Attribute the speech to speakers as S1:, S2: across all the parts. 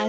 S1: À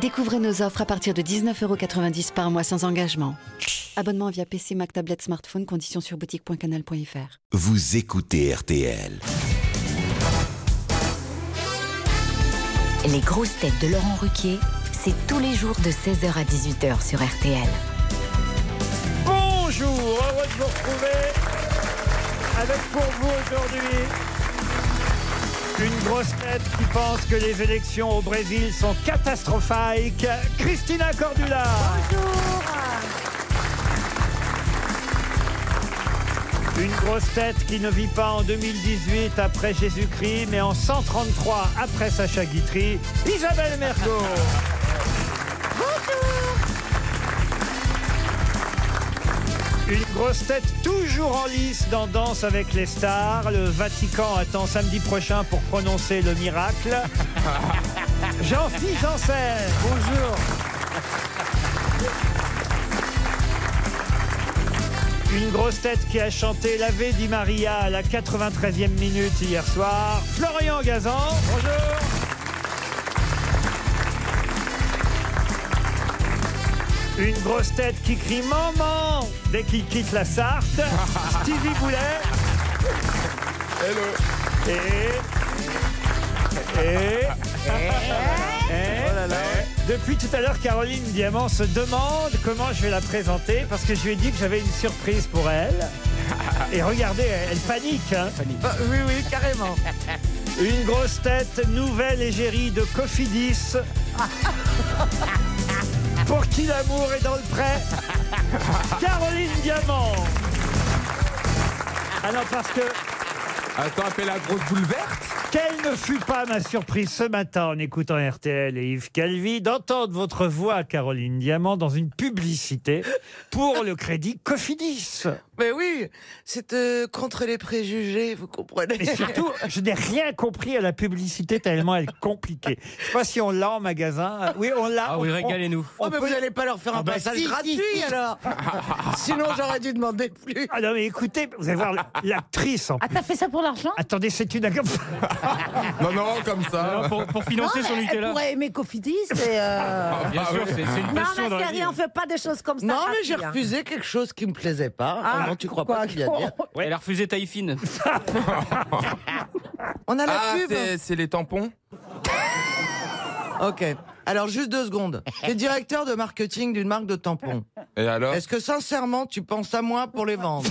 S1: Découvrez nos offres à partir de 19,90€ par mois sans engagement. Abonnement via PC, Mac, tablette, smartphone, conditions sur boutique.canal.fr.
S2: Vous écoutez RTL.
S3: Les grosses têtes de Laurent Ruquier, c'est tous les jours de 16h à 18h sur RTL.
S4: Bonjour, heureux de vous retrouver avec pour vous aujourd'hui une grosse tête qui pense que les élections au Brésil sont catastrophiques, Christina Cordula. Bonjour. Une grosse tête qui ne vit pas en 2018 après Jésus-Christ, mais en 133 après Sacha Guitry, Isabelle Mergo. Une grosse tête toujours en lice dans Danse avec les stars. Le Vatican attend samedi prochain pour prononcer le miracle. Jean-Philippe Janssen. Bonjour. Une grosse tête qui a chanté l'Ave di Maria à la 93e minute hier soir. Florian Gazan. Bonjour. Une grosse tête qui crie maman dès qu'il quitte la Sarthe. Stevie Boulet. Hello. Et. Et. Et- Depuis tout à l'heure, Caroline Diamant se demande comment je vais la présenter parce que je lui ai dit que j'avais une surprise pour elle. Et regardez, elle, elle panique. hein.
S5: oui, oui, carrément.
S4: Une grosse tête, nouvelle égérie de Cofidis. Pour qui l'amour est dans le prêt Caroline Diamant Alors parce que...
S6: Attends, appelle la grosse boule verte
S4: Quelle ne fut pas ma surprise ce matin en écoutant RTL et Yves Calvi d'entendre votre voix, Caroline Diamant, dans une publicité pour le crédit Cofidis.
S5: Mais oui, c'est euh, contre les préjugés, vous comprenez.
S4: Et surtout, je n'ai rien compris à la publicité tellement elle est compliquée. Je sais pas si on l'a en magasin. Oui, on l'a.
S7: Ah oui,
S4: On- on-
S7: régalez-nous.
S5: Oh, mais vous n'allez pas leur faire un
S4: bah,
S5: passage
S4: si, si,
S5: gratuit
S4: si.
S5: alors Sinon, j'aurais dû demander plus.
S4: Ah non, mais écoutez, vous allez voir l'actrice en
S8: Ah,
S4: plus.
S8: t'as fait ça pour l'argent
S4: Attendez, c'est une...
S6: Non, non, comme ça.
S7: Alors, pour, pour
S8: Non,
S7: financer
S8: mais
S7: son
S8: elle
S7: Nutella. Ah,
S8: pourrait aimer Cofidis et... euh,
S7: Bien sûr, c'est c'est une
S8: Non,
S7: passion
S8: ma
S7: dans la
S8: chérie,
S7: vie.
S8: on fait pas des choses comme ça.
S5: Non, mais j'ai
S8: Raffi, hein.
S5: refusé quelque chose qui me plaisait pas.
S8: Ah,
S5: Ah, non, tu crois pas qu'il y a dire.
S7: Elle a refusé Taïfine.
S5: On a la
S6: Ah,
S5: pub
S6: c'est- c'est les tampons
S5: Ok. Alors, juste deux secondes. Tu es directeur de marketing d'une marque de tampons.
S6: Et alors
S5: Est-ce que sincèrement, tu penses à moi pour les vendre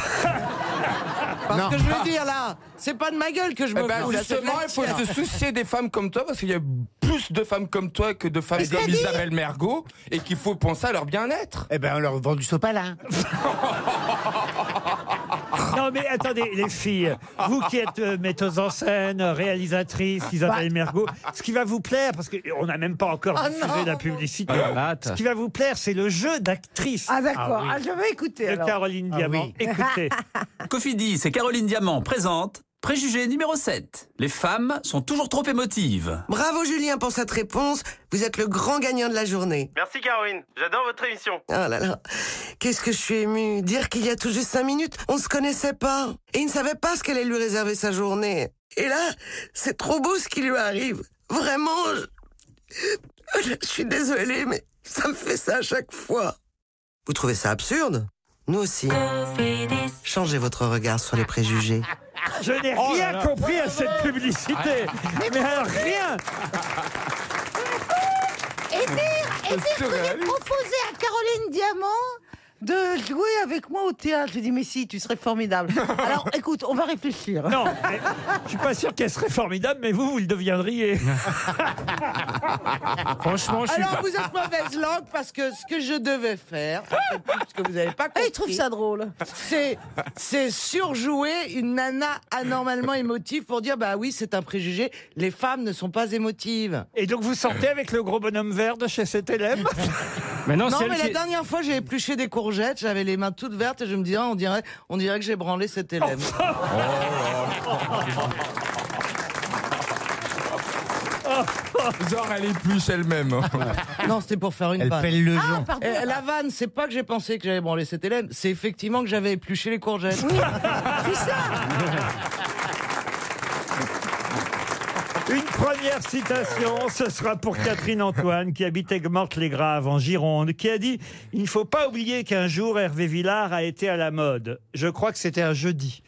S5: Parce que je veux dire là, c'est pas de ma gueule que je me
S6: Eh ben,
S5: fous, là, c'est de
S6: justement,
S5: la
S6: il faut
S5: tienne.
S6: se soucier des femmes comme toi parce qu'il y a plus de femmes comme toi que de femmes comme Isabelle Mergot et qu'il faut penser à leur bien-être.
S9: Eh ben, on leur vend du sopalin.
S4: Non, mais attendez, les filles, vous qui êtes euh, metteuse en scène, réalisatrice, Isabelle Mergot, ce qui va vous plaire, parce qu'on n'a même pas encore
S5: Ah
S4: diffusé
S5: non.
S4: la publicité,
S7: Latte.
S4: ce qui va vous plaire, c'est le jeu d'actrice
S8: Ah d'accord,
S7: Ah oui.
S8: Ah, je vais écouter
S4: de
S8: alors.
S4: Caroline
S9: Ah
S4: Diamant.
S9: oui.
S4: Écoutez,
S10: Cofidis et Caroline Diamant présentent Préjugé numéro 7. Les femmes sont toujours trop émotives.
S11: Bravo Julien pour cette réponse, vous êtes le grand gagnant de la journée.
S12: Merci Caroline, j'adore votre émission.
S11: Oh là là, qu'est-ce que je suis émue. Dire qu'il y a tout juste cinq minutes, on se connaissait pas. Et il ne savait pas ce qu'allait lui réserver sa journée. Et là, c'est trop beau ce qui lui arrive. Vraiment, je, je suis désolée, mais ça me fait ça à chaque fois. Vous trouvez ça absurde Nous aussi. Changez votre regard sur les préjugés.
S4: je n'ai
S7: Oh
S4: rien compris à cette publicité.
S7: Ah.
S4: mais alors, rien
S8: Et dire, et dire que j'ai
S6: Surréaliste.
S8: proposé à Caroline Diamant de jouer avec moi au théâtre. J'ai dit, mais si, tu serais formidable. Alors, écoute, on va réfléchir.
S4: Non, mais je suis pas sûr qu'elle serait formidable, mais vous, vous le deviendriez.
S7: Franchement, je suis
S5: Alors
S7: pas.
S5: vous êtes mauvaise langue parce que ce que je devais faire, en fait, parce que vous n'avez pas
S8: Ah,
S5: compris,
S8: il trouve ça drôle.
S5: c'est c'est surjouer une nana anormalement émotive pour dire bah oui c'est un préjugé, les femmes ne sont pas émotives.
S4: Et donc, vous sortez avec le gros bonhomme vert de chez cet élève
S7: Maintenant,
S5: Non
S7: c'est elle
S5: mais la
S7: qui-
S5: dernière fois j'ai épluché des courgette, j'avais les mains toutes vertes et je me disais, ah, on dirait, on dirait que j'ai branlé cet élève.
S4: Oh,
S6: Genre, elle épluche elle-même. hein.
S5: non, c'était pour faire une
S6: Elle
S5: vanne.
S6: pèle le Ah, jonc.
S8: pardon.
S5: Euh, la vanne, c'est pas que j'ai pensé que j'avais branlé cet élève, c'est effectivement que j'avais épluché les courgettes. Euh,
S8: C'est ça
S4: Une première citation, ce sera pour Catherine Antoine, qui habite Aigues-Mortes-les-Graves, en Gironde, qui a dit « Il ne faut pas oublier qu'un jour, Hervé Villard a été à la mode. Je crois que c'était un jeudi. »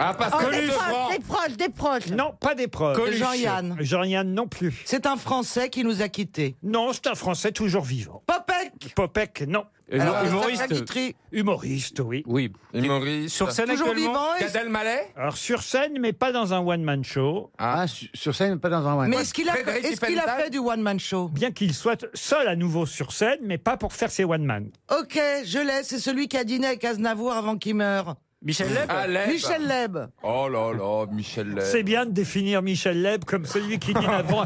S6: Ah,
S8: Oh, des, proches, des proches, des proches.
S4: Non, pas des proches.
S5: Coluche. Jean-Yann.
S4: Jean-Yann non plus.
S5: C'est un Français qui nous a quittés.
S4: Non, c'est un Français toujours vivant.
S5: Popek
S4: Popek, non.
S5: Humo- Alors, humoriste. Sacha Guitry.
S4: Humoriste, oui.
S7: Oui.
S6: Humoriste.
S7: Sur scène
S5: Toujours
S7: actuellement
S5: vivant et-
S6: Gad Elmaleh
S4: Alors sur scène, mais pas dans un one-man show.
S9: Ah, su- sur scène, pas dans un one.
S5: Mais est-ce qu'il a, est-ce qu'il a fait du one-man show
S4: Bien qu'il soit seul à nouveau sur scène, mais pas pour faire ses one-man.
S5: Ok, je l'ai, c'est celui qui a dîné avec Aznavour avant qu'il meure.
S7: Michel
S6: Leb Ah, Leb.
S5: Michel Leb.
S6: Oh là là, Michel Leb.
S4: C'est bien de définir Michel Leb comme celui qui dîne avant.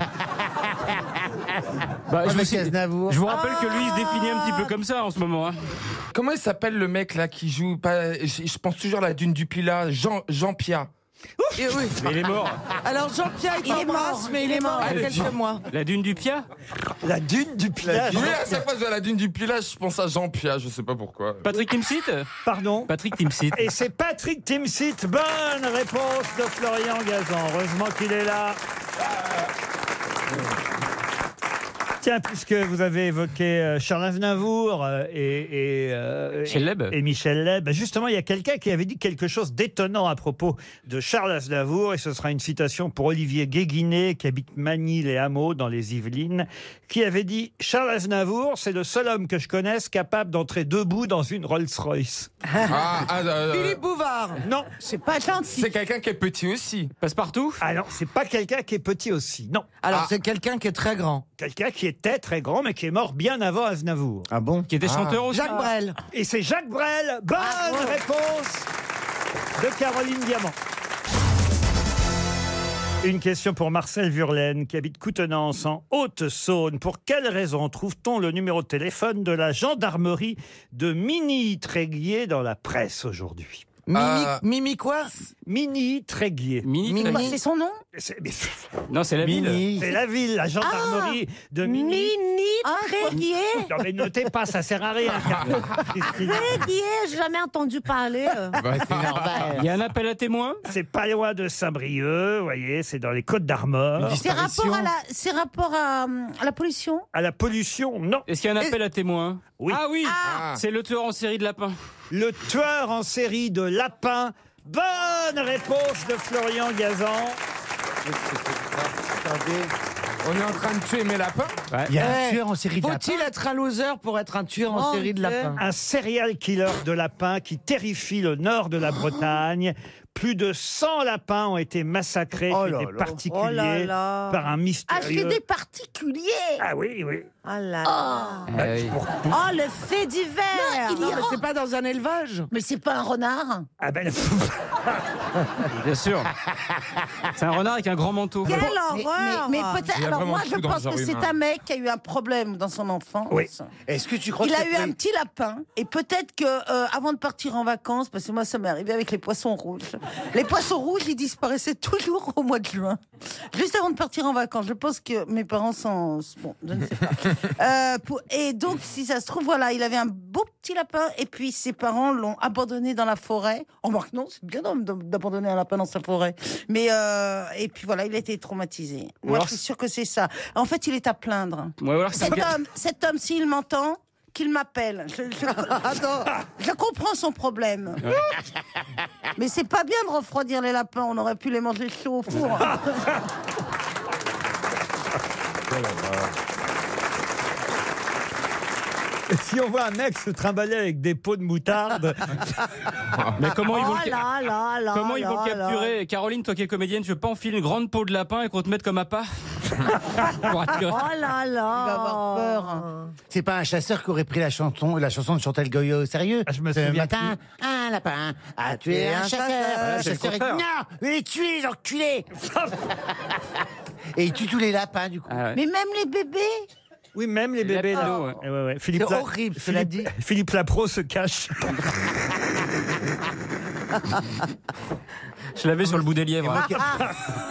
S9: Bah, je, vous sais-
S7: Je vous rappelle que lui, il se définit un
S5: Ah.
S7: petit peu comme ça en ce moment. hein.
S6: Comment il s'appelle le mec là qui joue pas... Je je pense toujours à la dune du Pilat, Jean, Jean Eh Pierre.
S5: Et oui.
S7: Mais il est mort.
S5: Alors Jean-Pierre, il
S8: Il est
S5: t'embrasse,
S8: mort.
S5: mais il est mort il y a
S7: Allez,
S5: quelques mois.
S7: La dune du Pia
S4: La dune du
S6: Oui,
S4: Pilat.
S6: à chaque fois que je vois la dune du Pilat, je pense à Jean Pierre, je sais pas pourquoi.
S7: Patrick Timsit
S4: Pardon
S7: Patrick Timsit.
S4: Et c'est Patrick Timsit. Bonne réponse de Florian Gazan. Heureusement qu'il est là. Tiens, puisque vous avez évoqué euh, Charles Aznavour euh, et, et, euh,
S7: Michel Leb.
S4: et Michel Leb, bah, justement, il y a quelqu'un qui avait dit quelque chose d'étonnant à propos de Charles Aznavour, et ce sera une citation pour Olivier Guéguinet, qui habite Manille-les-Hameaux, dans les Yvelines, qui avait dit « Charles Aznavour, c'est le seul homme que je connaisse capable d'entrer debout dans une Rolls-Royce
S6: Ah, ah, euh,
S5: Philippe Bouvard. ».
S4: Non,
S8: C'est pas gentil.
S6: c'est quelqu'un qui est petit aussi.
S7: Passe partout
S4: ah non, c'est pas quelqu'un qui est petit aussi, non.
S5: Alors
S6: Ah.
S5: c'est quelqu'un qui est très grand.
S4: Quelqu'un qui était très grand, mais qui est mort bien avant Aznavour.
S9: Ah bon
S7: Qui était chanteur aussi Ah.
S5: Jacques Brel. Ah,
S4: Et c'est Jacques Brel. Bonne réponse de Caroline Diamant. Une question pour Marcel Vurlaine qui habite Coutenance en Haute-Saône. Pour quelle raison trouve-t-on le numéro de téléphone de la gendarmerie de Mini Tréguier dans la presse aujourd'hui
S5: Mimi,
S7: Euh,
S6: Ah.
S5: Mimi quoi
S4: Mini Tréguier.
S7: Mini.
S5: Mini.
S8: Bah, C'est son nom
S4: C'est mais c'est
S7: Non, c'est la ville.
S4: la ville, la gendarmerie de Mini.
S8: Ah,
S4: Ah,
S8: Mini Tréguier.
S4: Non mais notez pas, ça sert à rien. car- Qu'est-ce qu'il y a
S8: Tréguier, j'ai jamais entendu parler. euh.
S7: Il y a un appel à témoins
S4: C'est pas loin de Saint-Brieuc, vous voyez, c'est dans les Côtes d'Armor.
S8: C'est rapport à la, c'est rapport à, euh, à la pollution
S4: À la pollution, non.
S7: Est-ce qu'il y a un appel à témoins
S4: Oui.
S7: Ah oui
S6: Ah.
S7: C'est le tueur en série de lapin.
S4: Le tueur en série de Lapin. Bonne réponse de Florian Gazan.
S6: On est en train de tuer mes lapins.
S9: Il y a un
S5: Eh,
S9: tueur en série de
S5: Faut-il être un loser pour être un tueur en
S4: Oh,
S8: Mon
S5: série de
S8: Dieu.
S5: lapins
S4: Un serial killer de lapins qui terrifie le nord de la Bretagne. Plus de 100 lapins ont été massacrés
S9: Oh
S4: puis
S9: là
S4: des
S9: là.
S4: particuliers
S8: Oh là là.
S4: par un
S8: Acheter
S4: mystérieux.
S8: des particuliers
S4: Ah oui, oui.
S8: Oh là
S4: Eh
S8: là Oh, le fait divers
S5: Non, mais c'est pas dans un élevage.
S8: Mais c'est pas un renard
S4: Ah ben,
S7: Bien sûr. C'est un renard avec un grand manteau.
S8: Quelle
S5: mais-
S8: horreur Mais,
S6: Il y
S8: peut-être.
S6: a
S8: Alors
S6: vraiment
S8: moi,
S6: tout
S8: je
S6: dans le
S8: pense
S6: genre
S8: que c'est
S6: humain.
S8: un mec qui a eu un problème dans son enfance.
S4: Oui.
S9: Est-ce que tu crois
S8: Il
S9: que
S8: a
S9: c'est
S8: eu un
S9: pré-
S8: petit lapin et peut-être que euh, avant de partir en vacances, parce que moi ça m'est arrivé avec les poissons rouges. Les poissons rouges, ils disparaissaient toujours au mois de juin, juste avant de partir en vacances. Je pense que mes parents sont bon, je ne sais pas. Euh, pour- Et donc, si ça se trouve, voilà, il avait un beau petit lapin et puis ses parents l'ont abandonné dans la forêt. En remarque, non, c'est bien d'ab- d'ab- d'abandonner un lapin dans sa forêt. Mais euh, et puis voilà, il a été traumatisé. Moi,
S7: alors,
S8: je suis sûre que c'est ça. En fait, il est à plaindre.
S7: Ouais, ou alors c'est un
S8: Cet
S7: gars-
S8: homme, cet homme, s'il m'entend, qu'il m'appelle. Je, je- Attends, je comprends son problème. Mais c'est pas bien de refroidir les lapins. On aurait pu les manger chauds au four.
S4: si on voit un mec se trimballer avec des pots de moutarde,
S7: Mais comment ils vont
S8: Oh
S7: le, ca-
S8: là là là
S7: comment ils vont
S8: là
S7: le
S8: là.
S7: capturer Caroline, toi qui es comédienne, tu veux pas enfiler une grande peau de lapin et qu'on te mette comme appât Pour
S8: Oh
S7: être-
S8: là là Il
S5: va avoir
S8: peur.
S9: C'est pas un chasseur qui aurait pris la chanson, la chanson de Chantal Goya au sérieux.
S4: Ah, je me
S9: Ce
S4: souviens
S9: matin, Hein un lapin a tué un
S5: Ouais,
S9: chasseur. Le
S7: Ah, c'est le
S9: chasseur est dit,
S7: contraire.
S9: non, mais tuez l'enculé. Et il tue tous les lapins du coup.
S7: Ah ouais.
S8: Mais même les bébés
S4: Oui, même les bébés
S5: Ah.
S7: hein
S4: l'eau. Eh Ouais, ouais, ouais. Philippe
S5: C'est
S4: La-
S5: horrible,
S4: Philippe,
S5: cela
S4: Philippe Lapro se cache.
S7: Je l'avais sur le bout des lièvres.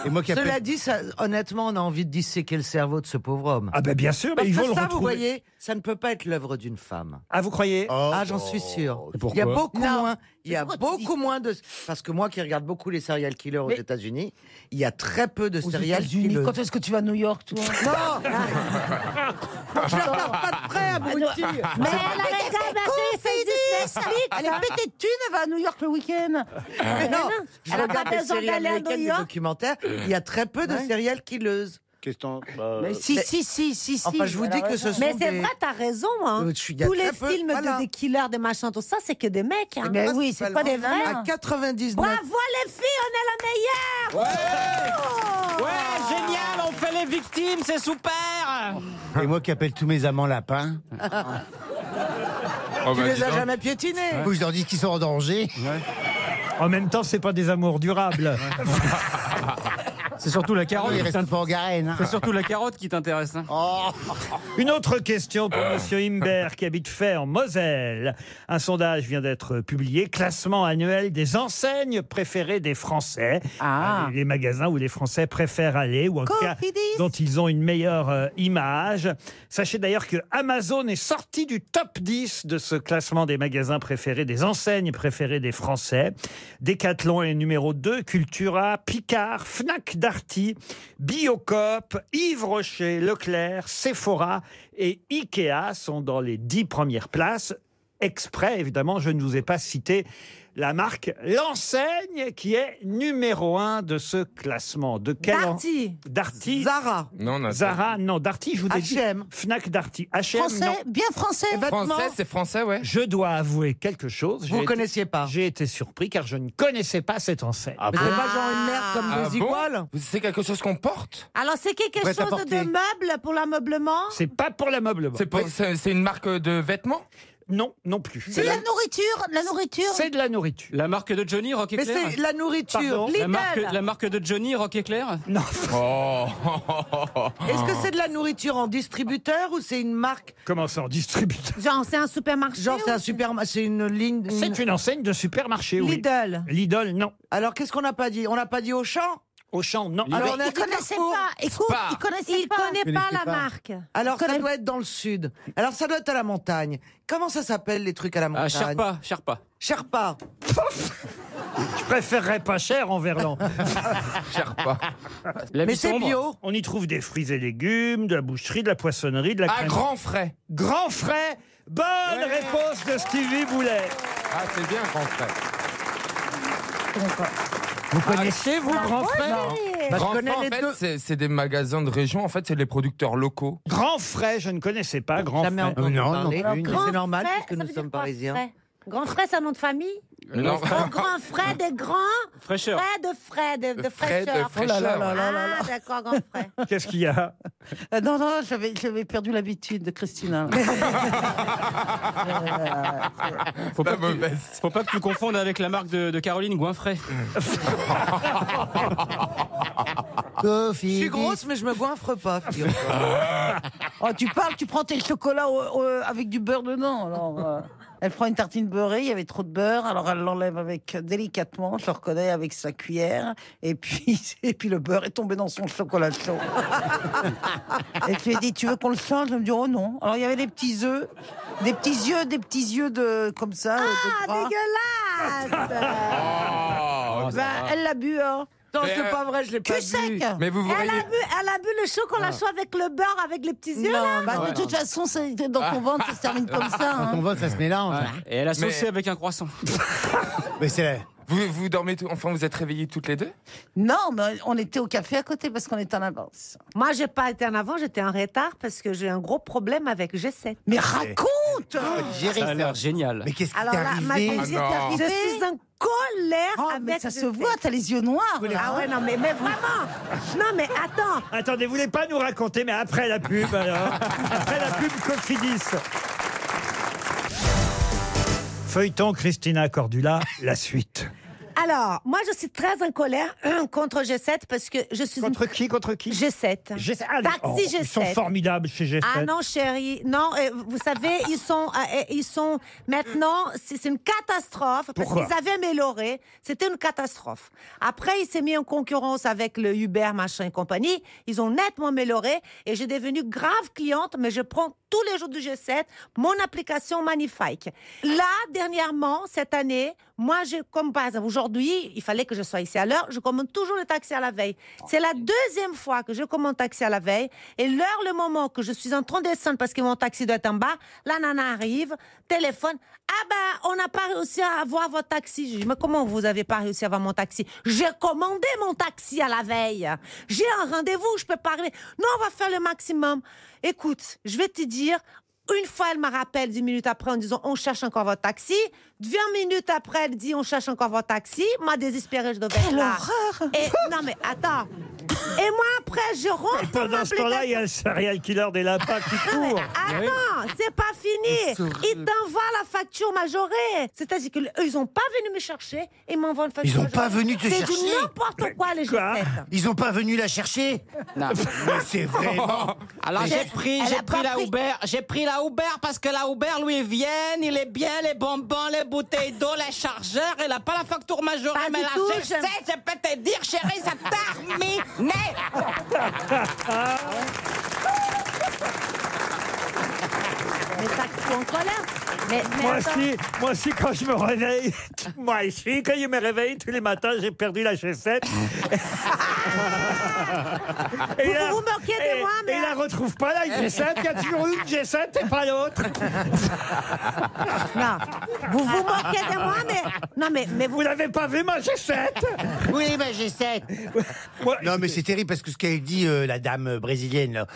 S4: Et moi qui
S5: Ah, Cela
S4: appelle-
S5: dit, ça- honnêtement, on a envie de disséquer le cerveau de ce pauvre homme.
S4: Ah ben, bien sûr, mais
S5: Parce
S4: ils
S5: que
S4: vont le
S5: ça, vous
S4: retrouver.
S5: voyez, ça ne peut pas être l'œuvre d'une femme.
S4: Ah, vous croyez
S5: Ah, j'en
S7: Oh.
S5: suis sûr. Il y a
S4: pourquoi
S5: beaucoup moins. Il y a beaucoup moins de. Parce que moi, qui regarde beaucoup les serial killers aux États-Unis, il y a très peu de serial killers.
S8: Quand est-ce que tu vas à New York, toi
S5: Non Je la regarde pas de
S7: Ah
S5: près, abruti
S8: Ah, Mais elle arrête
S5: Mais
S8: de marcher, c'est Disney Smith. Elle est pétée de thunes, elle va à New York le week-end
S5: Mais
S8: Ah,
S5: non, je
S8: Elle a
S5: regarde
S8: pas
S5: les
S8: besoin
S5: séries
S8: d'aller à
S5: américaines,
S8: New
S5: les
S8: York
S5: documentaires, il y a très peu de
S8: Ouais.
S5: serial killers.
S13: Question.
S14: bah,
S8: Mais si, si, si, si, si.
S5: Euh, Enfin, je vous dis que ce sont
S14: Mais c'est
S5: des-
S14: vrai, t'as raison. hein.
S5: Euh, je suis- il y a
S14: Tous
S5: très
S14: les
S5: peu-
S14: films
S5: voilà.
S14: de des killers, des machins, tout ça, c'est que des mecs. hein.
S5: Mais oui, c'est
S14: c'est pas des
S5: vraiment-
S14: vrais. hein.
S5: à 99.
S14: Bravo les filles, on est la meilleure.
S15: Oh.
S7: Ouais, génial, on fait les victimes, c'est super
S9: Et moi qui appelle tous mes amants lapins.
S7: Oh, bah,
S5: tu les as jamais piétinés
S9: Faut que Je leur dis qu'ils sont en danger.
S4: En même temps, c'est pas des amours durables.
S7: C'est surtout la carotte.
S9: Il
S7: qui
S9: reste
S7: t'int-
S9: pas en garenne. hein.
S7: C'est surtout la carotte qui t'intéresse. hein.
S4: Oh. Une autre question pour Monsieur Imbert qui habite Fay en Moselle. Un sondage vient d'être publié, classement annuel des enseignes préférées des Français.
S7: Ah.
S4: Euh, Les, les magasins où les Français préfèrent aller ou en tout cas dont ils ont une meilleure euh, image. Sachez d'ailleurs que Amazon est sorti du top 10 de ce classement des magasins préférés, des enseignes préférées des Français. Decathlon est numéro 2, Cultura, Picard, Fnac Darty, Biocoop, Yves Rocher, Leclerc, Sephora et Ikea sont dans les 10 premières places. Exprès, évidemment, je ne vous ai pas cité la marque, l'enseigne qui est numéro 1 de ce classement. De quel en-
S8: Darty.
S4: Darty.
S5: Zara.
S6: Non, on a-
S4: Zara, non. Darty, je vous ai dit.
S5: H&M.
S4: Fnac Darty. H&M, non.
S8: Français, bien français.
S6: Français, c'est français, ouais.
S4: Je dois avouer quelque chose.
S5: Vous
S4: J'ai été-
S5: connaissiez pas
S4: J'ai été surpris car je ne connaissais pas cette enseigne.
S5: Mais c'est pas genre une merde comme
S6: Ah
S5: des
S6: bon
S5: iguales
S6: C'est quelque chose qu'on porte
S14: Alors c'est quelque
S6: Prêt à
S14: chose de
S6: porter.
S14: meuble pour l'ameublement
S4: C'est pas pour l'ameublement.
S6: C'est pas- C'est c'est une marque de vêtements
S4: Non, non plus.
S8: C'est de la nourriture, de la nourriture.
S4: C'est de la nourriture.
S7: La marque de Johnny, Rock
S5: Mais
S7: Éclair
S5: c'est la nourriture.
S7: Pardon
S5: Lidl.
S7: la marque, la marque de Johnny, Rock Oh. Éclair
S4: Non.
S5: Est-ce
S4: Ah.
S5: que c'est de la nourriture en distributeur ou c'est une marque
S4: Comment ça, en distributeur
S14: Genre c'est un supermarché
S5: Genre c'est
S14: ou
S5: un supermarché, c'est une ligne.
S4: C'est une enseigne de supermarché, oui.
S14: Lidl.
S4: Lidl, non.
S5: Alors qu'est-ce qu'on n'a pas dit On n'a pas dit Auchan
S4: Auchan, non.
S5: Alors on a
S14: Il
S5: dit
S14: connaissait
S5: Carrefour.
S14: pas. Écoute, il connaissait
S8: Il
S14: pas.
S8: connaît
S14: pas
S8: pas.
S14: la marque.
S5: Alors ça doit être dans le sud. Alors ça doit être à la montagne. Comment ça s'appelle les trucs à la
S7: Ah,
S5: montagne
S7: Sherpa, Sherpa.
S5: Sherpa.
S4: Je préférerais pas cher en Verlan.
S6: Sherpa.
S7: La vie sombre.
S4: On y trouve des fruits et légumes, de la boucherie, de la poissonnerie, de la
S6: Ah,
S4: crème-
S6: grand frais.
S4: Grand frais Bonne réponse de Stevie Boulet.
S6: Ah, c'est bien, grand frais.
S4: Vous connaissez, vous,
S5: Ah,
S4: grand frais
S5: Bah, je
S6: Grand
S5: connais
S6: frais, en
S5: les
S6: fait,
S5: deux.
S6: c'est- c'est des magasins de région. En fait, c'est les producteurs locaux.
S4: Grand frais, je ne connaissais pas. Grand
S5: Jamais
S4: frais.
S5: entendu
S9: Non, non
S5: parler.
S9: plus,
S5: Mais
S14: Grand
S5: c'est normal
S14: frère,
S5: puisque
S14: ça
S5: nous
S14: veut dire
S5: sommes
S14: quoi,
S5: parisiens.
S14: frère Grand frère, c'est un nom de famille
S6: Non.
S14: Au grand frère des grands
S7: Fraîcheur.
S14: frères de frères, de, de
S6: Frères de
S14: fraîcheur.
S6: fraîcheur.
S8: Oh là là là là là.
S14: Ah, d'accord, grand frère.
S4: Qu'est-ce qu'il y a
S8: Euh, non, non, j'avais j'avais perdu l'habitude de Christina.
S15: Euh,
S7: Faut pas,
S6: La
S7: que tu,
S6: mauvaise.
S7: faut pas que tu confondes avec la marque de, de Caroline Goinfray.
S5: Je suis
S9: Sophie.
S5: grosse mais je me goinfre pas. figure-toi.
S8: Oh, tu parles, tu prends tes chocolats au- au- avec du beurre dedans. Alors, euh, elle prend une tartine beurrée, il y avait trop de beurre, alors elle l'enlève avec euh, délicatement, je le reconnais, avec sa cuillère, et puis, et puis le beurre est tombé dans son chocolat chaud. et tu lui ai dit, tu veux qu'on le change Elle me dit, oh non. Alors il y avait des petits œufs, des petits yeux, des petits yeux de comme ça, euh, de
S14: Ah,
S8: gras.
S14: dégueulasse
S6: Oh,
S8: Bah, elle l'a bu, hein.
S5: Non,
S6: Mais,
S5: c'est
S6: euh,
S5: pas vrai, je l'ai
S8: Cul
S5: pas vu.
S8: sec
S6: Mais vous
S14: elle
S6: voyez.
S14: a, bu, elle a bu le
S13: Ah.
S14: chocolat chaud avec le beurre, avec les petits yeux, là
S8: Bah, de toute façon, c'est- dans ton ventre, ça se termine comme ça.
S9: Quand
S8: hein.
S9: on vote, ça se mélange.
S7: Et elle a saucé
S6: Mais-
S7: avec un croissant.
S9: Mais c'est.
S6: Vous, vous dormez tout, enfin vous êtes réveillés toutes les deux
S8: Non, mais on était au café à côté parce qu'on était en avance.
S14: Moi, j'ai pas été en avant, j'étais en retard parce que j'ai un gros problème avec G7.
S8: Mais raconte
S9: Gérer
S7: Ça a
S9: ça.
S7: l'air génial.
S9: Mais qu'est-ce qui t'est
S14: Alors là, ma
S9: arrivé
S14: visite est
S6: Ah non.
S14: arrivée. Je suis en colère
S8: Oh,
S14: avec
S8: mais ça se
S14: G7.
S8: voit, t'as les yeux noirs.
S14: Ah ouais, non, mais, mais vraiment Non, mais attends
S4: Attendez, vous voulez pas nous raconter, mais après la pub, alors. Après la pub Cofidis. Feuilleton Christina Cordula, la suite.
S14: Alors, moi, je suis très en colère hein, contre G7 parce que je suis. Contre
S4: qui Contre qui
S14: G7.
S4: G7.
S8: Ah,
S14: Taxi
S4: Oh,
S14: G7.
S4: Ils sont formidables chez G7.
S14: Ah non, chérie. Non, euh, vous savez, ils sont, euh, euh, ils sont maintenant, c'est c'est une catastrophe. Parce
S4: Pourquoi
S14: qu'ils avaient amélioré. C'était une catastrophe. Après, il s'est mis en concurrence avec le Uber, machin et compagnie. Ils ont nettement amélioré et j'ai devenu grave cliente, mais je prends tous les jours du G7 mon application magnifique. Là, dernièrement, cette année, moi, je, comme par exemple aujourd'hui, il fallait que je sois ici à l'heure, je commande toujours le taxi à la veille. C'est la deuxième fois que je commande taxi à la veille. Et l'heure, le moment que je suis en train de descendre parce que mon taxi doit être en bas, la nana arrive, téléphone. Ah ben, on n'a pas réussi à avoir votre taxi. Je dis, mais comment vous avez pas réussi à avoir mon taxi J'ai commandé mon taxi à la veille. J'ai un rendez-vous, je peux pas arriver. Non, on va faire le maximum. Écoute, je vais te dire, une fois, elle me rappelle dix minutes après en disant on cherche encore votre taxi. Dix minutes après, elle dit on cherche encore votre taxi. Moi, désespérée, je devais être là. Et, non, mais attends. Et moi, après, je rentre. dans mon
S4: Pendant ce temps-là, il y a le serial killer des lapins qui court.
S14: Ah, Attends, c'est pas fini. Ils t'envoient la facture majorée. C'est-à-dire qu'ils n'ont pas venu me chercher et m'envoient une facture
S9: Ils ont pas venu te
S14: C'est du
S9: chercher.
S14: n'importe quoi, les gens.
S9: Ils ont pas venu la chercher Non. c'est vraiment.
S13: Alors j'ai pris, j'ai pris la Uber, j'ai pris la Uber parce que la Uber lui ils viennent, il est bien les bonbons, les bouteilles d'eau, les chargeurs, il a pas la facture majorée, mais
S14: du
S13: la
S14: tout,
S13: G7, je peux te dire chérie, ça terminé.
S14: Mais ça, tu es en colère. Mais, mais
S4: Moi
S14: attends.
S4: aussi, moi aussi, quand je me réveille, moi aussi, quand je me réveille tous les matins, j'ai perdu la chaussette.
S14: Vous vous moquez de moi, mais- hein,
S4: Et la retrouve pas, la G7. Il y a toujours une G7 et pas l'autre.
S14: Non, vous vous moquez de moi, mais. Non, mais, mais vous.
S4: l'avez pas vu, ma G7
S13: Oui, ma G7.
S9: Non, mais c'est terrible parce que ce qu'elle dit, euh, la dame euh, brésilienne, là.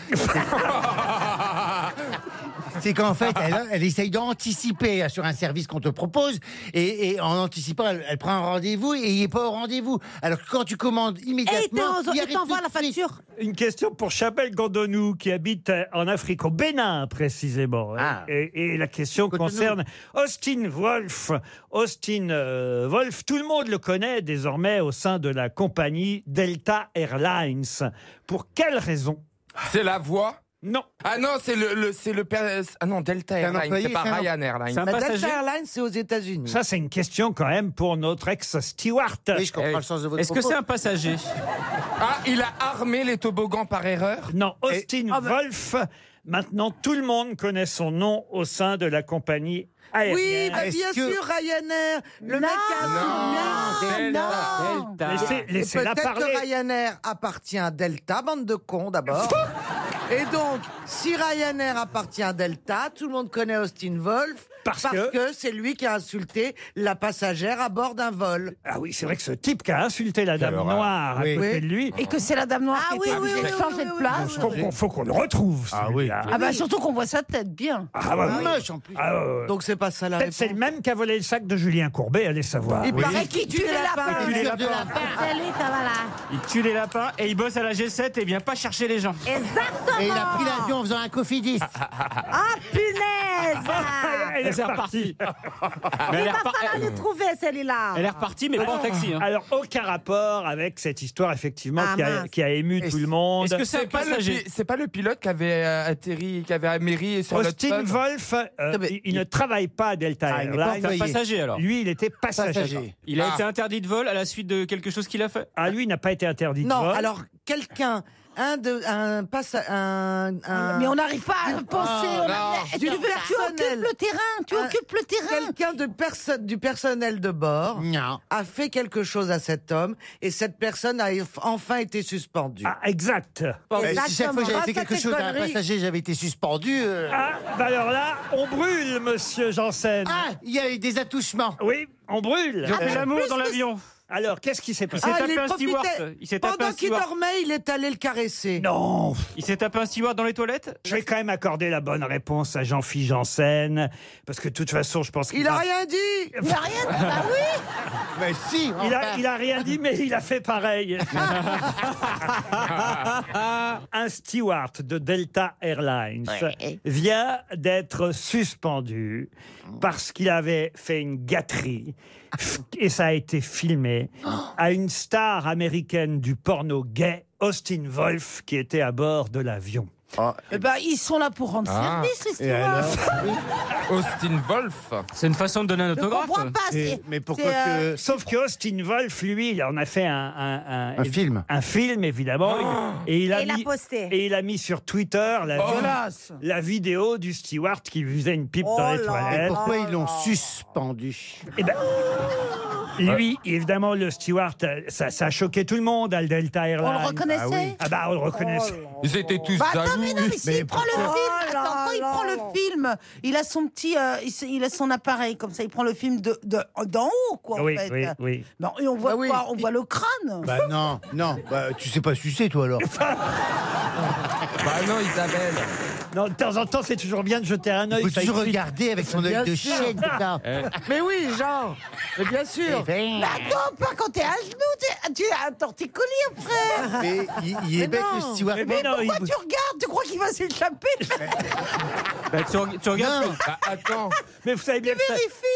S9: C'est qu'en fait, elle, elle essaye d'anticiper sur un service qu'on te propose, et, et en anticipant, elle, elle prend un rendez-vous et il n'est pas au rendez-vous. Alors que quand tu commandes immédiatement, il arrive tout de suite.
S4: Une question pour Chabelle Gandonou, qui habite euh, en Afrique, au Bénin précisément. hein. Et, et la question concerne Austin Wolf. Austin euh, Wolf, tout le monde le connaît désormais au sein de la compagnie Delta Airlines. Pour quelle raison
S6: C'est la voix
S4: Non.
S6: Ah non, c'est le, le- c'est le père- Ah non, Delta
S4: C'est un
S6: Airlines,
S4: employé,
S6: c'est pas
S4: c'est un-
S6: Ryan Airlines.
S4: c'est un
S5: Bah, Delta
S4: passager
S5: Airlines, c'est aux États-Unis.
S4: Ça, c'est une question quand même pour notre ex-steward.
S9: Oui, je comprends le sens de votre
S7: Euh, Est-ce que propos. c'est un passager
S6: Ah, il a armé les toboggans par erreur
S4: Non, Austin
S7: Ah bah.
S4: Wolf. Maintenant, tout le monde connaît son nom au sein de la compagnie aérienne.
S5: Oui, bah, bien sûr, Ryanair. Le mec a
S4: Non,
S5: Non,
S4: Delta, Delta. Laissez-
S5: Et
S4: laissez-la
S5: Peut-être
S4: parler.
S5: que Ryanair appartient à Delta, bande de cons d'abord. Et donc, si Ryanair appartient à Delta, tout le monde connaît Austin Wolf parce, que, c'est lui qui a insulté la passagère à bord d'un vol.
S4: Ah oui, c'est vrai que ce type qui a insulté la dame
S5: horreur.
S4: noire à
S5: Oui.
S4: côté
S5: Oui.
S4: de lui.
S8: Et que c'est la dame noire
S14: Ah
S8: qui
S14: oui,
S8: est
S14: oui,
S8: obligée
S14: oui,
S8: de
S14: oui,
S8: changer de place.
S4: Faut qu'on faut qu'on le retrouve. Ah oui.
S8: Ah bah surtout qu'on voit sa tête bien.
S4: Ah bah oui.
S8: Moche en plus.
S4: Donc
S5: c'est pas ça
S4: la Peut-être c'est le même qui a volé le sac de Julien Courbet, allez savoir.
S7: Il Oui. paraît qu'il
S8: tue les lapins.
S7: Il tue les lapins.
S14: Salut, ça va là.
S7: Il tue les lapins et il bosse à la G7 et vient pas chercher les gens.
S14: Exactement.
S9: Et il a pris l'avion en faisant un cofidis.
S14: Ah, punaise
S7: Elle est repartie. Mais
S14: Ah. Il
S7: elle est
S14: va
S7: repar-
S14: falloir le trouver, Ah. celui-là.
S4: Ah.
S7: hein.
S4: Alors, aucun rapport avec cette histoire, effectivement,
S14: Ah,
S4: qui, a,
S14: mince.
S4: qui a ému tout le monde.
S6: pas le pi- C'est pas le pilote qui avait euh, atterri, qui avait améri sur
S4: Austin
S6: notre sol
S4: Wolf, euh, il, il ne travaille pas à Delta
S6: Ah, il n'est pas
S4: Airlines.
S6: employé.
S7: Passager, alors.
S4: Lui, il était passager.
S7: Passager. Il a été interdit de vol à la suite de quelque chose qu'il a fait
S4: Ah, lui, il n'a pas été interdit
S7: de
S5: Non,
S7: vol.
S5: alors quelqu'un, un de, un passa, un, Ah,
S8: Mais on n'arrive pas à penser, on a- tu veux- tu occupes le terrain, tu
S5: occupes le terrain. Quelqu'un de perso- du personnel de bord a fait quelque chose à cet homme et cette personne a eff- enfin été suspendue.
S4: exact.
S9: Ah, Eh, si chaque fois que
S5: Ah,
S9: j'avais fait quelque chose à un passager, j'avais été suspendu. euh,
S4: Ah, bah alors là, on brûle, monsieur Janssen.
S9: Ah, il y a eu des attouchements.
S4: Oui, on brûle.
S7: Ils ont fait l'amour dans l'avion.
S4: Alors, qu'est-ce qui s'est
S7: Il
S4: passé
S7: s'est tapé un steward. Il s'est tapé un
S5: Ah, Pendant qu'il
S7: steward.
S5: dormait, il est allé le caresser.
S4: Non
S7: Il s'est tapé un steward dans les toilettes
S4: Je vais quand même accorder la bonne réponse à Jean-Philippe Janssen, parce que de toute façon, je pense qu'il
S5: Il a rien dit
S4: Il a rien dit, bah
S5: oui
S4: Mais si il a, il a rien dit, mais il a fait pareil. Un steward de Delta Airlines
S16: Ouais.
S4: vient d'être suspendu parce qu'il avait fait une gâterie. et ça a été filmé à une star américaine du porno gay, Austin Wolf, qui était à bord de l'avion.
S8: Eh ben, ils sont là pour rendre
S6: Ah.
S8: service, les
S6: Et alors
S8: stewards.
S6: Austin Wolf.
S7: C'est une façon de donner un
S8: Je autographe. comprends pas, Et- c'est- mais pourquoi c'est, euh, que-
S4: Sauf que Austin Wolf, lui, il en a fait un... Un,
S9: Un film.
S4: Un film, évidemment. Et il a
S14: Et il l'a
S4: mis,
S14: posté.
S4: Et il a mis sur Twitter la,
S9: Oh.
S4: vid-
S9: Classe.
S4: la vidéo du steward qui faisait une
S8: Oh
S4: pipe dans les toilettes.
S9: Et pourquoi ils l'ont suspendu
S4: Eh ben, Lui, évidemment, le steward, euh, ça, ça a choqué tout le monde à le Delta Airlines.
S8: reconnaissait
S4: Ah, bah, on le reconnaissait.
S6: Ils étaient tous
S8: Bah attends, mais non, mais s'il prend le film,
S14: Oh là
S8: attends, quand il
S14: là
S8: prend
S14: là.
S8: le film, il a son petit, euh, il, se- il a son appareil comme ça, il prend le film de de- d'en haut, quoi,
S9: Oui,
S8: en fait.
S9: oui, oui.
S8: Non, et on voit quoi On voit le crâne.
S9: Bah non, non, bah, tu sais pas sucer toi alors.
S6: Bah non, Isabelle.
S4: Non, de temps en temps, c'est toujours bien de jeter un œil.
S9: Faut
S4: ça
S9: toujours
S4: excite.
S9: regarder avec son œil
S4: Bien
S9: de
S4: sûr.
S9: chien, putain.
S5: Mais oui, genre. Mais bien
S4: Eh
S9: Eh
S5: sûr.
S4: ben. Bah,
S9: ben.
S8: Mais Bah, attends, pas quand t'es à genoux, t'es- tu es un torticolis après.
S9: Mais il- il est bête, le steward.
S8: Mais,
S9: Mais non,
S8: pourquoi
S9: il-
S8: tu regardes Tu crois qu'il va s'échapper
S6: Bah,
S7: tu, regardes.
S6: attends.
S4: Mais vous savez bien que ça-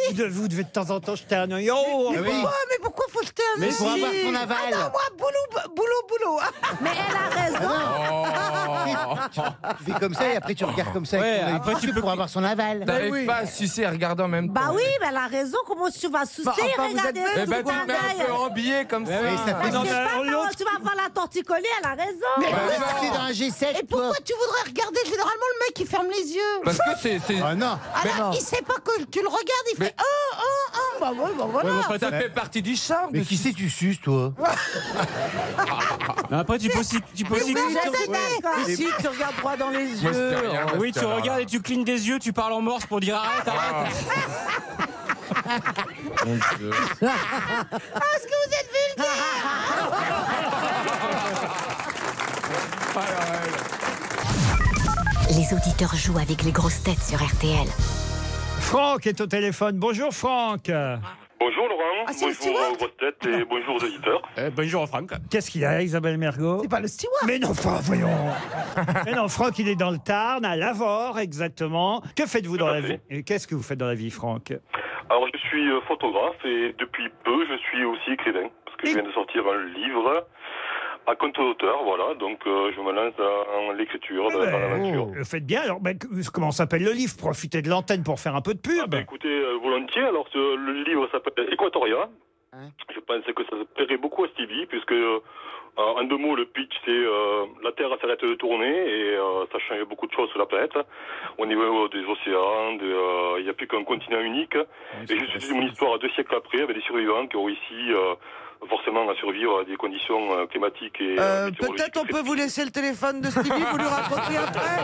S4: vous devez, vous devez de temps en temps jeter un œil. Oh,
S8: mais,
S4: ah bah.
S8: pourquoi, mais pourquoi faut jeter un
S4: Mais pour
S8: œil
S4: avoir son aval.
S8: Attends, moi, boulot, boulot, boulot.
S14: Mais elle a
S8: Ah,
S6: Oh.
S9: Tu fais comme ça et après tu regardes comme ça.
S6: Ouais,
S9: avec ton œil
S6: après,
S9: dessus pour avoir son aval.
S6: T'arrives pas à sucer et regarder en même temps.
S14: Bah oui, mais elle a raison. Comment tu vas sucer
S6: Bah, enfin, vous
S14: Regardez,
S6: êtes bête
S14: tout
S6: ou quoi
S14: le
S6: Mais un
S14: travail.
S6: peu en billet comme ça.
S14: Parce que je sais Ah. pas, comment tu vas voir la torticolis, elle a raison.
S8: Mais
S6: Bah
S8: pourquoi
S6: non.
S8: c'est dans un
S9: G7
S8: Et pourquoi tu voudrais regarder Généralement, le mec, il ferme les yeux.
S6: Parce que c'est. c'est-
S9: Ah,
S5: Ah,
S8: Alors, il sait pas que tu le regardes, il fait oh, oh, oh. Bah, ouais, bah voilà.
S6: ça fait partie du charme.
S9: Mais qui sais tu suces toi
S7: Non, Après, tu peux aussi. Tu peux
S5: Mais
S7: aussi-
S5: oui,
S7: tu-
S5: je sais, d'accord.
S7: Ouais.
S5: Ici, tu regardes droit dans les
S7: Moi,
S5: yeux.
S7: c'était rien, Oui, tu regardes et tu clignes des yeux, tu parles en morse pour dire arrête, arrête.
S8: Ah, est-ce que vous êtes vulgaire
S3: Les auditeurs jouent avec les grosses têtes sur RTL.
S4: Franck est au téléphone. Bonjour, Franck.
S16: Bonjour Laurent, bonjour aux grosses têtes et bonjour aux auditeurs.
S4: Eh,
S7: bonjour Franck.
S4: Qu'est-ce qu'il y a, Isabelle Mergot C'est
S8: pas le steward.
S4: Mais non, enfin, voyons. Mais non, Franck, il est dans le Tarn, à Lavore, exactement. Que faites-vous dans la vie Et Qu'est-ce que vous faites dans la vie, Franck
S16: Alors je suis euh, photographe et depuis peu je suis aussi écrivain parce que je viens de sortir un livre à compte d'auteur, voilà, donc euh, je me lance dans l'écriture, dans, dans l'aventure.
S4: Euh, Faites bien. Alors, ben, que- comment s'appelle le livre Profitez de l'antenne pour faire un peu de pub.
S16: Écoutez, euh, volontiers, alors ce- le livre s'appelle Equatoria. Je pense que ça plairait beaucoup à Stevie puisque euh, en deux mots le pitch c'est euh, la Terre s'arrête de tourner et euh, ça change beaucoup de choses sur la planète hein, au niveau euh, des océans, de, euh, il n'y a plus qu'un continent unique et juste c'est une histoire deux siècles après avec des survivants qui ont réussi euh, forcément à survivre à des conditions euh, climatiques et euh,
S5: Euh, Peut-être on peut vous laisser le téléphone de Stevie, vous lui racontez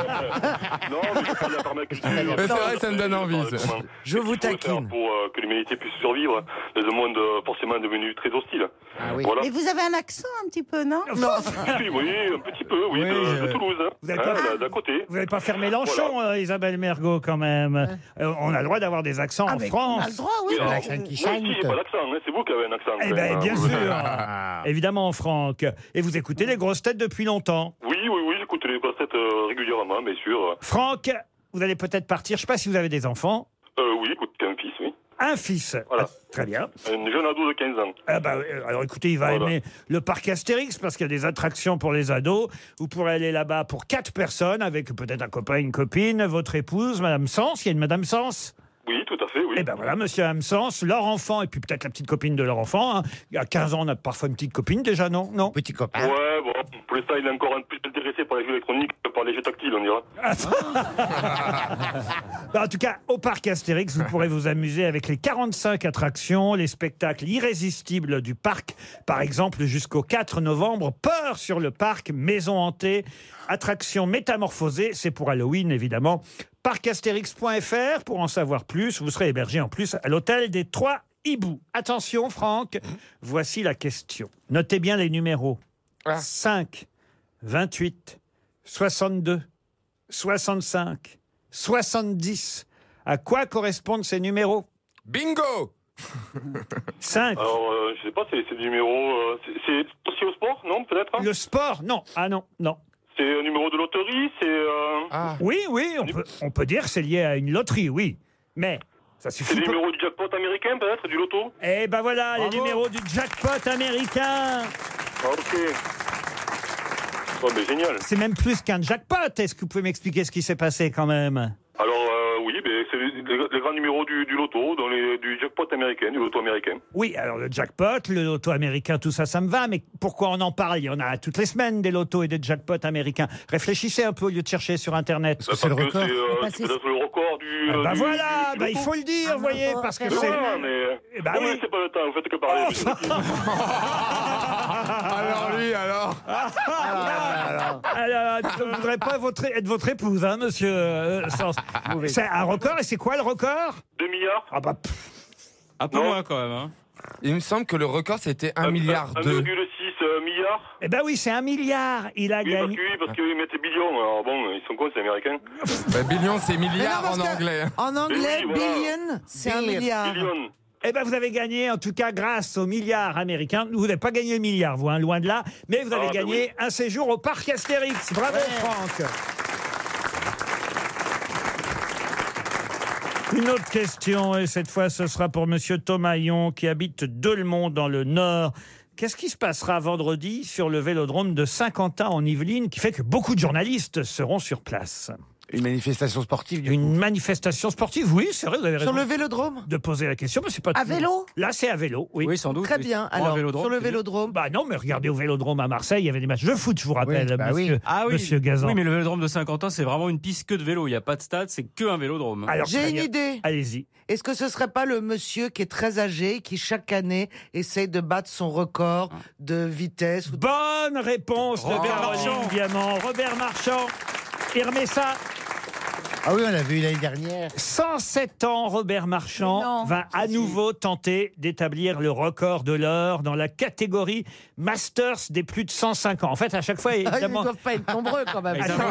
S5: après
S16: Non, mais je parle de la permaculture.
S6: Mais Ah, c'est vrai, ça me donne envie. ça.
S16: Je vous taquine. Pour euh, que l'humanité puisse survivre dans un monde euh, forcément devenu très hostile. Voilà.
S8: Mais vous avez un accent un petit peu, non
S16: Oui, oui, un petit peu, oui, de, de Toulouse. hein.
S4: Vous n'avez
S16: Hein,
S4: pas-
S16: là, D'à côté.
S4: Vous n'avez pas fait Mélenchon, euh, Isabelle Mergot, quand même. Euh, on a le droit d'avoir des accents
S16: Ah,
S4: en
S16: mais
S4: France.
S16: on a le droit, oui. Oui, alors, L'accent qui moi aussi, chante. j'ai pas d'accent, hein, c'est vous qui avez un accent,
S4: Eh
S16: quand
S4: bien,
S16: même,
S4: bien
S16: hein.
S4: sûr. Évidemment, Franck. Et vous écoutez les grosses têtes depuis longtemps.
S16: Oui, oui, oui, j'écoute les grossettes régulièrement, bien sûr.
S4: Franck, vous allez peut-être partir. Je ne sais pas si vous avez des enfants.
S16: Euh, oui, écoute, t'es un fils, oui.
S4: Un fils.
S16: Voilà.
S4: Ah, Très bien.
S16: Un jeune ado de 15 ans.
S4: Ah bah, euh, alors écoutez, il va
S16: Voilà.
S4: aimer le parc Astérix parce qu'il y a des attractions pour les ados. Vous pourrez aller là-bas pour quatre personnes avec peut-être un copain, une copine, votre épouse, Madame Sens. Il y a une Madame Sens.
S16: Oui, tout à fait, oui.
S4: Eh ben voilà, monsieur Hamsens, leur enfant, et puis peut-être la petite copine de leur enfant. hein. À 15 ans, on a parfois une petite copine déjà, non Non.
S9: Petit copain.
S4: Hein
S16: Ouais, bon, pour l'instant, il est encore un peu plus intéressé par les jeux électroniques que par les jeux tactiles, on dira.
S4: Bah, en tout cas, au parc Astérix, vous pourrez vous amuser avec les 45 attractions, les spectacles irrésistibles du parc. Par exemple, jusqu'au 4 novembre, Peur sur le parc, Maison hantée, attraction métamorphosée, c'est pour Halloween évidemment. Parcastérix.fr pour en savoir plus. Vous serez hébergé en plus à l'hôtel des Trois Hiboux. Attention, Franck, voici la question. Notez bien les numéros 5, 28, 62, 65, 70. À quoi correspondent ces numéros
S16: Oh.
S6: Bingo
S4: 5.
S16: Alors, euh, je sais pas, c'est c'est le numéro. euh, c'est- c'est aussi au sport, non Peut-être hein
S4: Le sport Non. Ah non, non.
S16: C'est un numéro de loterie C'est. euh,
S4: Ah. Oui, oui, on peut, on peut dire que c'est lié à une loterie, oui. Mais Ça
S16: C'est
S4: suffit
S16: le
S4: pour-
S16: numéro du jackpot américain, peut-être, du loto
S4: Eh ben voilà, les numéros du jackpot américain
S16: Ah, ok. Oh, mais génial.
S4: C'est même plus qu'un jackpot. Est-ce que vous pouvez m'expliquer ce qui s'est passé quand même
S16: Alors, euh, oui, ben, c'est les, les grands numéros du, du loto, dans les- du jackpot américain, du loto américain.
S4: Oui, alors le jackpot, le loto américain, tout ça, ça me va, mais pourquoi on en parle Il y en a toutes les semaines des lotos et des jackpots américains. Réfléchissez un peu au lieu de chercher sur Internet.
S16: Bah, parce que c'est, euh, c'est Ah, peut-être le record du.
S4: Ah,
S16: euh,
S4: bah
S16: du-
S4: voilà,
S16: du- du
S4: bah,
S16: loto.
S4: il faut le dire, vous voyez, parce que
S16: Mais
S4: c'est.
S16: voilà, mais.
S4: Eh bah
S16: Non, mais
S4: oui. Oh,
S16: c'est pas le temps, Euh, vous faites que parler. monsieur.
S4: Alors lui, alors. Ah je ne voudrais pas votre- être votre épouse, hein, monsieur euh, Sens. C'est un record, et c'est quoi le record
S16: 2 milliards
S4: Ah bah.
S6: Un
S4: peu moins,
S6: quand même. Il me semble que le record c'était 1 milliard 2.
S16: 1,6 hein. euh, milliard.
S4: Eh ben oui, c'est un milliard. Il a
S16: Oui, parce
S4: gagné.
S16: que oui, parce qu'ils mettent billions. Alors bon, ils sont cons, c'est américain.
S6: Bah, billion c'est milliard
S16: Mais non,
S6: en
S16: parce que-
S6: anglais.
S5: En
S16: anglais, Oui, voilà.
S5: billion, c'est un milliard. Billion.
S4: Eh ben, vous avez gagné, en tout cas, grâce au milliard américain. Vous n'avez pas gagné le milliard, vous, hein, loin de là. Mais vous avez
S16: Ah, ben
S4: gagné un séjour au parc Astérix. Bravo, Franck. Une autre question, et cette fois, ce sera pour Monsieur Thomaillon, qui habite Delemont, dans le Nord. Qu'est-ce qui se passera vendredi sur le vélodrome de Saint-Quentin en Yvelines, qui fait que beaucoup de journalistes seront sur place
S9: Une manifestation sportive du
S4: Une manifestation sportive, oui, c'est vrai, vous avez raison.
S5: Sur le vélodrome
S4: de poser la question, mais c'est pas
S5: À
S4: toujours-
S5: vélo
S4: Là, c'est à vélo, oui. Oui, sans doute.
S5: Très oui. bien. Ou un Alors, vélodrome, sur le c'est bien.
S4: vélodrome. Bah non, mais regardez au vélodrome à Marseille, il y avait des matchs de foot, je vous rappelle,
S7: bah
S4: monsieur,
S7: Ah oui.
S4: monsieur Gazan.
S7: Oui, mais le vélodrome de Saint-Quentin, c'est vraiment une piste que de vélo. Il n'y a pas de stade, c'est que un vélodrome.
S5: J'ai une idée.
S4: Allez-y.
S5: Est-ce que ce serait pas le monsieur qui est très âgé, qui chaque année essaye de battre son
S9: Ah.
S5: record de vitesse ou de- Ah,
S4: Bonne réponse de
S5: Robert
S4: Caroline
S5: Marchand.
S4: Diamant. Robert Marchand, il remet ça.
S9: Ah oui, on l'a vu l'année dernière.
S4: 107 ans, Robert
S9: Mais
S4: Marchand
S9: non.
S4: va à nouveau tenter d'établir le record de l'or dans la catégorie Masters des plus de 105 ans. En fait, à chaque fois,
S5: Ah, Ils
S4: évidemment...
S5: ne doivent pas être nombreux quand même.
S4: Ils inventent-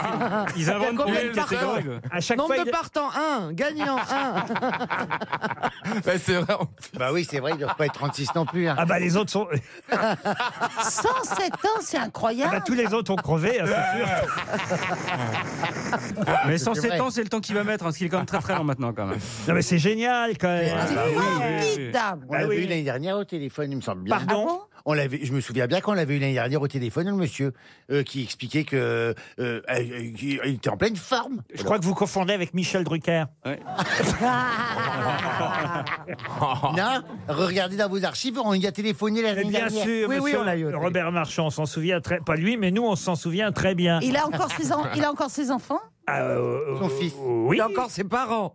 S4: ils
S5: Il y a
S4: inventent
S5: combien
S4: une
S5: de partants
S4: catégorie, eux. À chaque
S5: Nombre
S4: fois,
S5: de
S4: il-
S5: partants, un. Gagnant, un.
S9: c'est vrai. Bah oui, c'est vrai, ils ne doivent pas être 36 non plus.
S4: Ah bah les autres sont...
S8: 107 ans, c'est
S4: Ah
S8: incroyable.
S4: bah, tous les autres ont crevé, hein, c'est sûr.
S7: Mais
S4: Ah, C'est
S7: 107
S4: vrai.
S7: ans, c'est le temps qu'il va mettre, hein, parce qu'il est quand même très très lent maintenant quand même.
S4: Non mais c'est génial quand même.
S9: Ah, bah oui, oui, oui. On
S6: Ah
S4: Bah
S9: l'avait
S4: oui.
S9: eu l'année dernière au téléphone, il me semble bien.
S4: Pardon Ah bon
S9: on l'avait, je me souviens bien qu'on l'avait eu l'année dernière au téléphone, le monsieur euh, qui expliquait que euh, euh, il était en pleine forme.
S4: Je crois que vous confondez avec Michel Drucker.
S8: Ah.
S9: non, regardez dans vos archives, on y a téléphoné
S4: Mais
S9: l'année
S4: bien
S9: dernière.
S4: sûr,
S9: oui, oui,
S4: monsieur
S9: on l'a eu. au téléphone.
S4: Robert Marchand, on s'en souvient très, pas lui, mais nous, on s'en souvient très bien. Ah,
S8: Il a encore ses, en- il a encore ses enfants
S4: Son fils. euh, Oui.
S5: Et encore ses parents.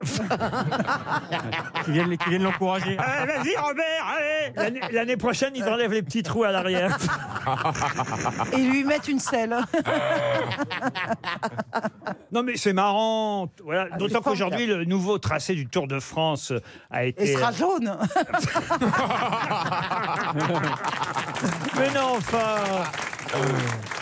S7: Qui viennent, qui viennent l'encourager.
S4: Ah, Vas-y, Robert, allez L'année- L'année prochaine, ils enlèvent les petits trous à l'arrière.
S8: et lui mettent une selle.
S4: Non, mais c'est marrant. Voilà. D'autant
S8: Ah, c'est formidable.
S4: qu'aujourd'hui, le nouveau tracé du Tour de France a été. euh,
S8: Et sera jaune.
S4: Mais non, enfin euh,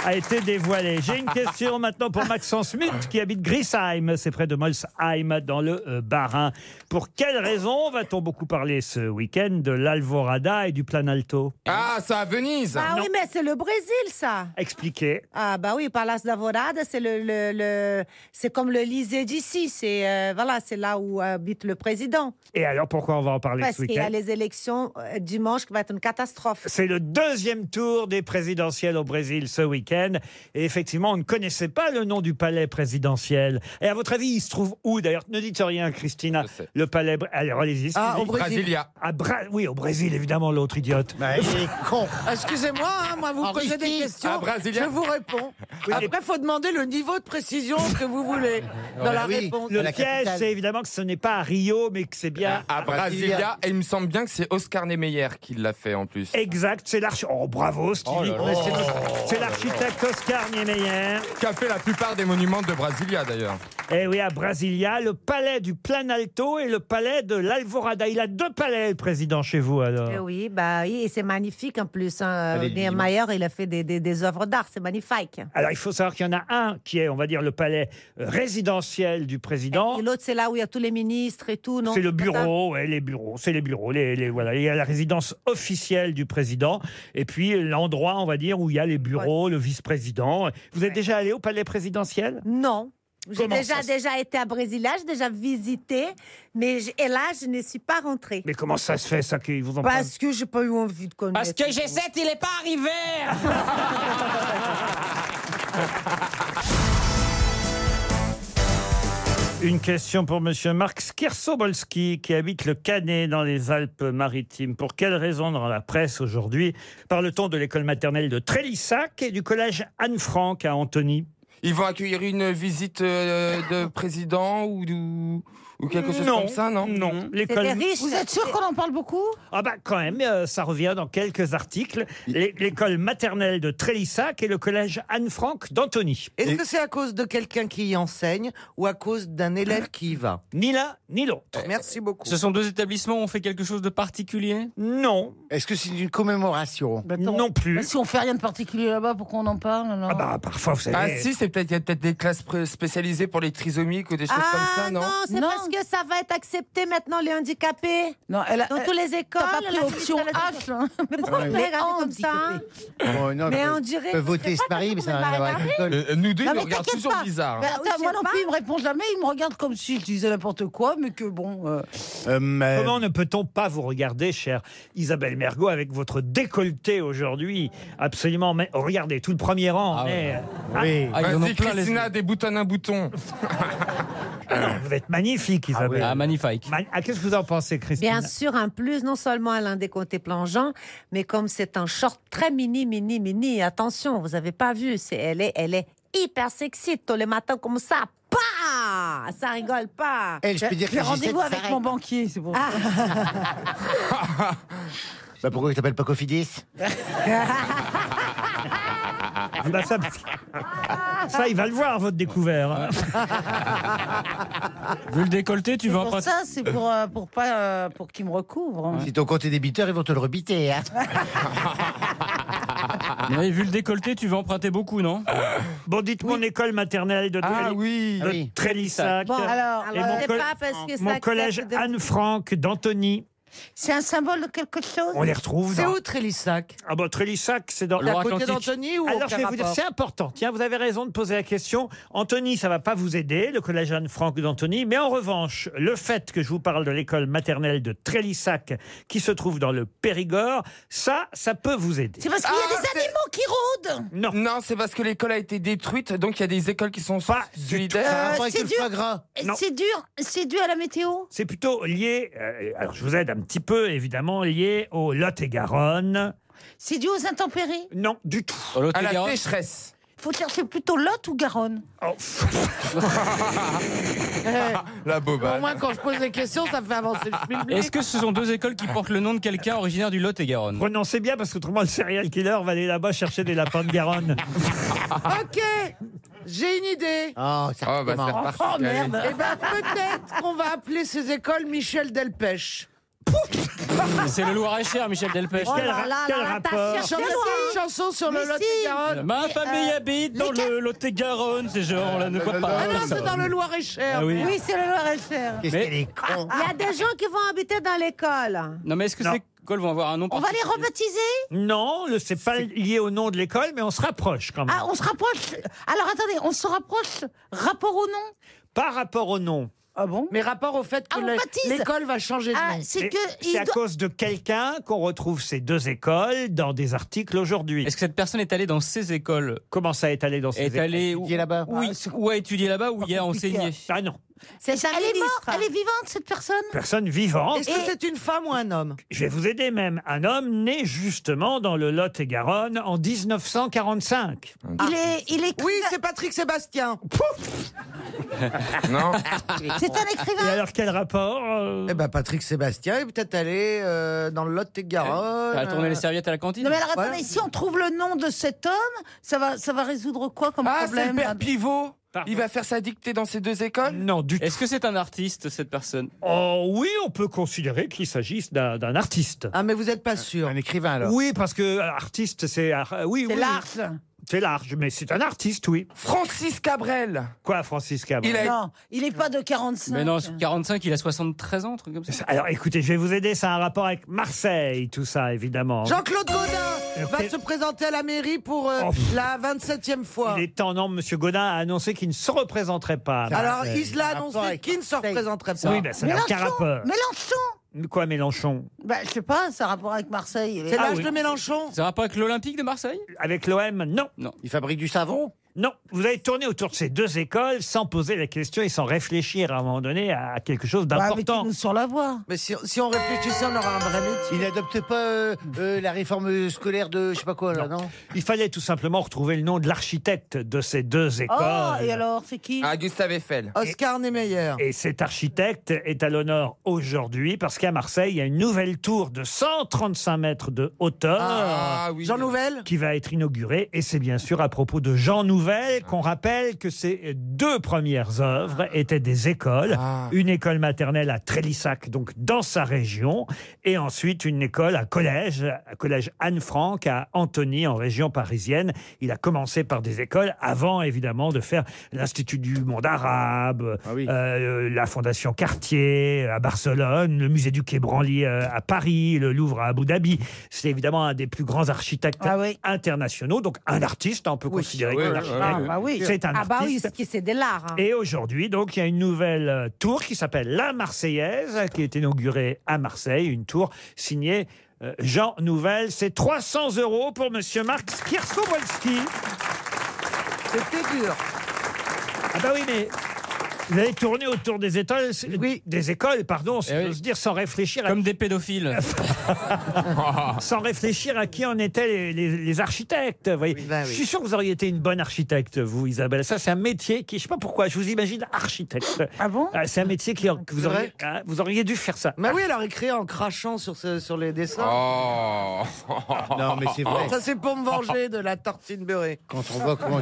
S4: a été dévoilé. J'ai une question maintenant pour Maxence Smith qui habite Grisheim, c'est près de Molsheim dans le euh, Bas-Rhin. Pour quelle raison va-t-on beaucoup parler ce week-end de l'Alvorada et du Planalto
S6: Ah, ça à Venise
S14: Ah oui, mais c'est le Brésil, ça.
S4: Expliquez.
S14: Ah bah oui, Palace d'Alvorada, c'est le, le- le- c'est comme le Lisée d'ici. C'est euh, voilà, c'est là où habite le président.
S4: Et alors pourquoi on va en parler
S14: Parce
S4: ce
S14: qu'il y a
S4: week-end
S14: les élections euh, dimanche qui va être une catastrophe.
S4: C'est le deuxième tour des présidentielles au Brésil ce week-end. Et effectivement, on ne connaissait pas le nom du palais présidentiel. Et à votre avis, il se trouve où d'ailleurs Ne dites rien, Christina. Le palais. br- Alors, allez-y.
S5: Ah, au
S4: excusez-
S5: Brésil. Brasilia.
S4: À Bra- Oui, au Brésil, évidemment, l'autre idiote.
S6: Bah
S9: con.
S5: Excusez-moi, hein, moi, vous
S9: En
S5: posez des
S9: Russie,
S5: questions,
S9: un Brésilien.
S5: je vous réponds. Après, il faut demander le niveau de précision que vous voulez dans
S9: Ouais,
S5: la
S9: Ah, bah oui.
S5: réponse.
S4: Le
S9: La
S4: piège,
S9: capitale.
S4: c'est évidemment que ce n'est pas à Rio, mais que c'est bien
S6: Ah, À Brasilia, et il me semble bien que c'est Oscar Niemeyer qui l'a fait en plus.
S4: Exact, c'est l'archi. Oh, bravo, Stevie.
S6: Oh là là.
S4: Mais c'est-
S6: Oh
S4: C'est l'architecte Oscar Niemeyer.
S6: Qui a fait la plupart des monuments de Brasilia d'ailleurs.
S4: Eh oui, à Brasilia, le palais du Planalto et le palais de l'Alvorada. Il a deux palais, le président, chez vous, alors.
S14: Eh oui, bah oui, et c'est magnifique en plus. Hein.
S4: Allez,
S14: Niemeyer, il a fait des, des- des œuvres d'art, c'est magnifique.
S4: Alors, il faut savoir qu'il y en a un qui est, on va dire, le palais euh, résidentiel du président.
S14: Et l'autre, c'est là où il y a tous les ministres et tout, non
S4: C'est le bureau, ouais, les bureaux, c'est les bureaux, les, les- voilà. Il y a la résidence officielle du président, et puis l'endroit, on va dire, où il y a les bureaux, le vice-président. Vous êtes déjà allé au palais présidentiel
S14: Non. J'ai
S4: Comment
S14: déjà,
S4: ça se-
S14: déjà été à Brasilia, j'ai déjà visité, mais je- et là, je ne suis pas rentrée.
S4: Mais comment ça se fait, ça, qu'ils vous en parlent
S14: Parce que j'ai pas eu envie de
S15: Ah,
S14: connaître.
S13: Parce que G7, il est pas arrivé
S4: Une question pour Monsieur Marc Skirsobolski, qui habite le Canet dans les Alpes-Maritimes. Pour quelle raison, dans la presse aujourd'hui, parle-t-on de l'école maternelle de Trélissac et du collège Anne-Franck à Antony
S6: Ils vont accueillir une visite euh, de président ou, ou, ou quelque chose
S4: Non,
S6: comme ça, non Mmh.
S4: non. L'école- C'est des riches,
S8: Vous êtes sûr
S4: c'est-
S8: qu'on en parle beaucoup
S4: Ah bah quand même, euh, ça revient dans quelques articles. L'é- L'école maternelle de Trélissac et le collège Anne-Franck d'Antony.
S5: Est-ce que c'est à cause de quelqu'un qui y enseigne ou à cause d'un élève qui y va
S4: Ni l'un ni l'autre.
S5: Merci beaucoup.
S7: Eh, Ce sont deux établissements où on fait quelque chose de particulier
S4: Non.
S9: Est-ce que c'est une commémoration
S4: Non plus.
S8: Bah, Si on fait rien de particulier là-bas, pourquoi on en parle
S9: Ah,
S8: alors
S4: bah, parfois, vous
S8: savez-
S6: Ah si, c'est peut-être il y a peut-être des classes pré- spécialisées pour les trisomiques ou des choses comme ça, non
S14: Ah, Non, c'est parce que ça va être accepté maintenant, les handicapés.
S8: Non, elle a-
S14: Dans
S8: elle-
S14: toutes les écoles.
S8: t'as pas pris
S14: la-
S8: option
S14: la- la-
S8: H, hein.
S14: Mais pourquoi
S9: Ouais.
S14: vous
S9: Les
S14: me regardez comme ça hein
S9: Bon, Oh, non,
S14: Mais
S9: ils
S14: on
S9: peuvent-
S14: dirait-
S9: peuvent voter ce mari, mais ça n'a rien à voir avec l'école. Euh,
S6: nous deux,
S8: Non,
S6: ils nous
S8: mais
S6: regardent
S8: t'inquiète
S6: toujours
S8: pas.
S6: bizarre.
S8: Mais attends,
S14: Bah oui,
S8: moi
S14: je
S8: non
S14: sais
S8: plus, il me répond jamais. Il me regarde comme si je disais n'importe quoi, mais que bon. euh,
S4: Comment ne peut-on pas vous regarder, chère Isabelle Mergot, avec votre décolleté aujourd'hui Absolument. Mais regardez, tout le premier rang.
S7: Ah
S4: mais-
S6: Ah Oui.
S4: Ah, ah,
S6: Vas-y, Christina, déboutonne un bouton.
S4: Ah non, vous êtes magnifique, Isabelle.
S7: Ah, magnifique.
S4: Ma- ah, Qu'est-ce que vous en pensez, Christina
S14: Bien sûr, en plus, non seulement à l'un des côtés plongeants, mais comme c'est un short très mini, mini, mini, attention, vous avez pas vu, c'est, elle est, elle est hyper sexy tous les matins comme ça, pas, ça rigole pas.
S9: Elle, Eh, je peux dire que
S8: Ah, J'ai
S9: G7
S8: rendez-vous avec
S9: s'arrête.
S8: mon banquier, c'est bon.
S9: Bah, pourquoi il t'appelle pas Cofidis
S4: Ah bah ça,
S8: Ah.
S4: ça, il va le voir, votre découvert.
S7: Vu le décolleté, tu
S8: C'est
S7: vas en
S8: pour ça, c'est pour, euh, pour, pas, euh, pour qu'il me recouvre. hein.
S9: Si ton compte est débiteur, ils vont te le rebiter. Hein.
S7: Oui, vu le décolleté, tu vas emprunter beaucoup, non
S4: Bon, dites mon école maternelle de,
S7: Ah
S4: Tréli-
S7: oui.
S4: de
S7: Ah oui.
S4: Trélissac.
S8: Bon, alors,
S4: Et
S8: alors,
S4: mon
S8: c'est
S4: col-
S8: pas parce que ça
S4: mon
S8: accepte
S4: collège
S8: de-
S4: Anne-Franck d'Antony.
S8: C'est un symbole de quelque chose
S4: On les retrouve.
S8: C'est
S4: dans-
S8: où
S5: Trélissac
S4: Ah bah Trélissac, c'est dans
S5: C'est à Loire côté Atlantique. d'Antony ou
S4: Alors
S5: aucun
S4: je vais vous dire,
S5: rapport
S4: c'est important. Tiens, vous avez raison de poser la question. Anthony, ça va pas vous aider, le collège Anne-Franck d'Antony. Mais en revanche, le fait que je vous parle de l'école maternelle de Trélissac, qui se trouve dans le Périgord, ça, ça peut vous aider.
S8: C'est parce qu'il y a des animaux qui rôdent
S4: Non.
S6: Non, c'est parce que l'école a été détruite, donc il y a des écoles qui sont pas solidaires.
S8: Euh, C'est dur, c'est dur, c'est dû à la météo.
S4: C'est plutôt lié, euh, alors je vous aide un petit peu évidemment, lié au Lot-et-Garonne.
S8: C'est dû aux intempéries.
S4: Non, du tout.
S6: À la sécheresse.
S8: Faut chercher plutôt Lot ou Garonne.
S9: Oh.
S6: La bobane.
S8: quand je pose des questions, ça fait avancer le
S7: Est-ce que ce sont deux écoles qui portent le nom de quelqu'un originaire du Lot-et-Garonne
S4: Prononcez bien parce qu'autrement le serial killer va aller là-bas chercher des lapins de Garonne.
S5: Ok, j'ai une idée.
S9: Oh, ça
S6: bah, c'est
S9: recommence.
S6: reparti, allez.
S5: Eh ben, peut-être qu'on va appeler ces écoles Michel Delpech.
S7: C'est le Loir-et-Cher, Michel Delpech.
S5: Oh là là,
S4: quel
S5: là, t'as
S4: rapport
S5: cherché une chanson sur le
S8: Mais
S15: Ah,
S5: Lot-et-Garonne.
S7: Ma famille
S8: euh,
S7: habite dans le Lot-et-Garonne, c'est genre, là, de
S9: Euh,
S7: quoi
S5: Ah
S7: parle
S5: non, c'est dans le Loir-et-Cher.
S7: Ah oui.
S8: Oui, c'est le Loir-et-Cher.
S9: Qu'est-ce qu'elle est con
S5: Ah,
S14: Il y a des gens qui vont habiter dans l'école.
S7: Non, mais est-ce que
S4: Non.
S7: ces écoles vont avoir un nom
S8: On va les
S7: particulier
S8: rebaptiser
S4: Non, le- c'est pas lié au nom de l'école, mais on se rapproche quand même.
S8: Ah, on se rapproche. Alors attendez, on se rapproche rapport au nom
S4: Par rapport au nom.
S8: Ah bon
S5: Mais rapport au fait que
S8: Ah, on
S5: le-
S8: baptise.
S5: l'école va changer de
S8: Ah,
S5: nom.
S8: c'est
S4: Et
S8: que.
S4: C'est
S8: il
S4: à
S8: doit-
S4: cause de quelqu'un qu'on retrouve ces deux écoles dans des articles aujourd'hui.
S7: Est-ce que cette personne est allée dans ces écoles
S4: Comment ça est allé dans ces
S7: Est
S4: écoles
S7: allée où,
S9: Qui est là-bas
S7: où,
S5: Ah,
S7: il- où a étudié là-bas, où il a enseigné
S4: Ah non,
S14: C'est ça,
S8: Elle est morte, elle est vivante cette personne
S4: personne vivante.
S5: Est-ce que c'est une femme ou un homme
S4: Je vais vous aider même. Un homme né justement dans le Lot-et-Garonne en 1945.
S8: Il est, il est.
S5: Oui, c'est Patrick Sébastien.
S6: Non.
S8: C'est un
S4: Et
S8: écrivain.
S4: alors quel rapport euh,
S5: Eh ben, Patrick Sébastien est peut-être allé euh, dans le Lot-et-Garonne. euh
S7: Elle a tourné les serviettes à la cantine
S8: Non mais alors attendez,
S5: Voilà.
S8: si on trouve le nom de cet homme, ça va, ça va résoudre quoi comme
S6: Ah, c'est
S8: problème
S6: le père pivot.
S4: Pardon.
S6: Il va faire sa dictée dans ces deux écoles
S4: Non, du tout.
S7: Est-ce que c'est un artiste, cette personne
S4: Oh oui, on peut considérer qu'il s'agisse d'un d'un artiste.
S5: Ah, mais vous n'êtes pas sûr.
S9: Un écrivain, alors.
S4: Oui, parce que euh, artiste, c'est. ar- euh, Oui,
S8: C'est
S4: oui.
S8: l'art.
S4: C'est large, mais c'est un artiste, oui. Francis Cabrel. Quoi, Francis Cabrel
S8: Non, il n'est pas de 45.
S7: Mais non, 45, il a 73 ans, truc comme ça.
S4: Alors écoutez, je vais vous aider, ça a un rapport avec Marseille, tout ça, évidemment.
S5: Jean-Claude Godin va se présenter à la mairie pour euh, la 27e fois.
S4: Oh. Il est temps, non, Monsieur Godin a annoncé qu'il ne se représenterait pas. à
S5: Alors,
S4: Marseille.
S5: il
S9: euh,
S5: l'a annoncé qu'il ne se représenterait pas.
S4: Oui, ben, ça n'a aucun rapport.
S8: Mélenchon
S4: Quoi, Mélenchon
S8: bah, Je sais pas, ça a rapport avec Marseille.
S4: C'est Ah l'âge oui. de
S8: Mélenchon
S4: Ça va pas avec l'Olympique de Marseille Avec l'OM, non.
S7: Non.
S4: Il fabrique du savon Non. Vous avez tourné autour de ces deux écoles sans poser la question et sans réfléchir à un moment donné à quelque chose
S8: Bah,
S4: d'important.
S8: sur la voie.
S5: Mais si, si on réfléchissait, on aura un vrai métier.
S9: Il n'adopte pas euh, euh, la réforme scolaire de je sais pas quoi, là, non,
S4: Il fallait tout simplement retrouver le nom de l'architecte de ces deux écoles.
S8: Oh, et alors, c'est qui
S6: Gustave Eiffel.
S4: Oscar Niemeyer. Et cet architecte est à l'honneur aujourd'hui parce qu'à Marseille, il y a une nouvelle tour de 135 mètres de hauteur.
S5: Ah, oui. Jean Nouvel
S4: Qui va être inaugurée. Et c'est bien sûr à propos de Jean Nouvel qu'on rappelle que ses deux premières œuvres étaient des écoles. Une école maternelle à Trélissac, donc dans sa région. Et ensuite une école à collège, à collège Anne-Franck à Antony en région parisienne. Il a commencé par des écoles avant évidemment de faire l'Institut du monde arabe, euh, la Fondation Cartier euh, à Barcelone, le musée du Quai Branly euh, à Paris, le Louvre à Abu Dhabi. C'est évidemment un des plus grands architectes internationaux, donc un artiste, on peut considérer
S14: Ah
S4: que
S14: Oui, oui,
S4: l'architecte,
S14: ah, bah oui.
S4: c'est un
S14: Ah bah oui,
S4: artiste.
S14: c'est- c'est de l'art. hein.
S4: Et aujourd'hui, donc, il y a une nouvelle euh, tour qui s'appelle La Marseillaise, qui est inaugurée à Marseille, une tour signée euh, Jean Nouvel. C'est 300 euros pour Monsieur Marc Skierskowalski.
S5: C'était dur.
S4: Ah bah oui, mais... Vous avez tourné autour des écoles, des écoles, pardon, si j'ose dire, sans réfléchir. Comme
S7: Eh des pédophiles.
S4: sans réfléchir à qui en étaient les, les- les architectes. vous voyez.
S5: ben
S4: Je suis sûr que vous auriez été une bonne architecte, vous, Isabelle. Ça, c'est un métier qui, je sais pas pourquoi, je vous imagine architecte.
S8: Ah bon
S4: C'est un métier qui, que vous
S5: C'est vrai
S4: auriez, ah, vous auriez dû faire ça.
S5: Mais oui, elle a récréé en crachant sur, ce- sur les dessins.
S6: Oh Non, mais c'est vrai.
S5: Ça, c'est pour me venger de la tartine beurrée.
S9: Quand on voit comment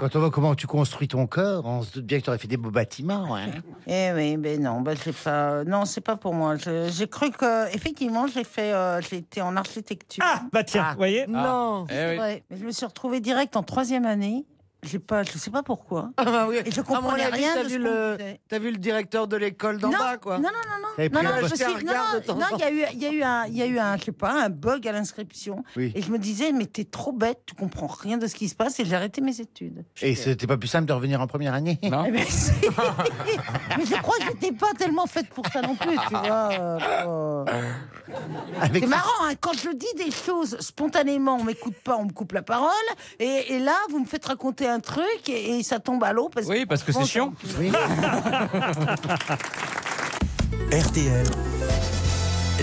S9: Quand on voit comment tu construis ton corps, on se doute bien que tu aurais fait des beaux bâtiments. hein.
S8: Eh oui, ben non, ben j'ai pas. Non, c'est pas pour moi. Je- J'ai cru que effectivement, j'ai fait, euh, j'étais en architecture. Ah,
S4: bah tiens, vous voyez
S8: Non,
S4: Ah, eh
S8: c'est
S4: oui.
S8: vrai. Mais je me suis retrouvée direct en troisième année. J'ai pas, je sais pas pourquoi. Et je
S5: Ah, bah À mon
S8: comprenais
S5: avis,
S8: rien
S5: t'as
S8: de ce
S5: vu
S8: qu'on
S5: le-
S8: disait.
S5: T'as vu le directeur de l'école d'en
S8: Non,
S5: bas, quoi
S8: non, non, Non, non, je suis- non, non, non, il y a eu, il y a eu un, il y a eu un, je sais pas, un bug à l'inscription.
S9: Oui.
S8: Et je me disais, mais t'es trop bête, tu comprends rien de ce qui se passe, et j'ai arrêté mes études.
S9: Et c'était pas plus simple de revenir en première année.
S8: Eh ben, si. mais je crois que j'étais pas tellement faite pour ça non plus, tu vois. euh, euh.
S9: Avec
S8: C'est
S9: ça-
S8: marrant, hein, quand je dis des choses spontanément, on m'écoute pas, on me coupe la parole, et, et là, vous me faites raconter un truc, et, et ça tombe à l'eau. Parce
S7: Oui, parce que c'est chiant.
S2: RTL,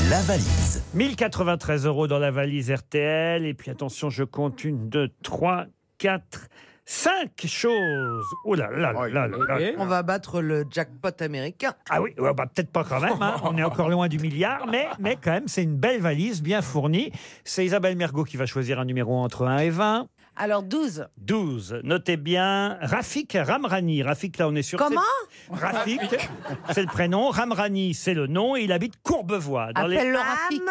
S2: la valise.
S4: 1093 euros dans la valise RTL. Et puis attention, je compte une, deux, trois, quatre, cinq choses. Oh là là là là là là.
S5: On va battre le jackpot américain.
S4: Ah oui, ouais, bah, peut-être pas quand même, hein. on est encore loin du milliard, mais, mais quand même, c'est une belle valise bien fournie. C'est Isabelle Mergot qui va choisir un numéro entre 1 et 20.
S8: Alors 12.
S4: 12, notez bien, Rafik Ramrani. Rafik, là on est sur...
S8: Comment
S4: Rafik, c'est le prénom, Ramrani c'est le nom, et il habite Courbevoie. Ah, dans les-
S14: Appelle-le Rafik.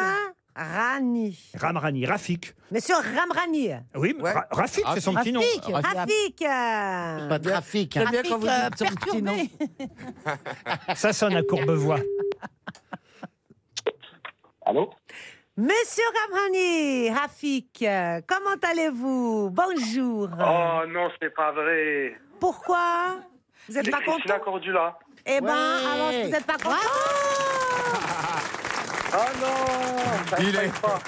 S14: Rani.
S4: Ramrani, Rafik.
S14: Monsieur Ramrani.
S4: Oui, Ra- Rafik, c'est son petit nom.
S14: Rafik. Rafik. euh,
S4: Pas de Rafik, hein.
S14: Rafik,
S4: J'aime bien quand vous
S14: euh,
S4: dites son petit
S14: perturbé.
S4: nom. Ça sonne à Courbevoie.
S17: Allô
S14: Monsieur Ramrani, Rafik, euh, comment allez-vous Bonjour.
S17: Oh non, c'est pas vrai.
S14: Pourquoi Vous n'êtes pas content
S17: Christina Cordula.
S14: Eh ben,
S17: Ouais.
S14: alors si vous n'êtes pas content.
S17: Ah non ça,
S6: Il
S17: ça,
S6: est-
S17: pas.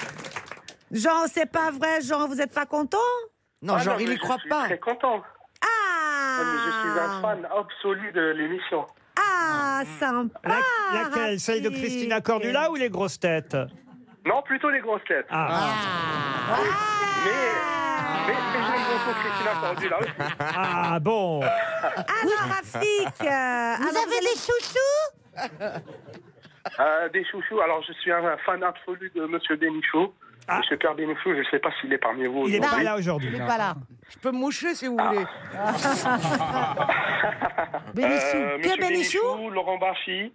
S14: Jean, c'est pas vrai, Jean, vous n'êtes pas content
S17: Ah mais je suis très content. Ah, mais Je suis un fan absolu de l'émission.
S14: Ah, sympa
S4: La- laquelle Celle de Christina Cordula ou les grosses têtes
S17: Non, plutôt les grosses têtes.
S4: Ah.
S17: Mais, mais, mais j'aime beaucoup Christina Cordula aussi.
S4: Ah bon
S14: Alors, Rafik, euh, alors, vous avez des chouchous
S17: Euh, des chouchous. Alors, je suis un, un fan absolu de Monsieur Bénichou. Monsieur Pierre Bénichou, je ne sais pas s'il est parmi vous.
S4: Ah. Il est
S8: Bah
S17: aujourd'hui.
S4: pas là aujourd'hui.
S8: pas là.
S5: Je peux moucher si vous voulez.
S8: Ah.
S17: Euh, Monsieur Bénichou, Laurent Bachy,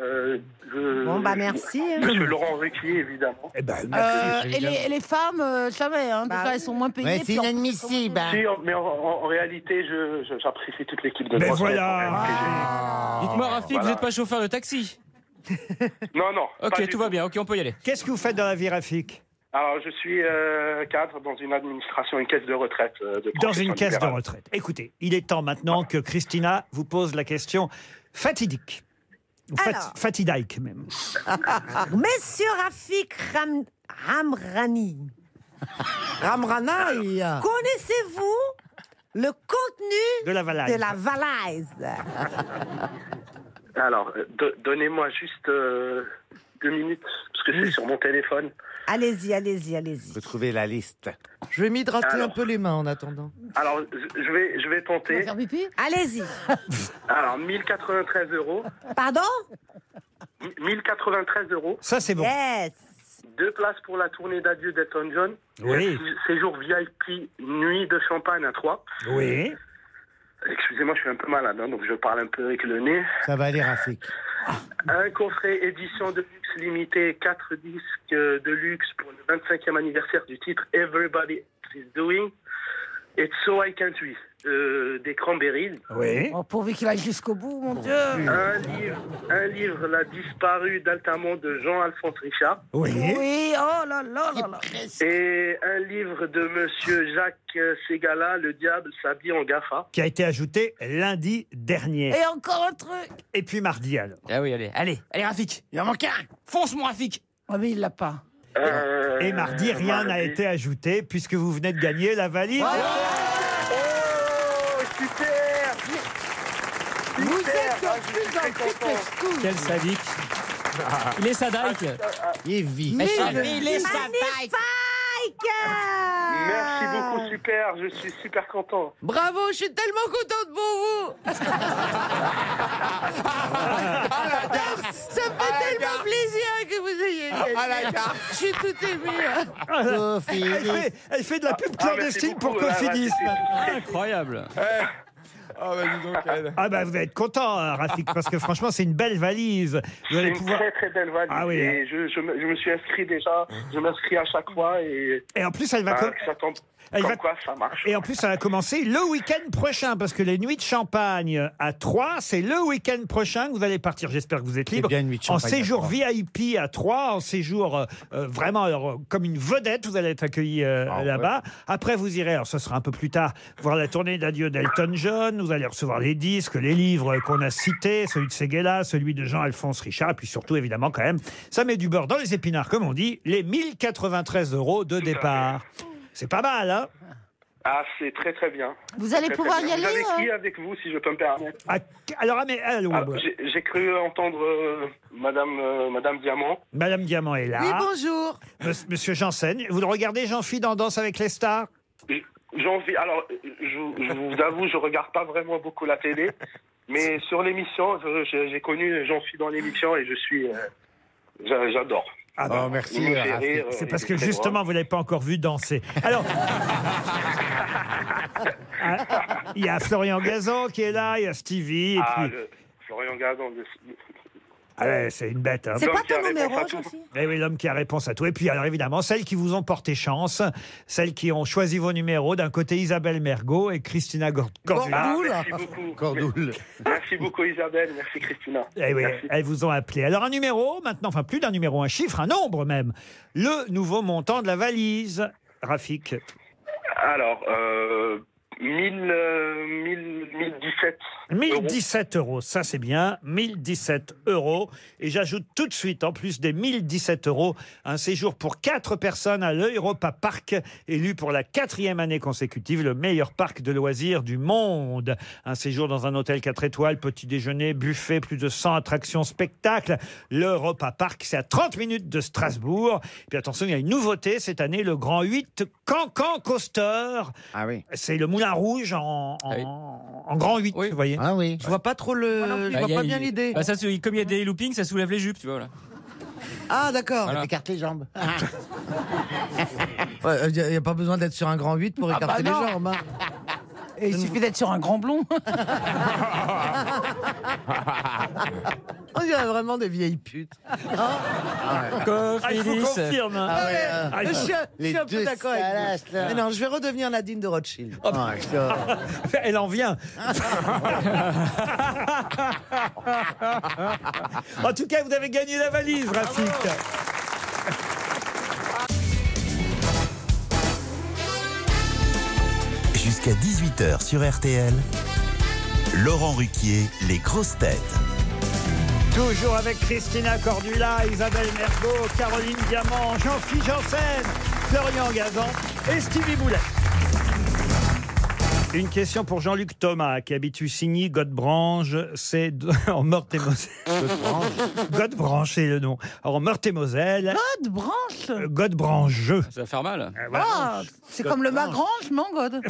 S17: Euh, je-
S14: Bon, bah,
S17: je-
S14: merci, hein.
S17: Monsieur Laurent Ruquier, évidemment. Eh ben,
S8: Euh, et, les, et les femmes, euh, jamais, hein, déjà, elles sont moins payées.
S17: Ouais, c'est
S8: puis en plus,
S9: inadmissible.
S8: comment-
S17: Si, en- mais en, en- en réalité, je- je- j'apprécie toute l'équipe de
S7: Mais
S17: Grosse Tête,
S7: voilà.
S17: en réalité,
S6: Ah.
S17: j'ai-
S7: Dites-moi, Rafik,
S17: Voilà.
S7: vous n'êtes pas chauffeur de taxi
S17: Non, non.
S7: Ok, tout, va bien, ok, on peut y aller.
S4: Qu'est-ce que vous faites dans la vie, Rafik
S17: Alors, je suis euh, cadre dans une administration, une caisse de retraite. euh, de
S4: Dans
S17: profession
S4: une caisse de
S17: libérale.
S4: retraite. Écoutez, il est temps maintenant que Christina vous pose la question fatidique. Ou fat-
S14: Alors.
S4: fatidaïque même.
S14: Ah. Monsieur Rafik Ram- Ramrani.
S5: Ramranaï.
S14: Connaissez-vous le contenu
S4: De la Valaise.
S14: de la Valaise
S17: Alors, euh, do- donnez-moi juste euh, deux minutes, parce que c'est sur mon téléphone.
S14: Allez-y, allez-y, allez-y.
S9: Vous trouvez la liste.
S5: Je vais m'hydrater un
S17: Alors.
S5: peu les mains en attendant.
S17: Alors, je je vais, je vais tenter.
S14: Allez-y.
S17: Alors, 1093 euros.
S14: Pardon
S17: 1093 euros.
S4: Ça, c'est bon.
S14: Yes.
S17: Deux places pour la tournée d'adieu d'Elton John.
S4: Oui.
S17: Séjour VIP, nuit de champagne à 3.
S4: Oui.
S17: Excusez-moi, je suis un peu malade, hein, donc je parle un peu avec le nez.
S9: Ça va aller, Rafik.
S17: Un coffret édition de luxe limitée, quatre disques euh, de luxe pour le 25e anniversaire du titre Everybody is Doing. It's So I Can't We, euh, des Cranberries.
S4: Oui. Ah
S8: Oh, pourvu qu'il aille jusqu'au bout, mon Dieu.
S17: Un livre, un livre, La disparue d'Altamont de Jean-Alphonse Richard.
S8: Oui, oh là là là là.
S17: Et un livre de monsieur Jacques euh, Ségala, Le diable s'habille en GAFA.
S4: Qui a été ajouté lundi dernier.
S8: Et encore un truc.
S4: Et puis mardi alors.
S7: Ah oui, allez, allez, allez, Rafik
S8: Il en manque un.
S7: Fonce, mon Rafik
S8: Ah, mais il l'a pas.
S17: Euh,
S4: Et mardi, rien n'a
S17: mardi.
S4: été ajouté puisque vous venez de gagner la valise.
S17: Oh, super
S5: Vous
S17: Super,
S5: êtes
S17: ah,
S5: de
S17: je suis
S5: plus en
S17: très
S5: plus
S17: content. Ah,
S5: festoune.
S7: Quel sadique
S6: Ah.
S7: Il est sadique
S9: Il est vide.
S7: Mais
S17: Mille-
S7: chérie, il est sadique
S17: Merci beaucoup, super, je suis super content.
S5: Bravo, je suis tellement contente pour vous. Ça me fait tellement plaisir que vous ayez. gagné. Je suis tout émue.
S9: Sophie.
S4: Ah, Elle fait, elle fait de la pub
S17: Ah, merci
S4: clandestine pour
S17: beaucoup,
S4: qu'on
S17: euh,
S4: finisse.
S7: Incroyable
S6: Ah, bah, dis donc, elle.
S4: Ah bah vous allez être content, hein, Rafik, parce que franchement c'est une belle valise. Vous
S17: C'est
S4: allez
S17: une
S4: pouvoir.
S17: très très belle valise
S4: Ah oui, hein.
S17: et je, je me, je me suis inscrit déjà, je m'inscris à chaque fois et,
S4: Et en plus elle va.
S17: Ah,
S4: com-
S17: que ça tombe
S4: Elle
S17: comme
S4: va-
S17: quoi ça marche.
S4: Et en plus, ça va commencer le week-end prochain, parce que les nuits de champagne à 3, c'est le week-end prochain que vous allez partir. J'espère que vous êtes libre.
S9: bien une nuit de
S4: en
S9: champagne à
S4: séjour
S9: Troyes.
S4: VIP à 3, en séjour euh, euh, vraiment alors, euh, comme une vedette, vous allez être accueilli euh,
S9: Ah
S4: là-bas. Après, vous irez, alors ce sera un peu plus tard, voir la tournée d'adieu d'Elton John. Vous allez recevoir les disques, les livres qu'on a cités, celui de Seguela, celui de Jean-Alphonse Richard, et puis surtout, évidemment, quand même, ça met du beurre dans les épinards, comme on dit, les 1093 euros de départ. C'est pas mal, hein
S17: Ah, c'est très très bien.
S8: Vous allez
S17: Très, très
S8: pouvoir
S17: bien.
S8: y
S17: Vous
S8: aller,
S17: avez qui
S8: euh
S17: avec vous, si je peux me permettre
S4: Ah, alors, ah, mais, allô,
S17: Ah, j'ai- J'ai cru entendre euh, Madame, euh, Madame Diamant.
S4: Madame Diamant est là.
S5: Oui, bonjour.
S4: Mons- Monsieur Janssen, vous le regardez, Jean-Phil, dans Danse avec les stars
S17: J- J'ai envie. Alors, je, je vous avoue, je regarde pas vraiment beaucoup la télé, mais sur l'émission, je- je- j'ai connu, j'en suis dans l'émission et je suis. euh, j'a- J'adore.
S4: Ah
S9: Oh,
S4: bah,
S9: merci.
S17: Il me fait
S9: Rafik.
S17: rire, euh,
S4: C'est
S17: il
S4: parce
S17: est
S4: que
S17: très
S4: justement, vous ne l'avez pas encore vu danser. Alors. Ah, Il y a Florian Gazan qui est là, il y a Stevie. Et
S17: drôle. Ah,
S4: puis...
S17: le Florian Gazan. le-
S4: Ah ouais, c'est une bête. hein.
S8: C'est
S17: Donc,
S8: quoi
S17: il y a
S8: ton numéro,
S17: réponse à tout.
S8: Jean-Philippe
S4: Eh oui, l'homme qui a réponse à tout. Et puis, alors évidemment, celles qui vous ont porté chance, celles qui ont choisi vos numéros, d'un côté Isabelle Mergot et Christina Gord- Cordula.
S17: Ah,
S5: Oula.
S17: merci beaucoup.
S9: Cordoule.
S17: Merci beaucoup, Isabelle. Merci, Christina.
S4: Eh oui,
S17: Merci.
S4: elles vous ont appelé. Alors un numéro, maintenant, enfin plus d'un numéro, un chiffre, un nombre même. Le nouveau montant de la valise, Rafik.
S17: Alors, euh, 1000, euh, 1000, 1017. euros.
S4: 1017 euros, ça c'est bien, 1017 euros. Et j'ajoute tout de suite, en plus des 1017 euros, un séjour pour quatre personnes à l'Europa Park, élu pour la quatrième année consécutive le meilleur parc de loisirs du monde. Un séjour dans un hôtel 4 étoiles, petit déjeuner, buffet, plus de 100 attractions, spectacles. L'Europa Park, c'est à 30 minutes de Strasbourg. Puis attention, il y a une nouveauté cette année, le Grand 8 Cancan Coaster.
S9: Ah oui.
S4: C'est le Moulin Rouge en, en,
S7: Ah oui.
S4: en Grand 8,
S7: Oui.
S4: vous voyez.
S9: Ah oui.
S5: Je vois pas trop le. Je
S7: Bah,
S5: vois
S7: y a-
S5: pas bien l'idée.
S7: Bah, ça, c'est- comme il y a des loopings, ça soulève les jupes, tu vois. Voilà.
S5: Ah, d'accord.
S7: Voilà.
S9: Écarte les jambes.
S8: Ah
S5: euh,
S9: Ah bah
S5: Il n'y a pas besoin d'être sur un grand 8 pour écarter les jambes. hein.
S8: bah Et il suffit d'être sur un grand blond.
S5: On dirait vraiment des vieilles putes.
S4: Ah, il faut confirme. hein.
S5: Hein Ah ouais, euh,
S4: Ah, il
S5: je
S4: faut-
S5: suis, un- je suis un peu d'accord avec vous.
S9: salaces, là.
S5: Mais non, je vais redevenir Nadine de Rothschild.
S7: Oh,
S9: Oh
S4: Elle en vient. en tout cas, vous avez gagné la valise, Rafik.
S2: Jusqu'à 18h sur RTL, Laurent Ruquier, les grosses têtes.
S4: Toujours avec Christina Cordula, Isabelle Mergot, Caroline Diamant, Jean-Philippe Janssen, Florian Gazan et Stevie Boulet. Une question pour Jean-Luc Thomas, qui habite Usigny, Godebranche, c'est de- en Meurthe-et-Moselle. Godebranche, c'est le nom. Alors, en Meurthe-et-Moselle. Euh,
S8: Godebranche
S4: Godebranche.
S7: Ça va faire mal.
S4: Eh,
S8: Ah, c'est comme le Magrange, non, God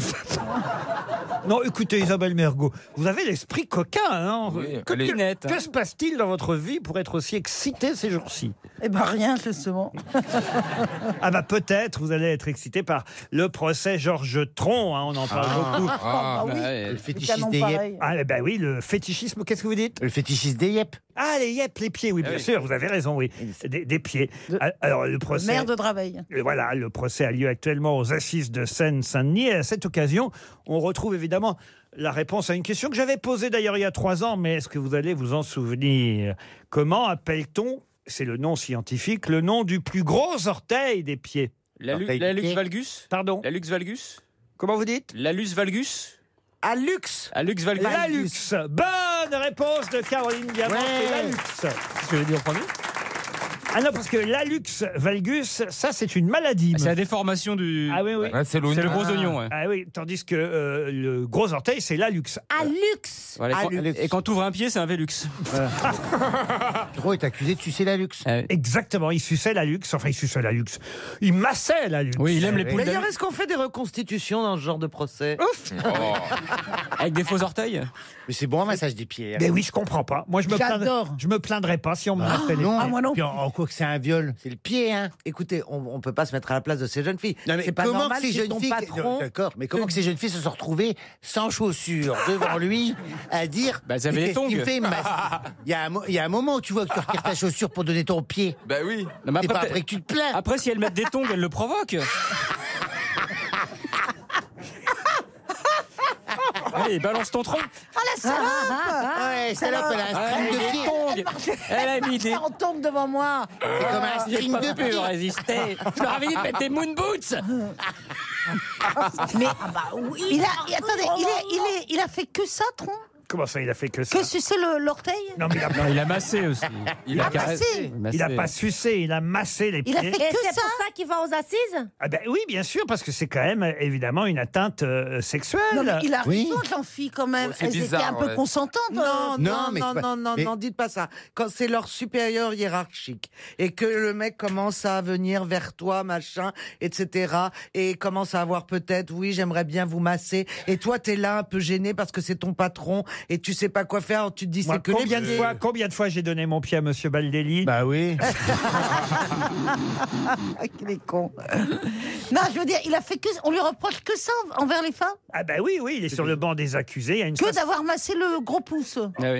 S4: Non, écoutez, Isabelle Mergot, vous avez l'esprit coquin, hein que,
S7: elle est
S4: que-
S7: nette, hein.
S4: que se passe-t-il dans votre vie pour être aussi excité ces jours-ci
S8: Eh ben rien, justement.
S4: Ah bah peut-être, vous allez être excité par le procès Georges Tron, hein, on en parle
S9: Ah,
S4: beaucoup.
S9: ah, Ah, bah oui, le le fétichisme canon des pareil. yep.
S4: Ah bah oui, le fétichisme, qu'est-ce que vous dites
S9: Le fétichisme des yep. Eh
S4: Ah les yep, les pieds, oui, bien
S9: oui.
S4: sûr, vous avez raison, oui. Des, des pieds. Ah, Alors le procès...
S8: Mère de Draveil.
S4: Et voilà, le procès a lieu actuellement aux assises de Seine-Saint-Denis. Et à cette occasion, on retrouve évidemment la réponse à une question que j'avais posée d'ailleurs il y a trois ans, mais est-ce que vous allez vous en souvenir Comment appelle-t-on, c'est le nom scientifique, le nom du plus gros orteil des pieds
S7: La, lu- la Lux Valgus
S4: Pardon
S7: La Lux Valgus
S4: Comment vous dites
S7: La Lux Valgus
S5: À Lux
S7: À Lux Valgus
S4: La luxe Bonne réponse de Caroline Diamant et la luxe
S7: que j'ai dit en premier
S4: Ah non, parce que la luxe valgus, ça c'est une maladie.
S7: Ah, C'est la déformation du.
S4: Ah oui, oui.
S7: Ouais, c'est l'oignon. C'est le gros oignon, ouais.
S4: Ah oui, tandis que euh, le gros orteil, c'est la luxe.
S14: À luxe
S7: Voilà, et
S4: Ah,
S7: quand-
S4: Lux.
S7: et quand t'ouvres un pied, c'est un Vélux.
S4: Gros est accusé de sucer la luxe.
S7: Ah
S4: Exactement, il suçait la luxe, enfin il suçait la luxe. Il massait la luxe.
S7: Oui, il aime les poules
S5: D'ailleurs, est-ce qu'on fait des reconstitutions dans ce genre de procès
S7: Oh. Avec des faux orteils
S9: Mais c'est bon un massage hein. des pieds.
S4: Mais oui, je comprends pas. Moi, je me, plaindrais,
S9: J'adore.
S4: je me plaindrais pas si on me
S9: Ah,
S4: massait les
S9: non.
S4: pieds.
S9: Ah, moi non.
S4: Puis en- en quoi que c'est un viol C'est le
S5: Pied, hein Écoutez, on, on peut pas se mettre à la place de ces jeunes filles.
S9: Non, mais
S5: C'est pas
S9: comment
S5: normal
S9: que ces
S5: que
S9: jeunes
S5: ton
S9: filles, Euh,
S5: patron.
S9: d'accord, mais comment que ces jeunes filles se sont retrouvées sans chaussures devant lui à dire,
S7: Bah, elles avaient
S9: Mais
S7: les
S9: qu'est-ce qu'il
S7: tongs.
S9: fait, il me masse Il y, a un mo- il y a un moment où tu vois que tu retires ta chaussure pour donner ton pied.
S6: Bah oui.
S7: Non, mais
S9: C'est pas
S7: peut-
S9: après que tu te plains.
S7: Après, si elles mettent des tongs, elles le provoquent. Allez, balance ton tronc.
S8: Ah, la salope
S9: Ouais, salope, elle a
S8: Ah,
S9: un string de pied.
S7: Elle a mis des tongs. Elle a mis des.
S8: On tombe devant moi
S9: Ah. C'est comme un
S7: J'ai
S9: string
S7: pas
S9: de
S7: pu
S9: pied.
S7: résister. Je leur avais dit de mettre des moon boots.
S9: Ah,
S8: Mais
S9: bah
S8: il a, et attendez, il, est- il, est- il a fait que ça, Tron
S4: Comment ça, il a fait que ça
S8: Que sucer le- l'orteil
S4: Non, mais il a,
S7: Non, il a massé aussi.
S4: Il a
S7: caressé.
S8: massé.
S4: il a pas sucé, il a massé les pieds.
S8: Il a fait
S14: Et
S8: que
S14: c'est
S8: ça
S14: pour ça qu'il va aux assises
S4: Ah ben oui, bien sûr, parce que c'est quand même euh, évidemment une atteinte euh, sexuelle.
S8: Non, mais il a
S4: Oui.
S8: raison, jean fille quand
S4: Ouais,
S8: même.
S4: Oh, c'est
S8: Elles étaient
S4: bizarre,
S8: un peu
S4: ouais.
S8: consentantes. euh.
S5: Non,
S4: Non,
S5: non,
S4: mais
S5: non,
S4: c'est pas-
S5: non, non,
S4: mais-
S5: non, dites pas ça. Quand c'est leur supérieur hiérarchique et que le mec commence à venir vers toi, machin, etc., et commence à avoir peut-être, oui, j'aimerais bien vous masser, et toi, t'es là un peu gêné parce que c'est ton patron et tu sais pas quoi faire, alors tu te dis,
S4: Moi,
S5: c'est que les
S4: combien, de
S5: pieds.
S4: fois, combien de fois j'ai donné mon pied à Monsieur Baldelli
S9: Bah oui.
S8: Ah, qu'il est con. non, je veux dire, il a fait que. On lui reproche que ça envers les femmes
S4: Ah ben oui, oui, il est sur le banc des accusés. Il, y a une
S8: Que
S4: façon-
S8: d'avoir massé le gros pouce.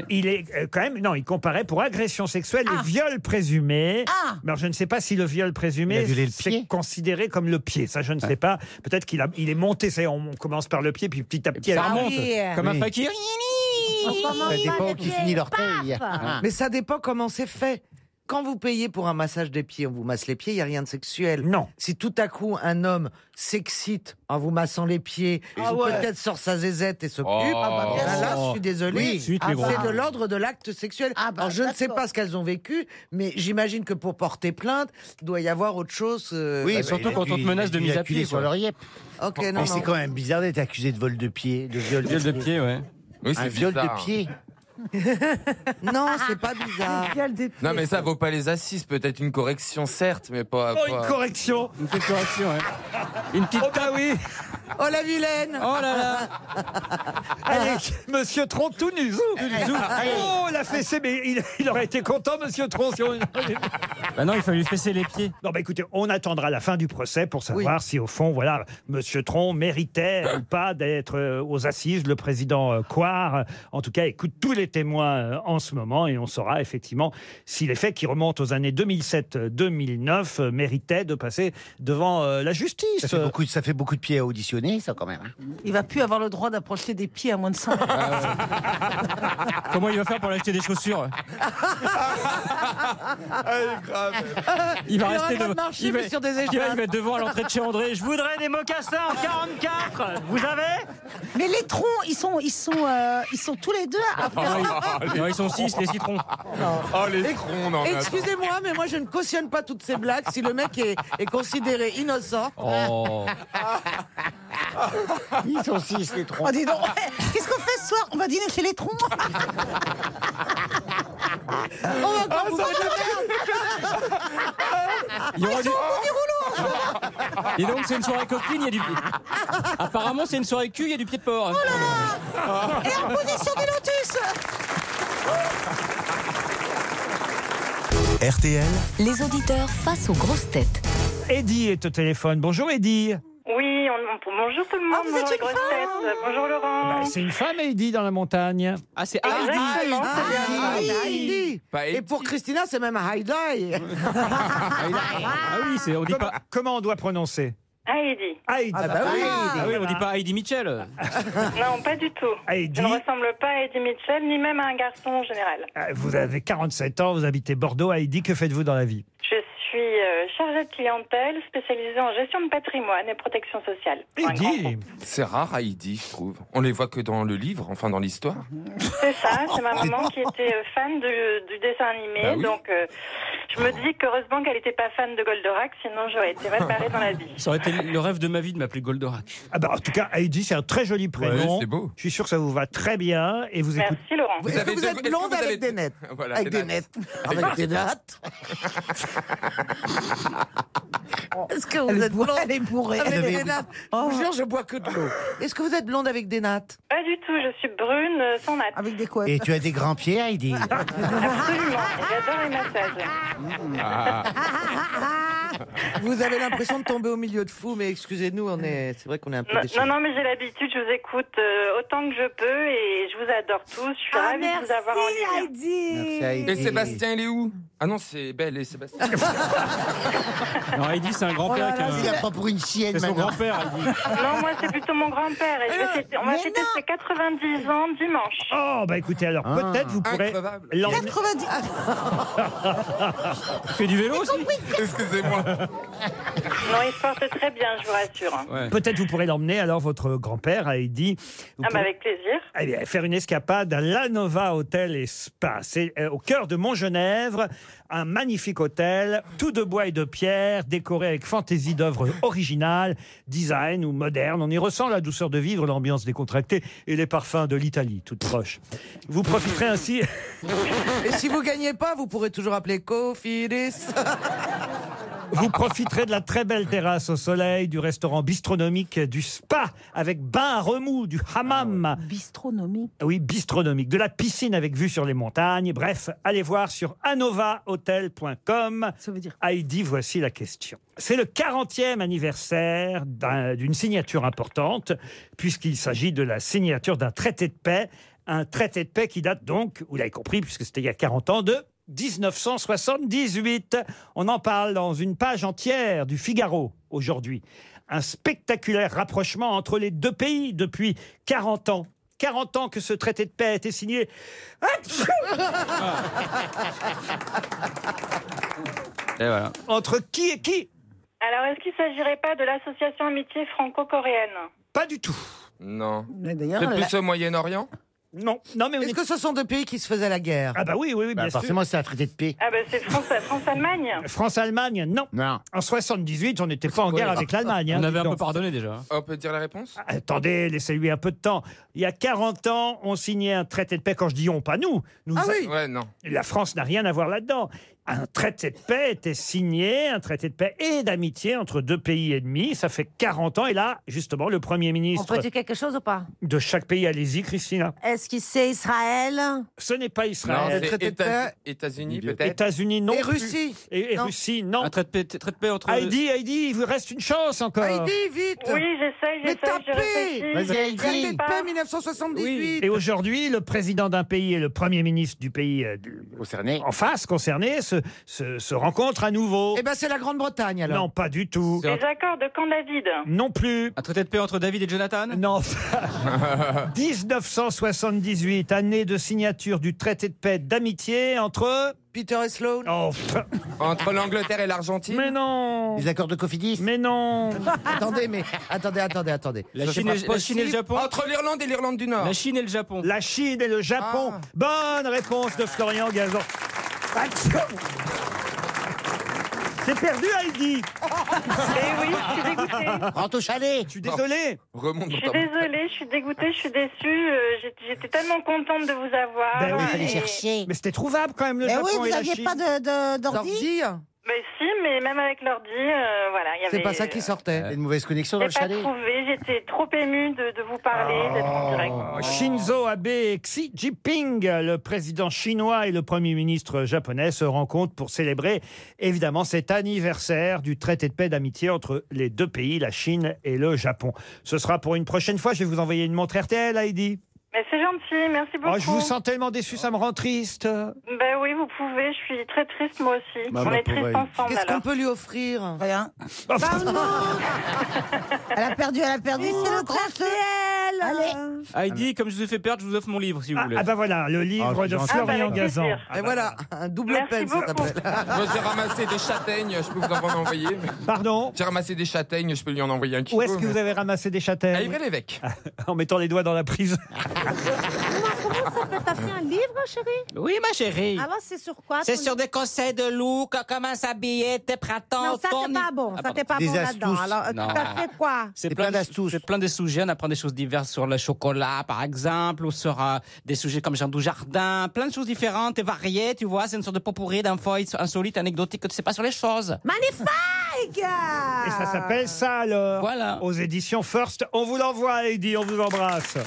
S4: il est euh, quand même... Non, il comparait pour agression sexuelle
S9: Ah.
S4: et viol présumé.
S8: Ah.
S4: Mais alors, je ne sais pas si le viol
S9: Il a
S4: présumé
S9: violé le
S4: c'est
S9: pied.
S4: considéré comme le pied. Ça, je ne sais pas. Peut-être qu'il a... il est monté. Ça, y est, on commence par le pied, puis petit à petit...
S7: Ça
S4: alors-
S7: remonte. Comme un
S4: Oui.
S7: fakir.
S14: On commence
S9: Ça
S14: par
S9: Ah dépend
S14: le
S9: qui
S14: pied.
S9: finit l'orteil.
S14: Paf
S5: Mais ça dépend comment c'est fait. Quand vous payez pour un massage des pieds, on vous masse les pieds, il n'y a rien de sexuel.
S4: Non.
S5: Si tout à coup un homme s'excite en vous massant les pieds,
S9: Ah
S5: ou
S9: ouais.
S5: peut-être sort sa zézette et se
S8: Oh.
S5: pue,
S9: bah, bien
S8: Ah,
S5: ben là,
S9: sûr.
S5: je suis désolé,
S9: Oui, suite, les gros.
S5: Ah, c'est de l'ordre de l'acte sexuel. Alors, je ne sais pas ce qu'elles ont vécu, mais j'imagine que pour porter plainte, il doit y avoir autre chose. euh,
S9: Oui,
S5: bah,
S9: bah,
S7: surtout
S9: il a
S7: quand
S9: dû-
S7: on te menace
S9: il a
S7: de
S9: dû
S7: mise à
S9: acculer
S7: pied,
S9: sur
S7: quoi.
S9: leur yep.
S5: Ok, non,
S9: Mais c'est
S5: non.
S9: quand même bizarre d'être accusé de vol de pied, Ah, de viol de
S7: Viol de pied, ouais.
S6: Oui,
S9: Un
S6: c'est
S9: viol
S6: bizarre.
S9: de pied.
S5: Non, c'est pas bizarre.
S6: Non, mais ça vaut pas les assises. Peut-être une correction, certes, mais Ah, pas.
S4: Oh,
S6: pas-
S4: une correction
S7: Une petite correction, ouais. Une petite
S4: Oh bah oui
S5: Oh la vilaine
S13: Oh là là
S4: Allez, monsieur Tron, tout nusou.
S9: Ah
S4: Oh, la fessée, mais il, il aurait été content, monsieur Tron, si on...
S7: Bah non, il fallait lui fesser les pieds.
S4: Non, bah écoutez, on attendra la fin du procès pour savoir si, au fond, voilà, monsieur Tron méritait ou pas d'être euh, aux assises, le président euh, Coire. euh, En tout cas, écoute tous les témoins euh, en ce moment et on saura effectivement si les faits qui remontent aux années 2007-2009 euh, méritaient de passer devant euh, la justice.
S9: Ça fait, beaucoup, ça fait beaucoup de pieds à auditionner, ça, quand même. hein.
S8: Il va plus avoir le droit d'approcher des pieds à moins de 100
S9: Ah
S7: Comment il va faire pour aller acheter des chaussures Il va rester devant. il va- il va- il va être devant à l'entrée de chez André. Je voudrais des mocassins en 44. Vous avez
S8: Mais les troncs, ils sont, ils sont, euh, ils sont tous les deux
S9: Ah
S8: à faire-
S7: Non, ils sont six, les citrons.
S6: Oh, les
S5: Et-
S6: troncs, non, mais attends.
S5: Excusez-moi, mais moi je ne cautionne pas toutes ces blagues si le mec est, est considéré innocent.
S6: Oh.
S9: Ils sont six, les troncs.
S5: Ah,
S8: Oh, dis donc, ouais, qu'est-ce qu'on fait ce soir On va dîner chez les troncs
S5: On va encore vous faire de la merde
S7: Ah,
S15: Ah,
S7: Il y aura du-
S13: rouleaux
S7: Et donc, c'est une soirée coquine, il y a du pied. Apparemment, c'est une soirée cul, il y a du pied de porc.
S18: Oh
S7: Ah.
S8: Et en position du lotus
S2: RTL,
S3: Les auditeurs face aux grosses têtes.
S4: Eddie est au téléphone. Bonjour, Eddie.
S18: Oui, on- on- bonjour tout le
S4: Ah,
S18: monde, bonjour les grosses têtes, bonjour Laurent.
S4: Bah, c'est une femme, Heidi, dans la montagne.
S7: Ah, c'est
S5: Exactement, c'est bien
S4: Heidi.
S5: ça. Heidi.
S4: Pas
S5: Et pour Christina, c'est même Heidi.
S7: Ah oui, c'est- on dit
S4: Comment,
S7: pas.
S4: comment on doit prononcer
S18: Heidi.
S4: Heidi.
S5: bah,
S7: Ah, Ah oui, on dit pas Heidi Mitchell.
S18: Non, pas du tout.
S4: Heidi.
S18: Je ne ressemble pas à Eddie Mitchell, ni même à un garçon en général.
S4: Euh, Vous avez 47 ans, vous habitez Bordeaux. Heidi, que faites-vous dans la vie
S18: Je suis euh, chargée de clientèle, spécialisée en gestion de patrimoine et protection sociale. Pour un grand groupe.
S6: C'est rare Heidi, je trouve. On les voit que dans le livre, enfin dans l'histoire.
S18: C'est ça, c'est ma maman qui était euh, fan du, du dessin animé,
S6: Bah oui.
S18: donc euh, je me dis qu'heureusement qu'elle n'était pas fan de Goldorak, sinon j'aurais été mal barrée dans la vie.
S7: Ça aurait été le rêve de ma vie de m'appeler Goldorak.
S4: Ah bah, En tout cas, Heidi, c'est un très joli prénom.
S6: c'est beau.
S4: Je suis sûr que ça vous va très bien. Et vous écoutez.
S18: Laurent.
S5: Vous, est-ce que vous êtes blonde avec des nettes.
S6: Voilà,
S5: avec
S6: des
S5: des nettes.
S6: Avec
S5: Avec des
S6: des
S5: nattes. Est-ce que vous
S8: Elle
S5: êtes
S8: boit,
S5: blonde
S8: elle est bourrée.
S5: avec
S8: Elle
S5: des
S8: avait-
S5: nattes Je vous jure, je bois que de l'eau. Est-ce que vous êtes blonde avec des nattes
S18: Pas du tout, je suis brune euh, sans natte.
S8: Avec des couettes.
S9: Et tu as des grands pieds, Heidi.
S18: Absolument, et j'adore les massages.
S15: Ah.
S7: Ah.
S5: Vous avez l'impression de tomber au milieu de fous, mais excusez-nous, on est. C'est vrai qu'on est un peu
S18: Non,
S5: déchirés.
S18: non, non, mais j'ai l'habitude, je vous écoute euh, autant que je peux et je vous adore tous. Je suis ravie de vous avoir en ligne.
S6: Et Sébastien, il est où Ah non, c'est Belle et Sébastien.
S7: Non, Heidi, c'est un
S6: Oh
S9: Oh
S7: grand-père. qui a un-
S9: pour une chienne,
S7: C'est son grand-père, Heidi.
S18: Non, moi, c'est plutôt mon grand-père. Et je vais fêter- On va fêter ses 90 ans dimanche.
S4: Oh, bah écoutez, alors
S5: Ah.
S4: peut-être vous pourrez. l'emmener-
S8: 90
S4: Fais du vélo aussi
S6: Excusez-moi.
S18: Non, il se porte très bien, je vous rassure. Ah,
S4: Peut-être vous pourrez l'emmener, alors, votre grand-père, Heidi.
S18: Ah,
S4: Vous
S18: bah,
S4: pourrez-
S18: avec plaisir.
S4: Eh bien, faire une escapade à l'Anova Hôtel et Spa. C'est euh, au cœur de Montgenèvre, un magnifique hôtel, tout de bois et de pierre, décoré avec fantaisie d'œuvres originales, design ou moderne. On y ressent la douceur de vivre, l'ambiance décontractée et les parfums de l'Italie, toute proche. Vous profiterez ainsi...
S5: Et si vous gagnez pas, vous pourrez toujours appeler Cofidis.
S4: Vous profiterez de la très belle terrasse au soleil, du restaurant bistronomique, du spa avec bain à remous, du hammam.
S8: Bistronomique.
S4: Oui, bistronomique. De la piscine avec vue sur les montagnes. Bref, allez voir sur anovahotel.com.
S8: Ça veut dire
S4: Heidi, voici la question. C'est le 40e anniversaire d'un- d'une signature importante, puisqu'il s'agit de la signature d'un traité de paix. Un traité de paix qui date donc, vous l'avez compris, puisque c'était il y a 40 ans, de 1978. On en parle dans une page entière du Figaro aujourd'hui. Un spectaculaire rapprochement entre les deux pays depuis 40 ans. 40 ans que ce traité de paix a été signé. Ah Atchou
S7: Et voilà.
S4: Entre qui et qui
S18: Alors, est-ce qu'il s'agirait pas de l'association Amitié franco-coréenne
S4: Pas du tout.
S6: Non.
S8: d'ailleurs,
S6: C'est
S8: la-
S6: plus au Moyen-Orient
S4: Non, non, mais
S5: Est-ce que ce sont deux pays qui se faisaient la guerre
S4: Ah bah oui, oui, oui,
S9: Bah,
S4: bien sûr.
S9: forcément, c'est un traité de paix.
S18: Ah, ben, c'est France- France-Allemagne.
S4: France-Allemagne, non.
S9: Non.
S4: En 78, on n'était pas en guerre avec l'Allemagne. hein,
S7: On
S4: dites
S7: avait un peu
S4: donc. Ah, euh,
S7: pardonné déjà.
S6: On peut dire la réponse
S4: Attendez, laissez-lui un peu de temps. Il y a 40 ans, on signait un traité de paix. Quand je dis on, pas nous. nous
S5: Ah oui
S6: Ouais, non.
S4: La France n'a rien à voir là-dedans. un traité de paix était signé, un traité de paix et d'amitié entre deux pays ennemis. Ça fait 40 ans. Et là, justement, le Premier
S14: On
S4: ministre
S14: peut dire quelque chose ou pas
S4: de chaque pays, allez-y, Christina.
S14: Est-ce qu'il sait Israël
S4: Ce n'est pas
S6: Non,
S4: Israël.
S6: c'est États- États-Unis peut-être.
S4: États-Unis, non.
S6: Et
S4: plus.
S6: Russie.
S4: Et, et
S6: Non.
S4: Russie, non. Un
S7: traité de paix, entre.
S4: Heidi, Heidi, il vous reste une chance encore.
S5: Ah, vite
S18: Oui, j'essaye,
S5: Mais
S18: j'essaye, je
S5: tapez
S4: Vas-y, Heidi.
S5: Traité de paix 1978
S4: Et aujourd'hui, le président d'un pays et le premier ministre du pays euh, du- en face concerné se, se- se rencontrent à nouveau. Eh
S5: ben, c'est la Grande-Bretagne
S4: alors. Non, pas du tout.
S18: Les accords de Camp David.
S4: Non plus.
S7: Un traité de paix entre David et Jonathan
S4: Non. 1978, année de signature du traité de paix d'amitié entre. Oh,
S5: Peter et Sloan.
S6: Entre l'Angleterre et l'Argentine.
S4: Mais non
S9: Les accords de Cofidis
S4: Mais non
S9: Attendez, mais attendez, attendez, attendez.
S6: Ça, c'est pas possible. Entre l'Irlande et l'Irlande du Nord. Ah.
S7: Chine et le Japon.
S4: La Chine et le Japon. Bonne réponse de Florian Gazan. Action C'est perdu, Heidi
S18: Eh oui, je suis dégoûtée.
S9: Rentre au chalet Je
S4: suis désolé
S6: Remonte
S18: Je
S6: dans
S18: suis
S6: ta-
S18: désolée, je suis dégoûtée, je suis déçue. euh, j'ai- J'étais tellement contente de vous avoir.
S4: Ben oui,
S18: Et-
S4: fallait chercher. Mais c'était trouvable quand même le
S18: Mais
S4: Japon
S18: Eh oui, vous
S4: et la
S18: aviez
S4: Chine.
S18: pas
S14: de- d'ordi
S18: Mais si, mais même avec l'ordi, euh, voilà. il y
S9: C'est
S18: avait-
S9: pas ça qui sortait. Une mauvaise connexion
S18: Je l'ai
S9: dans le
S18: pas
S9: chalet.
S18: trouvé, j'étais trop émue de, de vous parler, d'être en direct.
S4: Shinzo Abe et Xi Jinping, le président chinois et le premier ministre japonais, se rencontrent pour célébrer évidemment cet anniversaire du traité de paix d'amitié entre les deux pays, la Chine et le Japon. Ce sera pour une prochaine fois. Je vais vous envoyer une montre RTL, Heidi.
S18: Mais c'est gentil, merci beaucoup.
S4: Oh, je vous sens tellement déçu, ça me rend triste.
S18: Ben oui, vous pouvez, je suis très triste moi aussi.
S4: Bah,
S18: On
S4: bah,
S18: est
S4: pour
S18: tristes
S4: elle.
S18: ensemble
S4: Qu'est-ce qu'on
S18: alors.
S5: peut lui offrir
S8: Rien.
S14: Elle a perdu, elle a perdu, c'est le grand ciel Allez
S7: Heidi, comme je vous ai fait perdre, je vous offre mon livre si vous voulez.
S4: Ah bah voilà, le
S5: Oh,
S4: livre de
S5: Ah, bah,
S4: Florian Gazan.
S5: Et voilà, un double peine, ça s'appelle.
S6: Moi, j'ai ramassé des châtaignes, je peux vous en envoyer.
S4: Pardon
S6: J'ai ramassé des châtaignes, je peux lui en envoyer un kilo.
S4: Où est-ce que vous avez ramassé des
S6: À
S4: châtaignes
S6: Ivry-l'Évêque.
S4: En mettant les doigts dans la prise.
S14: Ah, T'as fait un livre, chérie
S13: Oui, ma chérie.
S14: Alors, c'est sur quoi
S13: C'est
S14: ton
S13: sur des conseils de look, comment s'habiller, tes printemps,
S14: Non, ça,
S13: ton-
S14: t'es pas bon.
S13: Ah,
S14: Ça, t'es
S13: pardon.
S14: pas bon là-dedans. Alors, euh,
S13: Non.
S14: t'as fait quoi
S13: C'est plein d'astuces. C'est plein de sujets. On apprend des choses diverses sur le chocolat, par exemple, ou sur euh, des sujets comme Jean Jardin. Plein de choses différentes et variées, tu vois. C'est une sorte de pot pourri d'infos insolites, anecdotiques que tu sais pas sur les choses.
S14: Magnifique
S4: Et
S5: Ah.
S4: ça s'appelle ça alors. Voilà. Aux éditions First. On vous l'envoie, Heidi, on vous embrasse.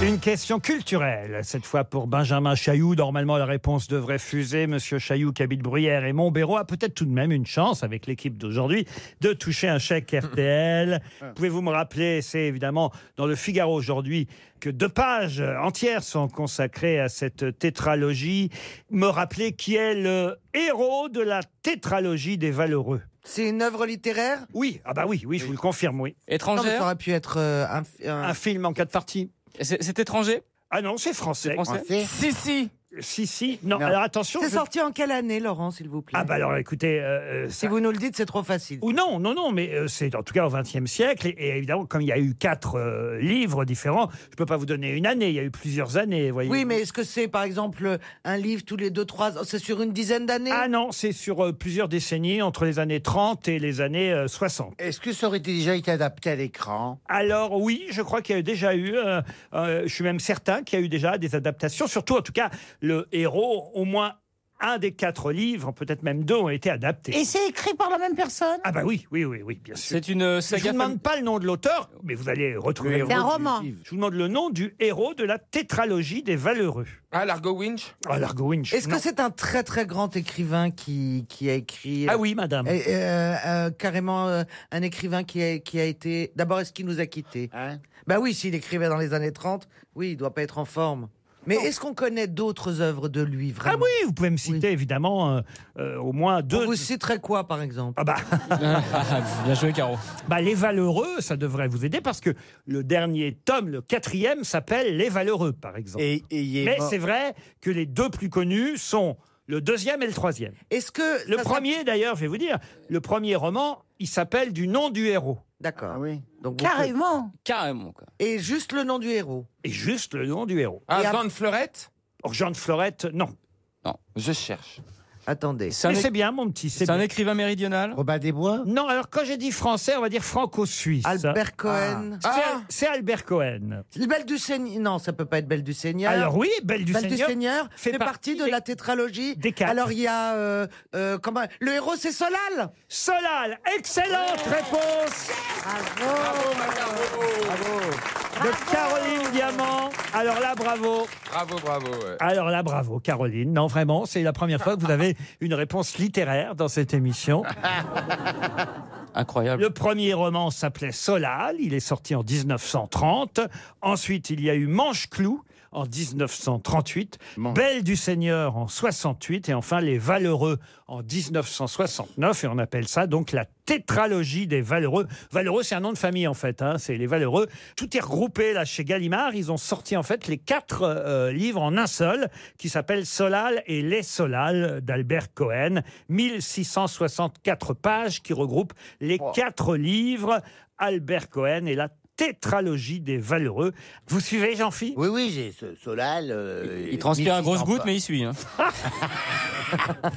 S4: Une question culturelle, cette fois pour Benjamin Chailloux. Normalement, la réponse devrait fuser. Monsieur Chailloux, qui habite Bruyères et Montbéraud, a peut-être tout de même une chance, avec l'équipe d'aujourd'hui, de toucher un chèque RTL. Pouvez-vous me rappeler, c'est évidemment dans le Figaro aujourd'hui, que deux pages entières sont consacrées à cette tétralogie. Me rappeler qui est le héros de la tétralogie des Valeureux.
S5: C'est une œuvre littéraire
S4: Oui, ah bah oui, oui, je vous le confirme, oui.
S5: Non, mais ça aurait pu être euh, un, un-
S4: Un film en quatre parties.
S13: C'est étranger
S4: Ah non, c'est français.
S5: français Français.
S4: Si, si. Si, si. Non,
S5: Non.
S4: alors attention.
S5: C'est
S4: je-
S5: sorti en quelle année, Laurent, s'il vous plaît
S4: Ah bah alors écoutez... si
S5: vous nous le dites, c'est trop facile.
S4: Ou non, non, non, mais euh, c'est en tout cas au XXe siècle. Et, et évidemment, comme il y a eu quatre euh, livres différents, je ne peux pas vous donner une année, il y a eu plusieurs années, voyez
S5: Oui, mais est-ce que c'est, par exemple, un livre tous les deux, trois ans C'est sur une dizaine d'années
S4: Ah non, c'est sur euh, plusieurs décennies, entre les années 30 et les années euh, 60.
S9: Est-ce que ça aurait été déjà été adapté à l'écran
S4: Alors oui, je crois qu'il y a eu déjà eu, euh, euh, je suis même certain qu'il y a eu déjà des adaptations, surtout en tout cas, le héros, au moins un des quatre livres, peut-être même deux, ont été adaptés.
S8: Et c'est écrit par la même personne
S4: Ah bah oui, oui, oui, oui, bien sûr.
S7: C'est une euh,
S4: Je vous
S7: saga.
S4: demande pas le nom de l'auteur, mais vous allez retrouver.
S6: Le
S4: le nom
S6: héros C'est un
S4: du
S6: roman.
S4: livre. Je vous demande le nom du héros de la tétralogie des Valeureux.
S6: Ah, Largo Winch
S4: Ah, Largo Winch.
S5: Est-ce que c'est un très très grand écrivain qui, qui a écrit
S4: Ah oui, madame.
S5: Euh, euh, euh, carrément euh, un écrivain qui a, qui a été. D'abord, est-ce qu'il nous a quittés Bah oui, s'il écrivait dans les années 30, oui, il doit pas être en forme. Mais est-ce qu'on connaît d'autres œuvres de lui vraiment
S4: Ah oui, vous pouvez me citer évidemment euh, euh, au moins deux.
S5: vous citerez quoi par exemple
S4: Ah bah.
S7: Bien joué, Caro.
S4: Bah, les Valeureux, ça devrait vous aider parce que le dernier tome, le quatrième, s'appelle Les Valeureux, par exemple.
S9: est
S4: Mais
S9: mort-
S4: c'est vrai que les deux plus connus sont le deuxième et le troisième.
S5: Est-ce que
S4: le
S5: ça
S4: premier, d'ailleurs, je vais vous dire, le premier roman, il s'appelle Du nom du héros.
S5: D'accord. Donc, vous
S8: Carrément.
S7: Carrément, quoi.
S5: pouvez- Et juste le nom du héros.
S4: Et juste le nom du héros.
S6: Ah,
S5: Et à-
S6: Jean de Fleurette
S4: Jean de Fleurette, non.
S6: Non, je cherche.
S5: Attendez.
S4: Mais c'est bien, mon petit. C'est un écrivain méridional
S9: Robin Desbois
S4: Non, alors quand j'ai dit français, on va dire franco-suisse.
S5: Albert Cohen.
S4: Ah. C'est- C'est Albert Cohen.
S5: Belle du Seigneur. Non, ça peut pas être Belle du Seigneur.
S4: Alors oui, Belle du
S5: Belle
S4: Seigneur
S5: du Seigneur
S4: fait
S5: fait, partie de la tétralogie. Des
S4: quatre.
S5: Alors il y a euh, euh, comment le héros c'est Solal.
S4: Solal, excellente réponse.
S5: Bravo.
S4: De Caroline Diamant. Alors là, bravo.
S6: Bravo, bravo. ouais.
S4: Alors là, bravo, Caroline. Non, vraiment, c'est la première fois que vous avez une réponse littéraire dans cette émission. Incroyable. Le premier roman s'appelait Solal. Il est sorti en 1930. Ensuite, il y a eu Manche-Clou en 1938, Belle du Seigneur en 68 et enfin Les Valeureux en 1969 et on appelle ça donc la tétralogie des Valeureux. Valeureux, c'est un nom de famille en fait, hein, c'est les Valeureux. Tout est regroupé là chez Gallimard. Ils ont sorti en fait les quatre euh, livres en un seul qui s'appelle Solal et Les Solal d'Albert Cohen. 1664 pages qui regroupent les quatre livres. Albert Cohen et la tétralogie des valeureux. Vous suivez, Jean-Phi
S9: Oui, oui, j'ai ce Solal. euh,
S4: il transpire à grosses gouttes, mais
S9: il suit.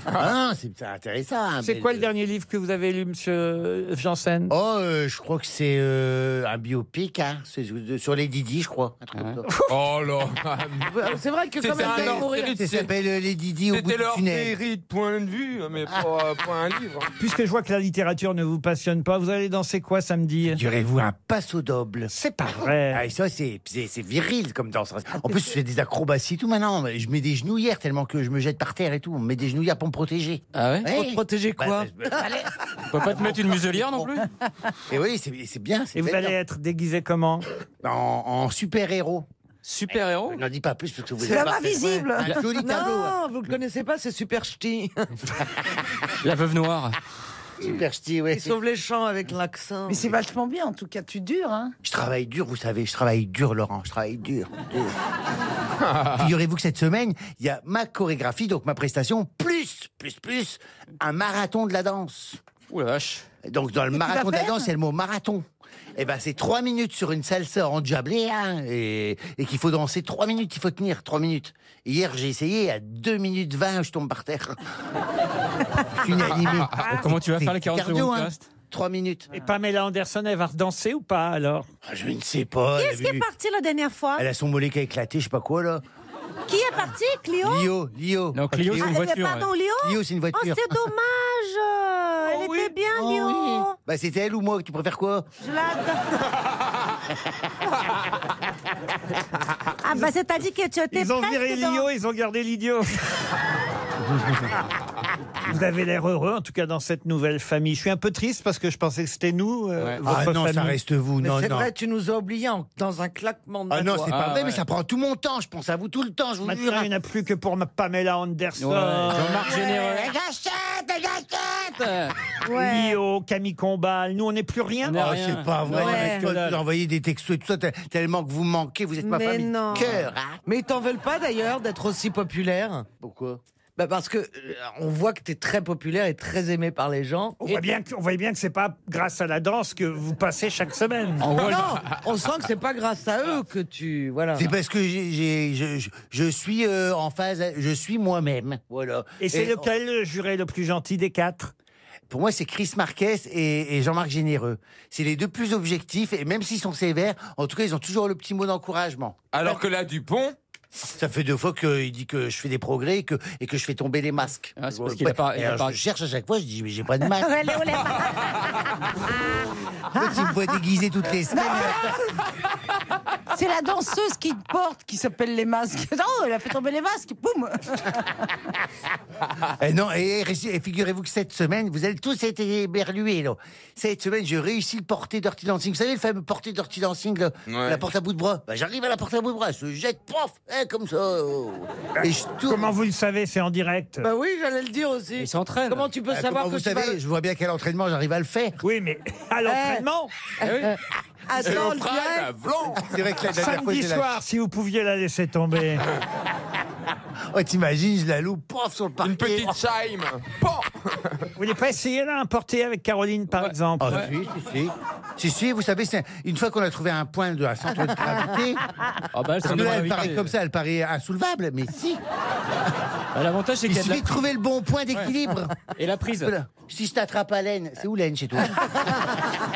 S9: ah, c'est c'est intéressant. hein,
S4: C'est
S9: mais
S4: quoi le dernier livre que vous avez lu, monsieur Janssen
S9: Oh, euh, je crois que c'est euh, un biopic, hein, c'est sur- sur les Didi, je crois. un truc comme ça. Ah,
S6: Oh là
S9: C'est vrai que
S6: C'est
S9: comme elle
S6: un
S9: devait
S6: hors
S9: mourir.
S6: série de-
S9: Ça s'appelle, euh, Les Didi au bout
S6: C'était
S9: du
S6: leur
S9: tunnel.
S6: série de points de vue, mais pas, euh, pas un livre.
S4: Puisque je vois que la littérature ne vous passionne pas, vous allez danser quoi samedi
S9: Figurez-vous un passo doble.
S4: C'est pas vrai. Ah,
S9: Ah, et ça, c'est c'est- c'est viril comme danse. En plus, je fais des acrobaties et tout maintenant. mais Je mets des genouillères tellement que je me jette par terre et tout. On met des genouillères pour me protéger. Bah,
S13: Ah ouais
S5: Pour te protéger quoi
S9: On
S13: peut pas te mettre une muselière non plus
S9: Et oui, c'est c'est bien.
S4: Et vous allez être déguisé comment
S9: En, en super-héros. Euh,
S13: Super-héros
S9: N'en dis pas plus parce que vous
S5: C'est
S9: allez
S5: l'homme
S9: partir.
S5: invisible.
S9: Ouais, Un joli tableau. hein.
S5: Non, vous le connaissez pas, c'est super ch'ti.
S13: La veuve noire.
S9: Super ch'ti, ouais.
S5: Il sauve les champs avec l'accent.
S8: Mais c'est vachement bien, en tout cas, tu dures. Hein.
S9: Je travaille dur, vous savez, je travaille dur, Laurent, je travaille dur. dur. Figurez-vous que cette semaine, il y a ma chorégraphie, donc ma prestation, plus, plus, plus, un marathon de la danse.
S13: Ouh la vache.
S9: Donc dans le
S13: tu
S9: marathon
S13: vas
S9: de la
S13: faire
S9: danse, il y a le mot marathon. Et ben c'est trois minutes sur une salsa endiablée hein, et, et qu'il faut danser trois minutes, il faut tenir trois minutes. Hier j'ai essayé à 2 minutes 20, je tombe par terre. je suis inanimé.
S13: Comment tu vas faire les
S9: C'est
S13: 40
S9: cardio,
S13: secondes
S9: hein.
S13: qui restent
S9: Trois minutes. Ah,
S4: Et Pamela Anderson, elle va redanser ou pas alors
S9: Je ne sais
S4: Oh,
S9: pas.
S14: Qui
S9: elle a
S14: est-ce qui
S9: vu-
S14: est parti la dernière fois
S9: Elle a son mollet qui a éclaté, je sais pas quoi là.
S14: Qui est parti Clio
S9: Lio, Lio. Non,
S14: Clio, c'est une Ah, eh, voiture, pardon, ouais. Lio
S9: Lio, c'est une
S14: Oh,
S9: voiture.
S14: c'est dommage
S4: Oh,
S14: euh, Elle était bien, Lio
S9: Bah, c'était elle ou moi Tu préfères quoi
S14: Je l'adore Ah, bah, c'est-à-dire que tu étais
S4: Ils ont
S14: presque
S4: viré
S14: dans-
S4: l'idiot, ils ont gardé l'idiot. Vous avez l'air heureux, en tout cas dans cette nouvelle famille. Je suis un peu triste parce que je pensais que c'était nous, euh, votre
S9: Ah non, ça
S4: famille.
S9: reste vous,
S5: Mais c'est vrai, tu nous as oubliés en- dans un claquement de
S9: Ah non,
S5: doigts.
S9: c'est pas vrai, mais ça prend tout mon temps. Je pense à vous tout le temps, je vous jure.
S4: Maintenant, il n'y en a plus que pour ma Pamela Anderson.
S9: Ouais, Jean-Marc Généreux.
S4: Ouais. Lio, Camille Combal, nous on n'est plus rien.
S9: Ah, c'est pas vrai. Avec toi, Vous envoyez des textos et tout ça, tel- tellement que vous manquez, vous êtes ma
S5: Mais
S9: famille de
S5: non.
S9: cœur. hein.
S5: Mais ils t'en veulent pas d'ailleurs d'être aussi populaire.
S9: Pourquoi
S5: bah parce que euh, on voit que t'es très populaire et très aimé par les gens.
S4: On voit bien que, on voit bien que c'est pas grâce à la danse que vous passez chaque semaine.
S5: Ah non, on sent que c'est pas grâce à eux que tu voilà.
S9: C'est parce que j'ai- j'ai- je, je- je suis euh, en phase, je suis moi-même. Voilà.
S4: Et c'est lequel le juré le plus gentil des quatre
S9: Pour moi, c'est Chris Marquez et, et Jean-Marc Généreux. C'est les deux plus objectifs, et même s'ils sont sévères, en tout cas, ils ont toujours le petit mot d'encouragement.
S6: Alors que là, Dupont,
S9: Ça fait deux fois qu'il dit que je fais des progrès et que, et que je fais tomber les masques.
S13: Ah, c'est parce qu'il a pas- il
S9: Et
S13: a
S9: alors,
S13: pas-
S9: Je cherche à chaque fois, je dis, mais j'ai pas de masque.
S14: Ouais, Léo, les-
S4: Ah.
S9: En fait, il me voit déguisé toutes les semaines.
S8: Bah, C'est la danseuse qui te porte qui s'appelle les masques. Non, elle a fait tomber les masques, boum
S9: Eh non, et, et figurez-vous que cette semaine, vous avez tous été berlués, là. Cette semaine, j'ai réussi le porté Dirty Dancing. Vous savez, le fameux porté Dirty Dancing, là, la porte à bout de bras. Bah, J'arrive à la porte à bout de bras, elle se jette, prof, comme ça. oh. Et je tourne.
S4: Bah, Comment vous le savez, c'est en direct.
S5: Bah oui, j'allais le dire aussi.
S9: Ils s'entraînent.
S5: Comment tu peux
S9: Ah,
S5: savoir
S9: comment
S5: que tu
S9: vous savez,
S5: vas-
S9: je vois bien quel entraînement j'arrive à le faire.
S4: Oui, mais à l'entraînement.
S15: Ah,
S5: Attends, le direct.
S9: C'est vrai que la dernière fois,
S4: Samedi
S9: j'ai la-
S4: soir, si vous pouviez la laisser tomber.
S9: Oh, t'imagines, je la loupe, pof, sur le parquet. Une
S6: petite chime.
S4: vous voulez pas essayer là, un porté avec Caroline, par exemple
S9: Ah, si, si, si. Si, si, vous savez, c'est- une fois qu'on a trouvé un point de un centre de gravité,
S13: Ah bah, elle, c'est un
S9: Parce que là,
S13: numéro
S9: elle
S13: invité.
S9: paraît comme ça, elle paraît insoulevable, mais si.
S7: Bah, L'avantage, c'est qu'il y
S9: Il
S7: a de
S9: suffit
S7: la
S9: de trouver le bon point d'équilibre.
S7: Et la prise.
S9: Voilà. Si je t'attrape à laine, c'est où laine chez toi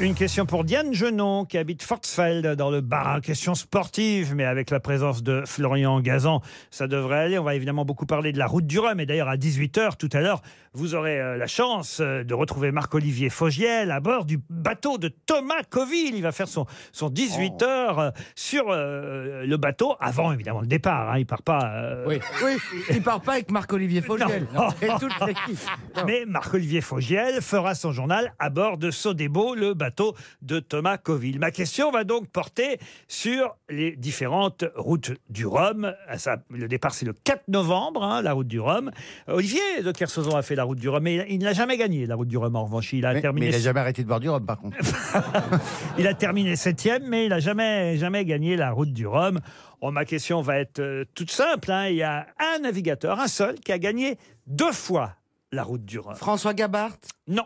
S4: Une question pour Diane Genon, qui habite Fortsfeld, dans le Bas. Question sportive, mais avec la présence de Florian Gazan, ça devrait aller. On va évidemment beaucoup parler de la route du Rhum. Et d'ailleurs, à 18h tout à l'heure, vous aurez euh, la chance euh, de retrouver Marc-Olivier Fogiel à bord du bateau de Thomas Coville. Il va faire son, son 18h euh, sur euh, le bateau, avant évidemment le départ. hein. Il part pas... euh,
S5: Oui, il part pas avec Marc-Olivier Fogel.
S4: Non.
S5: Et toute l'équipe. Non.
S4: Mais Marc-Olivier Fogiel fera son journal à bord de Sodebo, le bateau de Thomas Coville. Ma question va donc porter sur les différentes routes du Rhum. Ah, ça, le départ, c'est le 4 novembre, hein, la route du Rhum. Olivier de Kersauzon a fait la route du Rhum, mais il- il n'a jamais gagné la route du Rhum. En revanche, il a terminé.
S9: Mais il n'a jamais arrêté de boire du rhum, par contre.
S4: Il a terminé septième, mais il n'a jamais, jamais gagné la route du Rhum. Oh, ma question va être euh, toute simple. hein. Il y a un navigateur, un seul, qui a gagné deux fois la route du Rhum.
S5: François Gabart
S4: Non.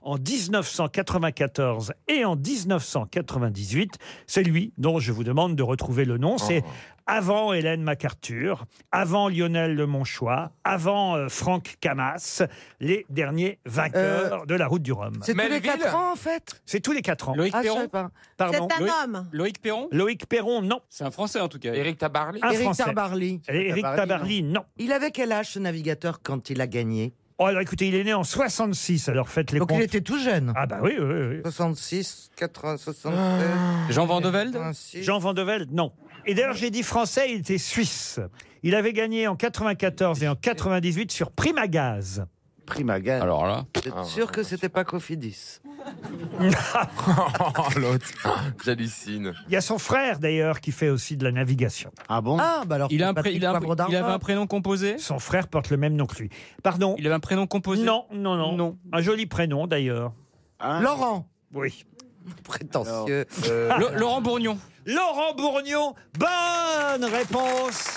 S4: En 1994 et en 1998, c'est lui dont je vous demande de retrouver le nom. C'est
S5: Oh.
S4: avant Hélène MacArthur, avant Lionel Le Monchois, avant euh, Franck Camas, les derniers vainqueurs de la route du Rhum.
S5: Euh, C'est tous les quatre ans, en fait
S4: C'est tous les 4 ans.
S5: Loïc Ah, je Perron savais pas.
S4: Pardon.
S5: C'est un Loïc- homme.
S4: Loïc Perron Loïc Perron, non. C'est un Français en tout cas. Éric Tabarly Un
S5: Éric
S4: Français.
S5: Tabarly.
S4: Éric Tabarly, non.
S5: Il avait quel âge ce navigateur quand il a gagné
S4: Oh, alors écoutez, il est né en 66, alors faites les
S5: Donc
S4: comptes.
S5: il était tout jeune.
S4: Ah bah oui, oui, oui.
S5: 66, 80,
S9: Ah.
S5: 60.
S7: Ah.
S4: Jean Van de Velde Jean Van de Velde, non. Et d'ailleurs, j'ai dit français, il était suisse. Il avait gagné en 94 et en 98 sur Primagaz.
S9: Primagaz.
S6: Alors là.
S9: Ah,
S5: Sûr que c'était pas Cofidis.
S6: Oh, l'autre. J'hallucine.
S4: Il y a son frère, d'ailleurs, qui fait aussi de la navigation.
S9: Ah bon
S5: Ah, bah alors,
S7: Il, a un pré-
S4: Patrick
S7: il a un-
S4: Poivre d'Arvor.
S7: il avait un prénom composé
S4: Son frère porte le même nom que lui. Pardon
S7: Il avait un prénom composé
S4: Non, non, non. Un joli prénom, d'ailleurs.
S5: Laurent
S4: Oui.
S5: Prétentieux.
S7: Lo- Laurent Bourgnon.
S4: Laurent Bourgnon, bonne réponse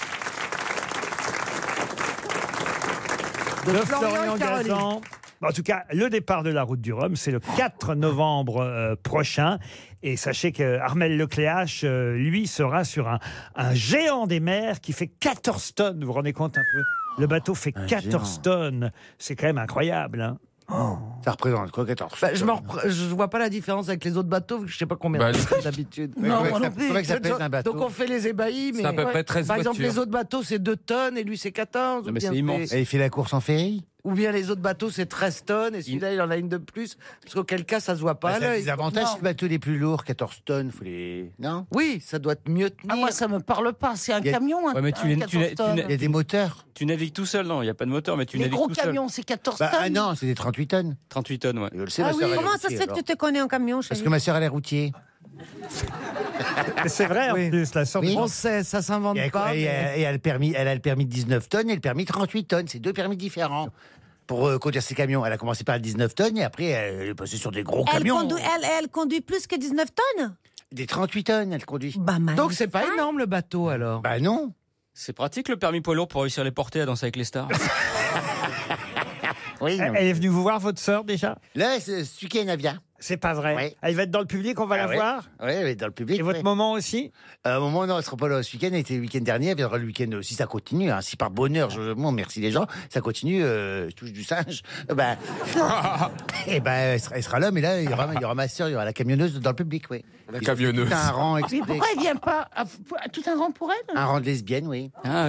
S4: de,
S5: Florian
S4: Florian
S5: et Caroline.
S4: Gazan. En tout cas, le départ de la route du Rhum, c'est le 4 novembre euh, prochain. Et sachez que Armel Lecléache, euh, lui, sera sur un, un géant des mers qui fait 14 tonnes. Vous vous rendez compte un peu Le bateau fait 14
S9: géant.
S4: tonnes. C'est quand même incroyable. hein.
S9: Ça représente quoi, 14
S5: Bah, je, m'en repre- je vois pas la différence avec les autres bateaux, vu que je sais pas combien
S9: Bah,
S5: de
S9: les-
S5: bateaux d'habitude.
S9: Non, Ouais, ouais, moi ça- non plus. faudrait que ça
S5: Je-
S9: pèse un bateau.
S5: Donc on fait les ébahis, mais
S9: C'est à peu près 13
S5: par exemple
S9: voitures.
S5: les autres bateaux c'est 2 tonnes et lui c'est 14. ou bien
S9: Et il fait la course en ferry
S5: Ou bien les autres bateaux c'est 13 tonnes et celui-là il en a une de plus, parce qu'auquel cas ça se voit pas.
S9: Bah, ça a
S5: là,
S9: des avantages, c'est le bateau les plus lourds, 14 tonnes, faut les... Non
S5: Oui, ça doit être mieux tenir.
S8: Ah, moi, ça me parle pas. C'est un
S9: Il y a-
S8: camion. un-
S9: Ouais, mais tu
S8: un
S9: l'es- tu
S8: 14
S9: l'es- tu
S8: tonnes.
S9: l'es- Il y a des moteurs.
S7: Tu navigues tout seul, non, il n'y a pas de moteur, mais tu
S8: Les
S7: navigues
S8: gros
S7: tout seul.
S8: camions, c'est 14
S9: Bah,
S8: tonnes.
S9: ah non, c'est des 38 tonnes.
S7: 38 tonnes, ouais.
S9: Je le sais, ma
S14: Ah oui,
S9: sœur, elle est
S14: comment ça se
S9: routier,
S14: fait que
S9: alors.
S14: tu te connais en camion,
S9: Parce
S14: chérie
S9: que ma sœur, elle est routier.
S4: C'est vrai, en plus, la sorte
S5: On sait, ça s'invente
S9: Et elle,
S5: pas.
S9: et elle- et elle a le permis, elle a le permis de 19 tonnes et le permis de 38 tonnes. C'est deux permis différents pour euh, conduire ses camions. Elle a commencé par le 19 tonnes et après, elle est passée sur des gros
S14: elle
S9: camions.
S14: conduit, elle, elle conduit plus que 19 tonnes
S9: Des 38 tonnes, elle conduit.
S5: Donc c'est pas énorme le bateau alors.
S9: Bah non.
S7: C'est pratique le permis poids lourd pour réussir les porter à danser avec les stars.
S9: Oui,
S4: Elle est venue vous voir, votre sœur, déjà
S9: Là, c'est ce week-end, elle vient.
S4: C'est pas vrai. Elle va être dans le public, on va la
S9: oui.
S4: voir
S9: Oui, elle est dans le public.
S4: Et votre
S9: ouais.
S4: maman aussi
S9: À un moment, non, elle sera pas là ce week-end. Elle était le week-end dernier. Elle viendra le week-end euh, si ça continue. hein, si par bonheur, je bon, merci les gens, ça continue, euh, je touche du singe. euh, Ben, et ben, elle sera, elle sera là, mais là, il y, aura, il y aura ma soeur, il y aura la camionneuse dans le public, oui.
S6: La
S9: Ils ont
S6: camionneuse.
S9: tout Un
S14: Ah
S9: rang
S8: Ah, Mais
S9: exprès.
S8: pourquoi elle vient pas à- à tout un rang pour elle
S9: Un rang de lesbienne, oui.
S7: Ah,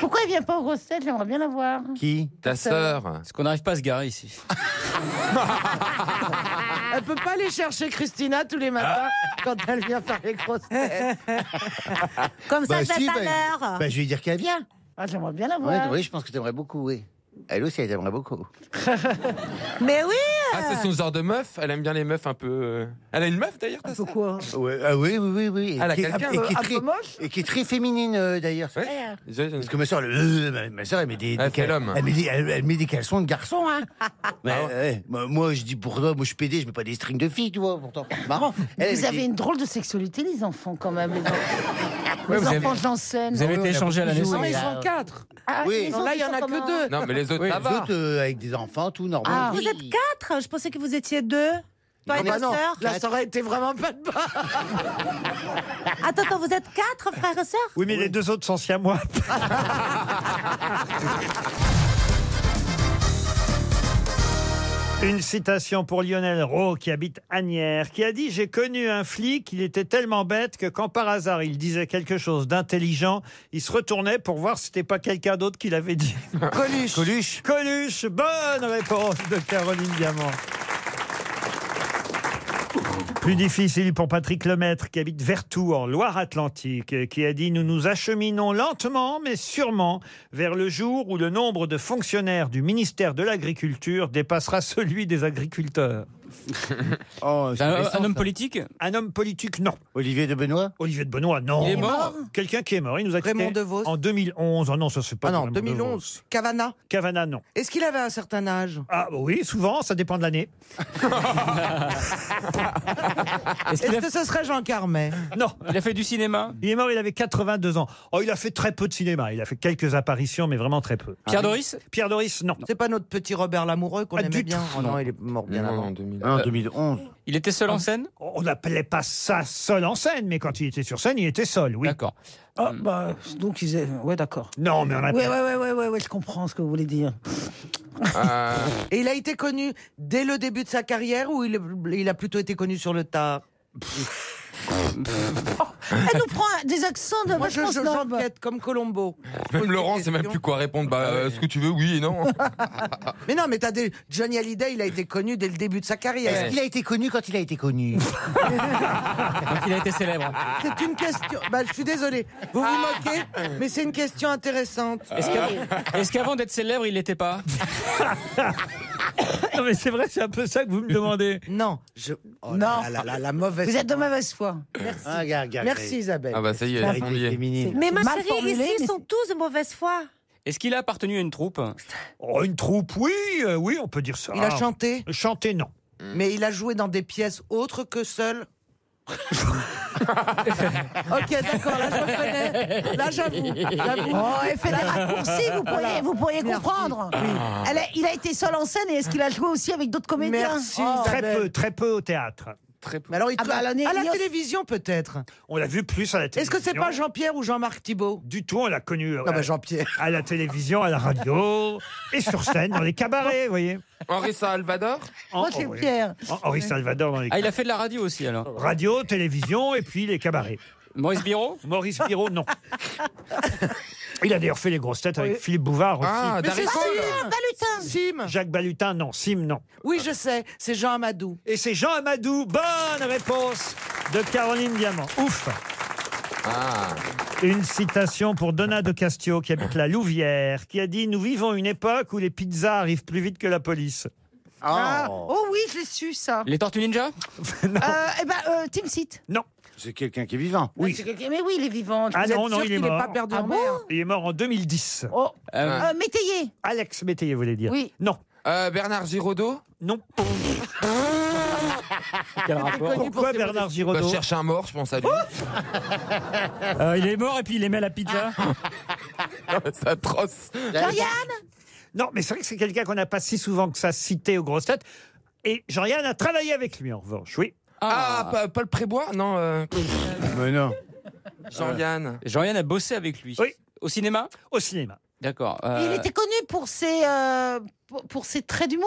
S8: Pourquoi elle vient pas aux grosses têtes J'aimerais bien la voir.
S9: Qui
S6: Ta sœur.
S7: Parce qu'on n'arrive pas à se garer ici.
S5: Elle peut pas aller chercher Christina tous les matins
S4: Ah.
S5: quand elle vient faire les grosses têtes.
S14: Comme ça,
S9: Bah
S14: je vais
S9: si,
S14: être à
S9: bah,
S14: l'heure.
S9: bah, je vais lui dire qu'elle vient.
S8: Ah, J'aimerais bien la
S9: Ouais,
S8: voir.
S9: oui, je pense que t'aimerais beaucoup, oui. Elle aussi, elle t'aimerait beaucoup.
S14: Mais oui
S6: Ah, c'est son genre de meuf. Elle aime bien les meufs un peu. euh, Elle a une meuf d'ailleurs, ta sœur
S8: Pourquoi
S9: Ouais, ah oui, oui, oui, oui. Et
S6: Elle a
S9: qui est-
S6: quelqu'un. euh,
S9: et qui est
S6: Un peu
S9: très- Et qui est très féminine, euh, d'ailleurs.
S6: Ouais.
S9: Parce que ma soeur, ma soeur elle met des, des
S6: Elle fait
S9: cal-
S6: l'homme.
S9: elle met des, elle- elle met des caleçons de garçon. Hein. Mais, ouais, moi, moi, je dis pour toi, moi je suis pédé, je mets pas des strings de filles, tu vois. Pourtant, c'est marrant. Elle, elle
S8: Vous
S9: met
S8: avez
S9: des-
S8: une drôle de sexualité, les enfants, quand même. Les, enfants-
S6: Ouais,
S8: les
S6: vous avez-
S8: enfants Janssen.
S7: Vous avez été échangé à la naissance.
S9: beaucoup joué,
S5: mais ils
S9: là.
S5: sont quatre.
S8: Ah,
S9: Oui.
S8: les
S5: Non,
S8: autres,
S5: là, il y
S8: ils
S5: en
S8: sont
S5: a
S8: comment
S5: que deux.
S6: Non, mais les autres,
S9: Oui,
S6: ça
S9: les
S6: va.
S14: Ah.
S9: autres, euh, avec des enfants, tout normal.
S14: Vous êtes quatre Je pensais que vous étiez deux. Toi et ta sœur
S5: Là, ça aurait été vraiment pas de bas.
S14: Attends, attends, vous êtes quatre frères et sœurs
S4: Oui, mais les deux autres sont siamois. Une citation pour Lionel Rowe, qui habite Agnières, qui a dit J'ai connu un flic, il était tellement bête que quand par hasard il disait quelque chose d'intelligent, il se retournait pour voir si c'était pas quelqu'un d'autre qui l'avait dit. Coluche Coluche Coluche Bonne réponse de Caroline Diamant. Plus difficile pour Patrick Lemaître, qui habite Vertou, en Loire-Atlantique, et qui a dit Nous nous acheminons lentement, mais sûrement, vers le jour où le nombre de fonctionnaires du ministère de l'Agriculture dépassera celui des agriculteurs.
S13: Oh, C'est un- récent, un homme ça. politique
S4: Un homme politique, non.
S9: Olivier de Benoît
S4: Olivier de Benoît, non.
S9: Il est mort
S4: Quelqu'un qui est mort. Il nous a quittés
S5: Raymond Devos
S4: En 2011. Ah non, ça c'est pas.
S5: Ah non,
S4: Raymond Devos.
S5: 2011. Cavana.
S4: Cavana, non.
S5: Est-ce qu'il avait un certain âge
S4: Ah oui, souvent, ça dépend de l'année.
S5: Ah. Est-ce qu'il a- Est-ce que ce serait Jean Carmet
S13: Ah
S4: Non.
S13: Il a fait du cinéma
S4: Il est mort, il avait 82 ans. Oh, il a fait très peu de cinéma. Il a fait quelques apparitions, mais vraiment très peu.
S13: Pierre Doris
S4: Pierre Doris, non.
S5: C'est pas notre petit Robert Lamoureux qu'on
S4: Ah,
S5: aimait
S4: du
S5: bien.
S4: tout.
S5: Oh non, Ah il est mort bien avant.
S9: 2011.
S13: Il était seul en scène
S4: On n'appelait pas ça seul en scène, mais quand il était sur scène, il était seul, oui.
S13: D'accord. Hmm.
S4: Ah,
S8: bah, donc ils aient- ouais d'accord.
S4: Non, mais on
S8: Ouais,
S4: appelle.
S8: ouais, ouais, ouais, ouais, ouais, je comprends ce que vous voulez dire.
S15: Euh.
S5: Et il a été connu dès le début de sa carrière ou il, est- il a plutôt été connu sur le tard
S8: Elle nous prend des accents de
S5: Moi, je,
S8: vachement
S5: je-
S8: snob.
S5: j'enquête comme Colombo.
S6: Même Laurent, c'est même plus quoi répondre.
S9: Ah
S6: Bah, euh, est-ce que tu veux Oui et non
S5: Mais non, mais t'as des. Johnny Hallyday, il a été connu dès le début de sa carrière.
S9: Est-ce qu'il a été connu quand il a été connu
S13: Donc il a été célèbre.
S5: C'est une question. Bah, je suis désolé. Vous vous moquez, mais c'est une question intéressante.
S13: Est-ce qu'avant- est-ce qu'avant d'être célèbre, il l'était pas
S9: Ah
S4: Non, Ah, mais c'est vrai, c'est un peu ça que vous me demandez.
S5: Non, je. oh
S8: non.
S5: la mauvaise.
S8: Vous êtes de mauvaise foi.
S14: Merci.
S9: Ah, regarde, regarde.
S5: Merci, Isabelle.
S6: Ah bah ça y est, elles sont liées.
S14: Mais ma
S8: Mal
S14: chérie,
S8: formulé,
S14: ici,
S8: mais
S14: ils sont tous de mauvaise foi.
S13: Est-ce qu'il a appartenu à une troupe
S4: Oh, une troupe, oui, euh, oui, on peut dire ça.
S5: Il a chanté,
S4: Chanté, non.
S5: mais il a joué dans des pièces autres que seul. ok, d'accord, là je reconnais. Là j'avoue. j'avoue.
S8: Oh, et faites des raccourcis, vous pourriez,
S5: Voilà.
S8: vous pourriez
S5: Merci.
S8: comprendre. Elle a- il a été seul en scène et est-ce qu'il a joué aussi avec d'autres comédiens
S5: Merci,
S8: Oh.
S4: Très
S5: Isabelle.
S4: peu, très peu au théâtre.
S5: Mais alors, il
S8: Ah bah,
S5: à,
S8: elle en est-
S5: la
S8: il y a-
S5: télévision peut-être.
S4: On l'a vu plus à la
S5: Est-ce
S4: télévision.
S5: que c'est pas Jean-Pierre ou Jean-Marc Thibault
S4: Du tout, on l'a connu. euh,
S5: Non, bah, Jean-Pierre.
S4: À la télévision, à la radio, et sur scène, dans les cabarets, vous voyez.
S6: Henri Salvador
S8: Moi,
S4: Oh,
S8: c'est
S4: oui.
S8: Pierre.
S4: Hen- Henri Salvador dans les
S13: Ah, il a fait de la radio aussi alors.
S4: radio, télévision, et puis les cabarets.
S13: Maurice Biro
S4: Maurice Pirot, non. Il a d'ailleurs fait les grosses têtes avec Philippe Bouvard aussi.
S6: Ah, Darry Cole
S8: Balutin
S5: Sim.
S4: Jacques Balutin, non. Sim, non.
S5: Oui, je sais, c'est Jean Amadou.
S4: Et c'est Jean Amadou. Bonne réponse de Caroline Diamant. Ouf.
S6: Ah,
S4: Une citation pour Donna de Castio, qui habite la Louvière, qui a dit Nous vivons une époque où les pizzas arrivent plus vite que la police.
S8: Ah, Oh oui, je l'ai su, ça.
S13: Les Tortues Ninja
S8: Euh, eh ben, euh, Team Seat.
S4: Non.
S9: C'est quelqu'un qui est vivant.
S4: Oui.
S8: Bah, C'est quelqu'un- Mais oui, il est vivant.
S4: Ah
S8: Vous êtes
S4: non, non,
S8: sûr
S4: il est
S8: qu'il
S4: mort.
S8: pas perdu
S4: Ah
S8: en
S4: bon
S8: mer
S4: Il est mort en 2010.
S8: Oh,
S13: Euh,
S8: euh, Métayer.
S4: Alex Métayer voulait dire.
S8: Oui.
S4: Non.
S6: euh, Bernard Giraudot
S4: Non.
S8: Ah,
S13: Quel rapport
S4: Pourquoi Bernard
S6: bah,
S4: Giraudot
S6: Je cherche un mort, je pense à lui.
S7: Euh, il est mort et puis il aimait la pizza.
S6: Ah. c'est atroce.
S8: Jean-Yann
S4: Non, mais c'est vrai que c'est quelqu'un qu'on n'a pas si souvent que ça cité aux grosses têtes. Et Jean-Yann a travaillé avec lui, en revanche. Oui.
S6: Ah, pa- Paul Prébois Non, euh,
S9: Mais non.
S7: Euh,
S6: Jean-Yann.
S13: Jean-Yann a bossé avec lui.
S4: Oui.
S13: Au cinéma
S4: Au cinéma.
S13: D'accord.
S8: Il
S13: euh,
S8: était connu pour ses, euh, pour- pour ses traits d'humour.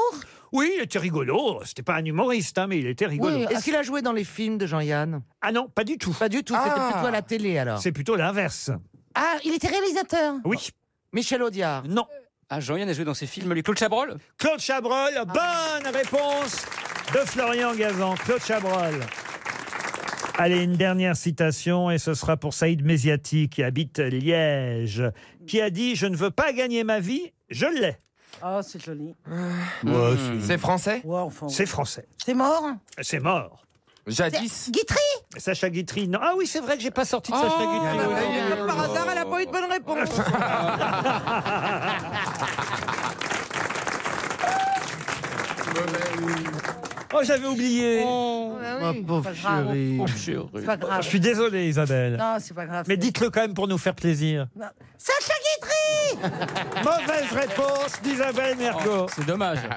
S4: Oui, il était rigolo. C'était pas un humoriste, hein, mais il était rigolo.
S8: Oui.
S5: Est-ce qu'il a joué dans les films de Jean-Yann
S4: Ah non, pas du tout.
S5: Pas du tout, c'était
S6: Ah.
S5: plutôt à la télé alors.
S4: C'est plutôt l'inverse.
S8: Ah, il était réalisateur.
S4: Oui.
S5: Michel Audiard.
S4: Non.
S13: Ah, Jean-Yann a joué dans ses films. Lui, Claude Chabrol
S4: Claude Chabrol,
S7: Ah.
S4: bonne réponse de Florian Gazan. Claude Chabrol. Allez, une dernière citation, et ce sera pour Saïd Méziati, qui habite Liège, qui a dit Je ne veux pas gagner ma vie, je l'ai.
S8: Oh, c'est joli.
S4: Mmh.
S6: C'est français
S8: Ouais, enfin,
S4: C'est français.
S8: C'est mort
S4: C'est mort.
S6: Jadis
S8: Guitry
S4: Sacha Guitry, non. Ah oui, c'est vrai que j'ai pas sorti de
S6: Oh,
S4: Sacha Guitry. oui.
S5: Comme par hasard, elle a pas eu de bonne réponse.
S4: Oh, j'avais oublié.
S6: Oh, bah
S8: Ah oui, c'est pas grave. C'est pas grave.
S4: Je suis désolé, Isabelle.
S8: Non, c'est pas grave.
S4: Mais dites-le quand même pour nous faire plaisir.
S8: Non. Sacha Guitry
S4: Mauvaise réponse d'Isabelle Mergo.
S13: C'est Oh, dommage.
S5: Oh.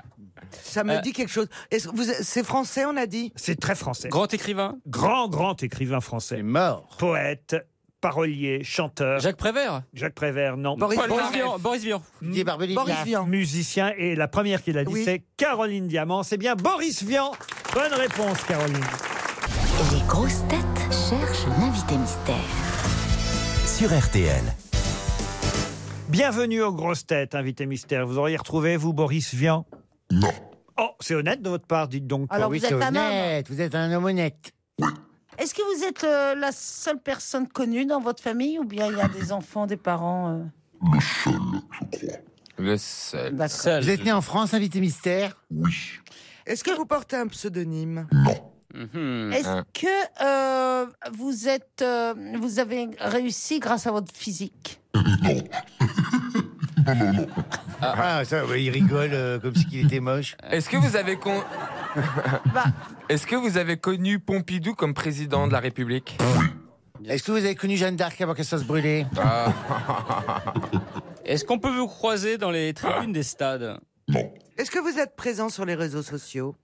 S5: Ça me
S13: Euh,
S5: dit quelque chose. Est-ce que vous- C'est français, on a dit
S4: C'est très français.
S13: Grand écrivain
S4: Grand, grand écrivain français. mort. Poète, parolier, chanteur. Jacques
S13: Prévert
S4: Jacques Prévert, non.
S13: Boris- Paul Boris Naref. Vian, Boris Vian.
S4: Didier
S13: Boris Vian.
S4: Musicien. Et la première qu'il a dit,
S13: Oui.
S4: c'est Caroline Diamant. C'est bien Boris Vian. Bonne réponse, Caroline.
S3: Les grosses têtes cherchent l'invité mystère.
S2: Sur RTL.
S4: Bienvenue aux grosses têtes, invité mystère. Vous auriez retrouvé, vous, Boris Vian Non. Oh, c'est honnête de votre part, dites donc.
S8: Alors, Oui, vous êtes c'est un homme. honnête,
S4: vous êtes un homme honnête.
S8: Est-ce que vous êtes euh, la seule personne connue dans votre famille ou bien il y a des enfants, des parents euh
S6: Le seul.
S9: Vous êtes né en France, invité mystère Oui.
S5: Est-ce que vous portez un pseudonyme
S15: Mhm.
S4: Mmh.
S8: Est-ce que euh, vous êtes, euh, vous avez réussi grâce à votre physique
S15: Euh.
S9: Ah, ça, ouais, il rigole euh, comme si qu'il était moche.
S6: Est-ce que vous avez con...
S8: Bah.
S6: Est-ce que vous avez connu Pompidou comme président de la République
S9: Est-ce que vous avez connu Jeanne d'Arc avant qu'elle soit brûlée
S13: Est-ce qu'on peut vous croiser dans les tribunes des stades
S5: Est-ce que vous êtes présent sur les réseaux sociaux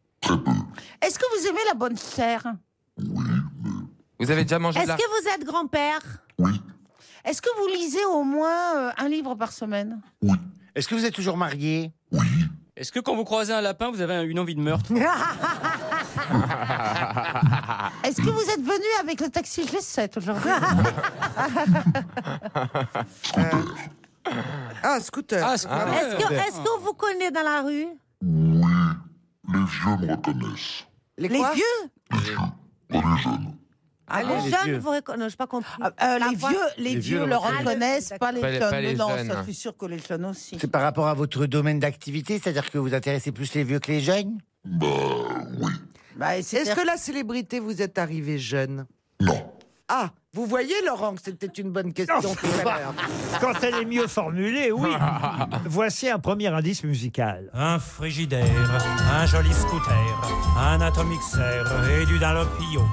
S8: Est-ce que vous aimez la bonne chair
S6: Vous avez déjà mangé
S8: Est-ce
S6: de la...
S8: que vous êtes grand-père Oui. Est-ce que vous lisez au moins euh, un livre par semaine
S9: Est-ce que vous êtes toujours marié
S13: Est-ce que quand vous croisez un lapin, vous avez une envie de meurtre
S8: Est-ce que vous êtes venu avec le taxi G7 aujourd'hui
S5: Ah, scooter.
S14: Est-ce que- est-ce qu'on vous connaît dans la rue
S15: Les vieux me reconnaissent.
S14: Les, vieux
S8: Ah
S14: Les
S8: bon
S14: jeunes vous reconnaissent. Je pas compris. La
S8: les,
S14: voix-
S8: vieux, les, vieux, le
S14: Ah,
S8: reconnaissent, pas les
S9: Pas les-
S8: jeunes.
S9: pas les
S8: Non,
S9: jeunes.
S8: ça, je suis sûr que les jeunes aussi.
S9: C'est par rapport à votre domaine d'activité, c'est-à-dire que vous intéressez plus les vieux que les jeunes
S5: Est-ce que la célébrité, vous êtes arrivé jeune Non. Ah, vous voyez, Laurent, que c'était une bonne question. tout à l'heure.
S4: Quand elle est mieux formulée, oui. Voici un premier indice musical.
S19: Un frigidaire, un joli scooter, un atomixer et du dalopio.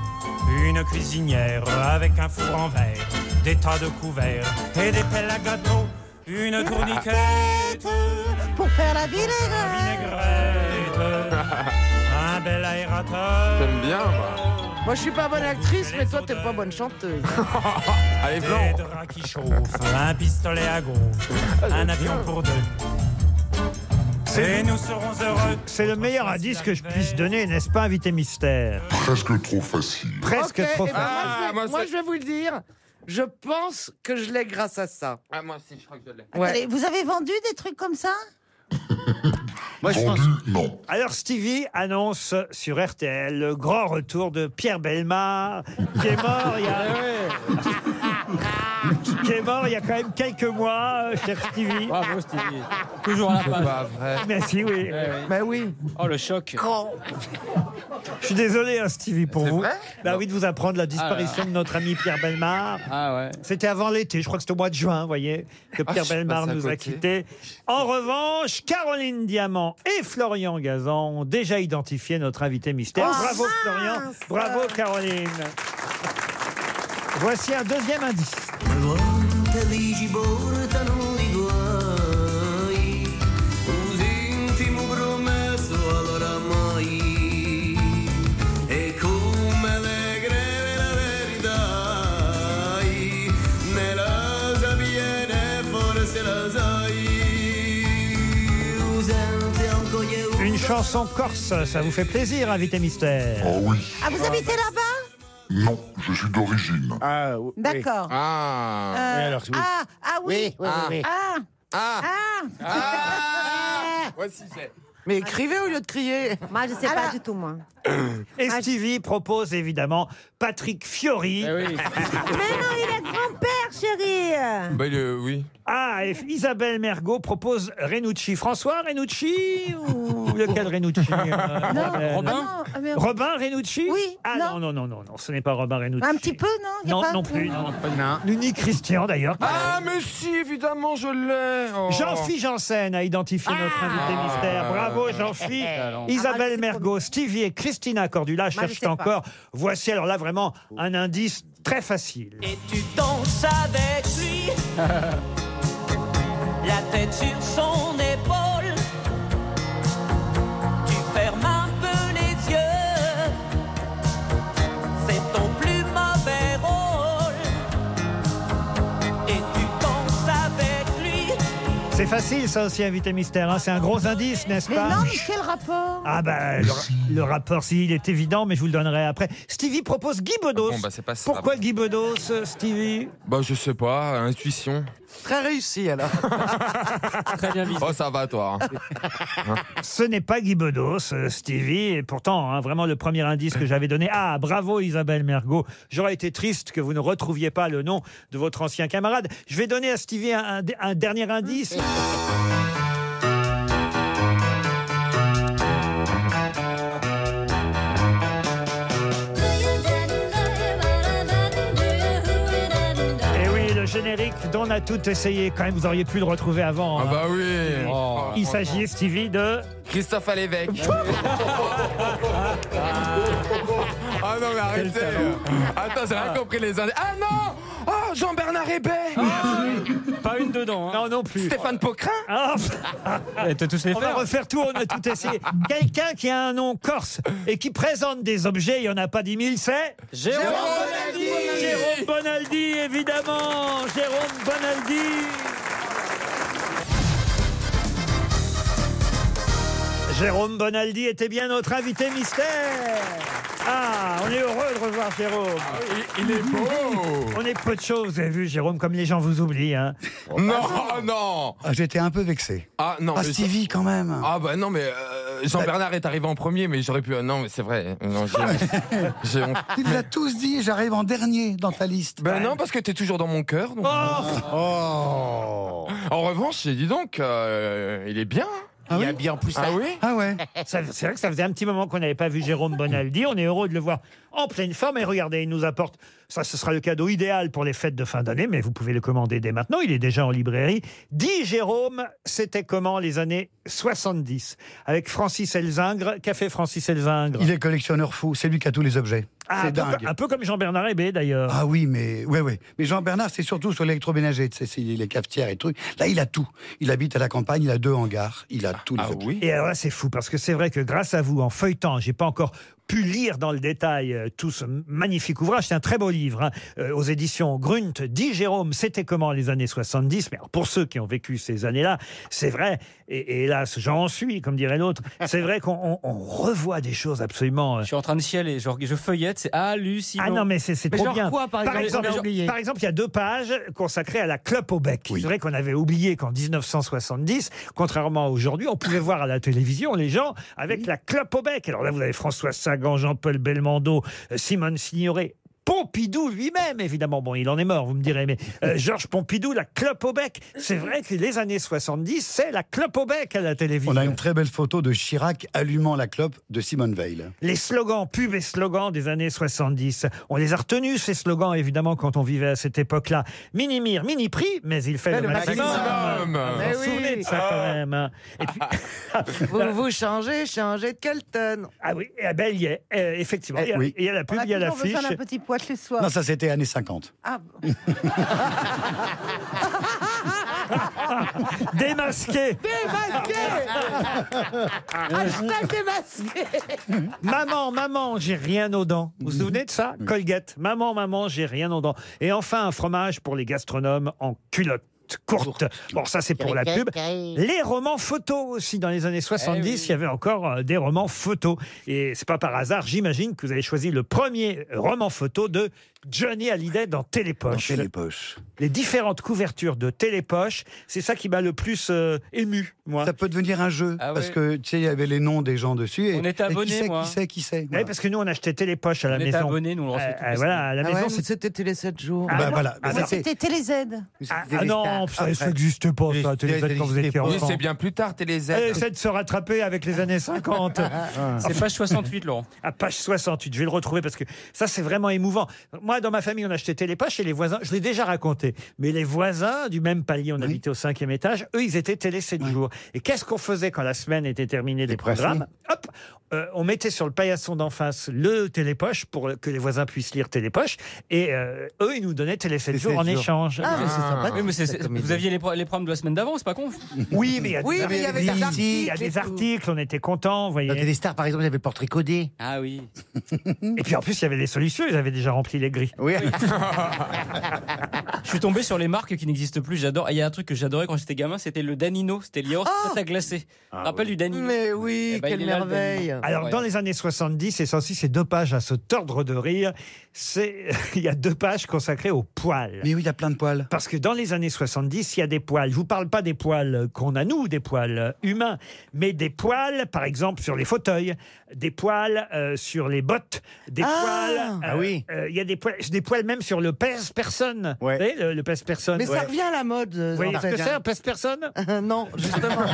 S19: Une cuisinière avec un four en verre, des tas de couverts et des pelles à gâteau. Une tourniquette,
S8: Pour faire la vinaigrette.
S19: un bel aérateur.
S6: J'aime bien,
S5: Moi, je suis pas bonne actrice, mais toi, t'es pas bonne chanteuse.
S19: Allez, Des draps qui chauffent, un pistolet à gaufres, un avion pour deux. Et nous serons heureux.
S4: C'est le meilleur indice que je puisse donner, n'est-ce pas, invité mystère
S15: Presque trop facile.
S4: Presque
S5: Ok,
S4: trop
S5: eh ben,
S4: facile.
S5: moi, je vais, moi, je vais vous le dire. Je pense que je l'ai grâce à ça. Ah, moi aussi, je crois que je l'ai.
S8: Attendez, Vous avez vendu des trucs comme ça
S4: Alors Stevie annonce sur RTL le grand retour de Pierre Belmar, qui est mort il y a... qui est mort il y a quand même quelques mois, euh, cher Stevie.
S13: Bravo Stevie. Toujours à la page. Eh
S4: Mais si, oui.
S5: Mais oui.
S13: Oh le choc.
S4: Je suis désolé, hein, Stevie, pour vous. bah oui, de vous apprendre la
S13: Ah
S4: disparition
S13: là.
S4: de notre ami Pierre Belmar. C'était avant l'été, je crois que c'était au mois de juin, vous voyez, que
S13: Ah,
S4: Pierre
S13: je suis
S4: Belmar
S13: passé à
S4: nous a
S13: côté.
S4: quittés. En revanche, Caroline Diamant et Florian Gazan ont déjà identifié notre invité mystère.
S7: Oh,
S8: Ah.
S4: bravo
S7: mince.
S4: Florian, bravo Caroline. Voici un deuxième indice.
S15: E come le greve la verità Ne la sapie né forse la sai Usante ancora io
S4: Une chanson corse, ça vous fait plaisir, invité mystère.
S15: Oh oui,
S8: Ah, vous habitez là-bas
S15: non, je suis d'origine.
S9: Ah,
S8: D'accord.
S6: Ah.
S8: Euh,
S15: Oui, alors, oui.
S8: ah, ah oui.
S15: Oui, oui, oui, oui.
S8: Ah.
S6: Ah.
S8: Ah.
S6: Moi aussi, j'ai.
S5: Mais écrivez au lieu de crier.
S14: Moi, je sais pas du tout, moi.
S4: Et Stevie propose évidemment Patrick
S6: Eh
S4: Fiori.
S14: Mais non, il est grand-père, chérie.
S6: Bah, il est- oui.
S4: Ah, et Isabelle Mergot propose Renucci. François Renucci ou lequel Renucci euh, Isabelle
S8: Ah non, mais-
S4: Robin Renucci Oui. Ah non, non, non, non, non, ce n'est pas Robin Renucci.
S8: Un petit peu, non Il y a
S4: Non,
S8: pas-
S4: non plus. Non, L'unique Christian d'ailleurs.
S6: Ah, mais si, évidemment, je l'ai. Oh.
S4: Jean-Phi Janssen a identifié notre invité
S6: Ah.
S4: mystère. Bravo Jean-Phi.
S6: Talent.
S4: Isabelle Mergot, Stevie et Christina Cordula
S7: je sais
S4: cherchent
S7: pas.
S4: encore. Voici alors là vraiment un indice très facile.
S19: Et tu danses avec lui, la tête sur son épaule. Tu
S4: C'est facile, ça aussi, invité mystère. hein. C'est un gros indice, n'est-ce
S8: Mais
S4: pas
S8: non, mais quel rapport
S4: Ah ben, le, le rapport, si, il est évident, mais je vous le donnerai après. Stevie propose Guy Bedos.
S6: Bon, bah, c'est pas ça.
S4: Pourquoi Guy Bedos, euh, Stevie
S6: Bah, je sais pas, intuition.
S5: Très réussi alors.
S6: Très bien visé. Oh, ça va, toi. hein.
S4: Ce n'est pas Guy Bedos, euh, Stevie, et pourtant, hein, vraiment le premier indice que j'avais donné. Ah, bravo Isabelle Mergot. J'aurais été triste que vous ne retrouviez pas le nom de votre ancien camarade. Je vais donner à Stevie un, un- un dernier indice. Et Eh oui, le générique dont on a tout essayé, quand même, vous auriez pu le retrouver avant.
S6: Ah
S4: hein.
S6: bah oui. Oh,
S4: Il s'agit, Stevie, de...
S6: Christophe à l'évêque. Ah non, mais arrêtez. Attends, j'ai rien compris les indices. Ah non Oh, Jean-Bernard Hébert
S7: Pas une dedans.
S4: Non, non plus.
S6: Stéphane Pocrin
S4: Eh,
S7: tous les
S4: Ah. on va
S7: faire.
S4: refaire tout, on a tout essayé. Quelqu'un qui a un nom corse et qui présente des objets, il n'y en a pas 10 000, c'est
S7: Jérôme Bonaldi
S4: Jérôme Bonaldi, évidemment Jérôme Bonaldi Jérôme Bonaldi était bien notre invité mystère Ah, on est heureux de revoir Jérôme
S6: Ah, il, est beau
S4: On est peu de choses, vous avez vu Jérôme, comme les gens vous oublient. hein.
S6: Non, non
S20: Ah, J'étais un peu vexé.
S6: Ah non,
S20: Ah,
S6: mais-
S20: Stevie, quand même.
S6: Ah bah non, mais euh, Jean-Bernard est arrivé en premier, mais j'aurais pu. euh, Non, mais c'est vrai. Non,
S20: Ah,
S6: j'ai j'ai honte.
S20: Tu nous as tous dit, j'arrive en dernier dans ta liste.
S6: Ben non, parce que t'es toujours dans mon cœur. donc. Oh. En revanche, dis donc, euh, il est bien. il a bien poussé. Ah oui
S20: Ah ouais
S4: Ça- C'est vrai que ça faisait un petit moment qu'on n'avait pas vu Jérôme Bonaldi. On est heureux de le voir en pleine forme. Et regardez, il nous apporte, ça ce sera le cadeau idéal pour les fêtes de fin d'année, mais vous pouvez le commander dès maintenant. Il est déjà en librairie. Dis Jérôme, c'était comment les années 70 Avec Francis Elzingre, Café Francis Elzingre.
S20: Il est collectionneur fou, c'est lui qui a tous les objets.
S4: Ah, un
S20: c'est
S4: peu-
S20: dingue.
S4: un peu comme Jean-Bernard Hébé d'ailleurs.
S20: Ah oui, mais ouais, ouais. Mais Jean-Bernard, c'est surtout sur l'électroménager, tu sais, c'est les cafetières et trucs. Là, il a tout. Il habite à la campagne, il a deux hangars, il a tout. Ah
S6: oh.
S20: oui.
S4: Et alors là, c'est fou parce que c'est vrai que grâce à vous, en feuilletant, j'ai pas encore pu lire dans le détail euh, tout ce magnifique ouvrage. C'est un très beau livre hein, euh, aux éditions Grunt. Dit Jérôme, c'était comment les années 70 Mais alors, pour ceux qui ont vécu ces années-là, c'est vrai. Et, et hélas, j'en suis, comme dirait l'autre. C'est vrai qu'on on- on revoit des choses absolument. euh, Je
S7: suis en train de chialer, genre je feuillette, c'est hallucinant.
S4: Ah non, mais c'est c'est trop
S7: genre
S4: bien.
S7: quoi, par exemple, j'ai oublié
S4: par exemple, il y a deux pages consacrées à la clope au bec. C'est vrai qu'on avait oublié qu'en 1970, contrairement à aujourd'hui, on pouvait voir à la télévision les gens avec la clope au bec. Alors là, vous avez François Sagan, Jean-Paul Belmondo, euh, Simone Signoret. Pompidou lui-même, évidemment. Bon, il en est mort, vous me direz, mais euh, Georges Pompidou, la clope au bec. C'est vrai que les années 70, c'est la clope au bec à la télévision.
S20: On a une très belle photo de Chirac allumant la clope de Simone Veil.
S4: Les slogans, pubs et slogans des années 70. On les a retenus, ces slogans, évidemment, quand on vivait à cette époque-là. Mini-mire, mini-prix, mais il fait
S20: Mais
S4: le,
S20: le
S4: maximum.
S20: maximum.
S4: Vous
S5: Mais
S4: vous
S5: oui.
S4: souvenez de ça,
S5: Ah.
S4: quand même. hein. Et puis...
S5: Vous vous changez, changez de Kelton.
S4: Ah oui, eh ben, il y est, euh,
S14: Ah,
S4: effectivement.
S20: Eh
S4: il, y a,
S20: oui.
S4: il y a la pub, il y a l'affiche.
S8: besoin d'un petit poids chez soi.
S20: Non, ça c'était années 50.
S4: Démasqué
S8: Ah,
S15: Démasqué
S4: Ah.
S8: Hashtag démasqué
S4: Maman, maman, j'ai rien aux dents. Vous vous souvenez de ça
S20: Mm.
S4: Colgate. Maman, maman, j'ai rien aux dents. Et enfin, un fromage pour les gastronomes en culotte courte. Bon, ça c'est pour la pub. Les romans photos aussi. Dans les années 70, il y avait encore euh, des romans photos. Et c'est pas par hasard, j'imagine que vous avez choisi le premier euh, roman photo de Johnny Hallyday dans Télépoche.
S20: Dans Télépoche.
S4: Les différentes couvertures de Télépoche, c'est ça qui m'a le plus euh, ému, moi.
S20: Ça peut devenir un jeu
S4: Ah
S20: parce
S4: ouais.
S20: que tu sais, il y avait les noms des gens dessus. Et,
S4: On était
S20: et qui
S4: abonnés,
S20: sait,
S4: moi.
S20: Qui sait, qui sait
S4: Ouais, parce que nous, on achetait Télépoche à la
S20: On était
S4: maison.
S20: abonnés, nous, on recevait
S4: Euh,
S20: toutes
S4: euh,
S20: les
S4: voilà, à la
S5: Ah ouais,
S4: maison,
S5: mais c'était les 7 jours.
S4: Ah, Bah, non. voilà, bah,
S8: Mais
S4: ça, c'est-
S8: C'était TéléZ.
S4: Ah, ah non, ça n'existe pas, ça, Télézette, quand vous étiez
S6: Oui,
S4: enfant.
S6: c'est bien plus tard, TéléZ.
S4: Elle essaie de se rattraper avec les années 50.
S6: C'est
S4: page 68, Laurent. À page 68, je vais le retrouver parce que ça, c'est vraiment émouvant. Moi, dans ma famille, on achetait Télépoche et les voisins, je l'ai déjà raconté, mais les voisins du même palier, on habitait au cinquième étage, eux, ils étaient télé 7 jours. Et qu'est-ce qu'on faisait quand la semaine était terminée des
S20: pressés.
S4: programmes Hop euh, on mettait sur le paillasson d'en face le télépoche pour que les
S13: Ah,
S4: voisins puissent lire télépoche et euh, eux ils nous donnaient télé 7 jours en échange.
S7: Oui, Ah, mais c'est- c'est
S13: Vous aviez les, pro- les problèmes de la semaine d'avant, c'est pas con
S4: Oui, mais il y a des,
S13: Oui, mais il y avait des
S4: articles, il y a
S13: articles
S4: des
S13: et tout.
S4: articles, on était contents, vous voyez.
S9: Dans des stars, par exemple, il y avait le portrait codé.
S13: Ah oui.
S4: Et puis en plus, il y avait des solutions, ils avaient déjà rempli les grilles.
S9: Oui.
S13: Je suis tombé sur les marques qui n'existent plus, j'adore. Et Il y a un truc que j'adorais quand j'étais gamin, c'était le Danino, c'était l'ior
S4: Ah
S13: à glacé. Rappelle du Danino. Eh ben, Mais
S7: Eh
S13: oui,
S7: ben,
S4: Alors, dans les années 70, et ça aussi, c'est deux pages à se tordre de rire. C'est, il y a deux pages consacrées aux poils. Mais
S20: oui, il y a plein de poils.
S4: Parce que dans les années 70, il y a des poils. Je vous parle pas des poils qu'on a nous, des poils humains, mais des poils, par exemple, sur les fauteuils, des poils euh, sur les bottes, des
S5: Ah
S4: poils.
S5: Ah oui.
S4: euh, Il y a des poils, des poils même sur le pèse-personne. Vous savez, le, le pèse-personne.
S5: Mais ça
S4: Ouais.
S5: revient à la mode. euh,
S4: Vous voyez
S5: en
S4: ce
S5: fait,
S4: que c'est,
S5: hein.
S4: un pèse-personne
S5: Non, justement.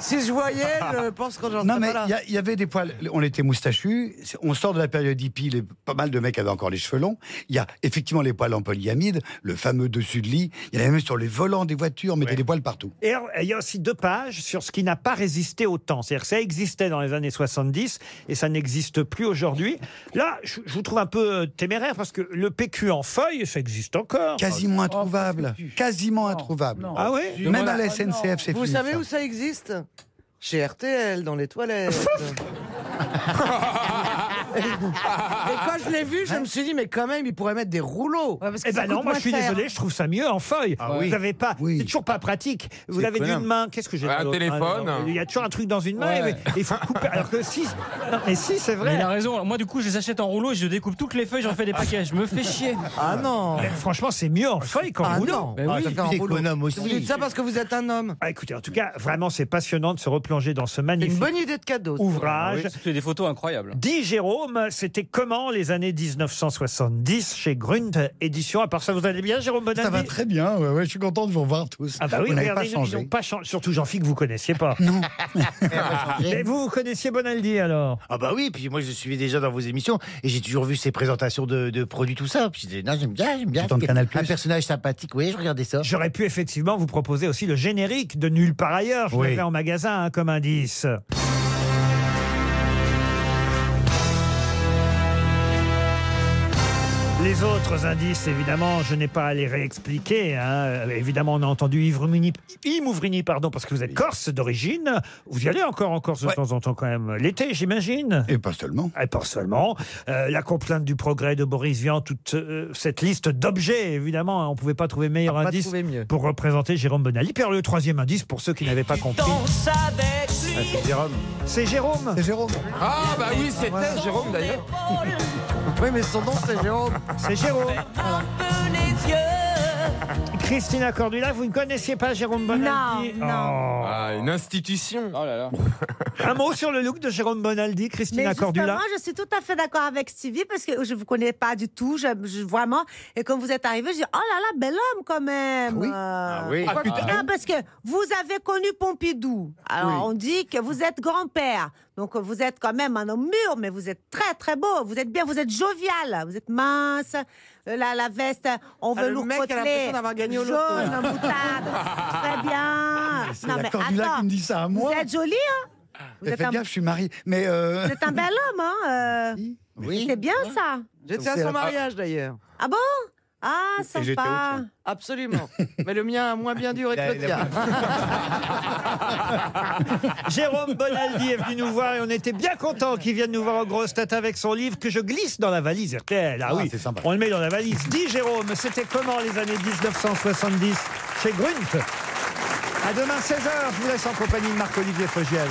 S5: si je voyais, je pense que j'en
S20: Non,
S5: serais pas
S20: mais
S5: là.
S20: il y a- il y, avait des poils. On était moustachus. C'est- On sort de la période hippie. les- pas mal de mecs avaient encore les cheveux longs. Il y a effectivement les poils en polyamide, le fameux dessus de lit. Il y en avait même sur les volants des voitures. On mettait des poils partout.
S4: Et alors, il y a aussi deux pages sur ce qui n'a pas résisté au temps. C'est-à-dire que ça existait dans les années 70 et ça n'existe plus aujourd'hui. Là, je, je vous trouve un peu euh, téméraire parce que le PQ en feuille, ça existe encore.
S5: Oh,
S20: Quasiment introuvable. Quasiment introuvable.
S4: Ah oui
S20: Même à la SNCF, c'est
S5: Oh, Vous
S20: fini,
S5: savez
S20: ça.
S5: où ça existe Chez RTL, dans les toilettes. Et quand je l'ai vu, je me suis dit, mais quand même, ils pourraient mettre des rouleaux.
S4: Eh ben non, moi je suis désolé, je trouve ça mieux en feuille.
S5: Ah oui.
S4: Vous avez pas, c'est toujours pas pratique. Vous
S5: C'est
S4: l'avez
S5: clair.
S4: d'une main, qu'est-ce que j'ai
S6: Un
S4: dans l'autre
S6: téléphone.
S4: Ah, non, Il y a toujours un truc dans une main.
S13: Ouais.
S4: et- et Il faut couper. Alors que si, non, mais si c'est vrai.
S13: il a raison. Moi, du coup, je les achète en rouleau et je découpe toutes les feuilles, j'en fais des paquets. Je me fais chier. Bah
S5: Ah non
S4: Mais franchement, c'est mieux en feuille qu'en
S5: Ah
S4: rouleau.
S5: non
S4: Ben
S5: Ah,
S4: oui.
S5: ça fait en rouleau. Vous dites ça parce que vous êtes un homme.
S4: Ah, écoutez, en tout cas, vraiment, c'est passionnant de se replonger dans ce
S5: C'est
S4: magnifique.
S5: une bonne idée de cadeau. ça.
S4: Ouvrage.
S13: Ah C'était des photos incroyables.
S4: Dis Jérôme, c'était comment les années 1970 chez Grund Édition À part ça, vous allez bien, Jérôme Bonaldi
S20: Ça va très bien. ouais, ouais, je suis content de vous revoir tous.
S4: Ah bah oui,
S20: on n'avait
S4: regardez,
S20: pas
S4: nous,
S20: changé.
S4: ils n'ont pas changé. Surtout Jean-Philippe, que vous connaissiez pas. Non. Mais vous, vous connaissiez Bonaldi alors
S9: Ah bah oui, puis moi je suivais déjà dans vos émissions et j'ai toujours vu ces présentations de, de produits, tout ça. Puis je disais, non, j'aime bien, j'aime bien. un personnage sympathique, oui, je regardais ça.
S4: J'aurais pu effectivement vous proposer aussi le générique de Nulle part ailleurs. Je
S9: Oui.
S4: l'avais en magasin hein, comme indice. Les autres indices, évidemment, je n'ai pas à les réexpliquer. hein. Euh, Évidemment, on a entendu Yves Mouvrini, Yves Mouvrini, pardon, parce que vous êtes corse d'origine. Vous y allez encore en Corse de temps en temps quand même l'été, j'imagine.
S20: Et pas seulement.
S4: Et pas seulement. Euh, la complainte du progrès de Boris Vian, toute euh, cette liste d'objets, évidemment, hein, on ne pouvait pas trouver meilleur
S5: Ah, pas
S4: indice
S5: trouver mieux.
S4: pour représenter Jérôme Bonali. Puis alors, le troisième indice, pour ceux qui n'avaient pas compris. Ah,
S15: c'est Jérôme.
S4: C'est Jérôme.
S20: C'est Jérôme.
S6: Ah bah oui, c'était Jérôme d'ailleurs.
S5: Oui, mais son nom, c'est Jérôme.
S4: C'est Jérôme. Christina Cordula, vous ne connaissiez pas Jérôme Bonaldi
S6: Non,
S4: Oh.
S6: Ah, une institution.
S13: Oh là là.
S4: Un mot sur le look de Jérôme Bonaldi,
S14: Mais
S4: Christina Cordula
S14: justement, je suis tout à fait d'accord avec Stevie parce que je ne vous connais pas du tout, je, je- vraiment. Et quand vous êtes arrivé, je dis, oh là là, bel homme quand même. Euh,
S15: oui. Ah, putain.
S14: non, parce que vous avez connu Pompidou. Alors, on dit que vous êtes grand-père. Donc, vous êtes quand même un homme mûr, mais vous êtes très, très beau. Vous êtes bien, vous êtes jovial. Vous êtes mince. Euh, La, la veste en
S5: Ah, le
S14: velours
S5: mec a l'impression
S14: côtelé,
S5: d'avoir gagné au loto,
S14: jaune,
S5: là.
S14: en moutarde. très bien.
S20: C'est la Cordula qui me dit ça à moi.
S14: Vous êtes jolie, hein Vous
S20: Mais
S14: êtes
S20: Faites
S14: un-
S20: gaffe, je suis marié. Mais euh,
S14: vous êtes un bel homme, hein euh, C'est bien ça.
S5: J'étais à
S20: C'est
S5: son
S20: la-
S5: mariage d'ailleurs.
S14: Ah bon Ah,
S5: Et j'étais
S14: sympa.
S5: Absolument. Mais le mien a moins bien duré que le
S14: Il a-
S5: tien.
S14: il
S4: Jérôme Bonaldi est venu nous voir et on était bien content qu'il vienne nous voir aux grosses têtes avec son livre que je glisse dans la valise RTL. Ah,
S20: Ah,
S4: oui,
S20: c'est sympa.
S4: on le met dans la valise. Dis Jérôme, c'était comment les années 1970 chez Grunt À demain 16h, je vous laisse en compagnie de Marc-Olivier Fogiel.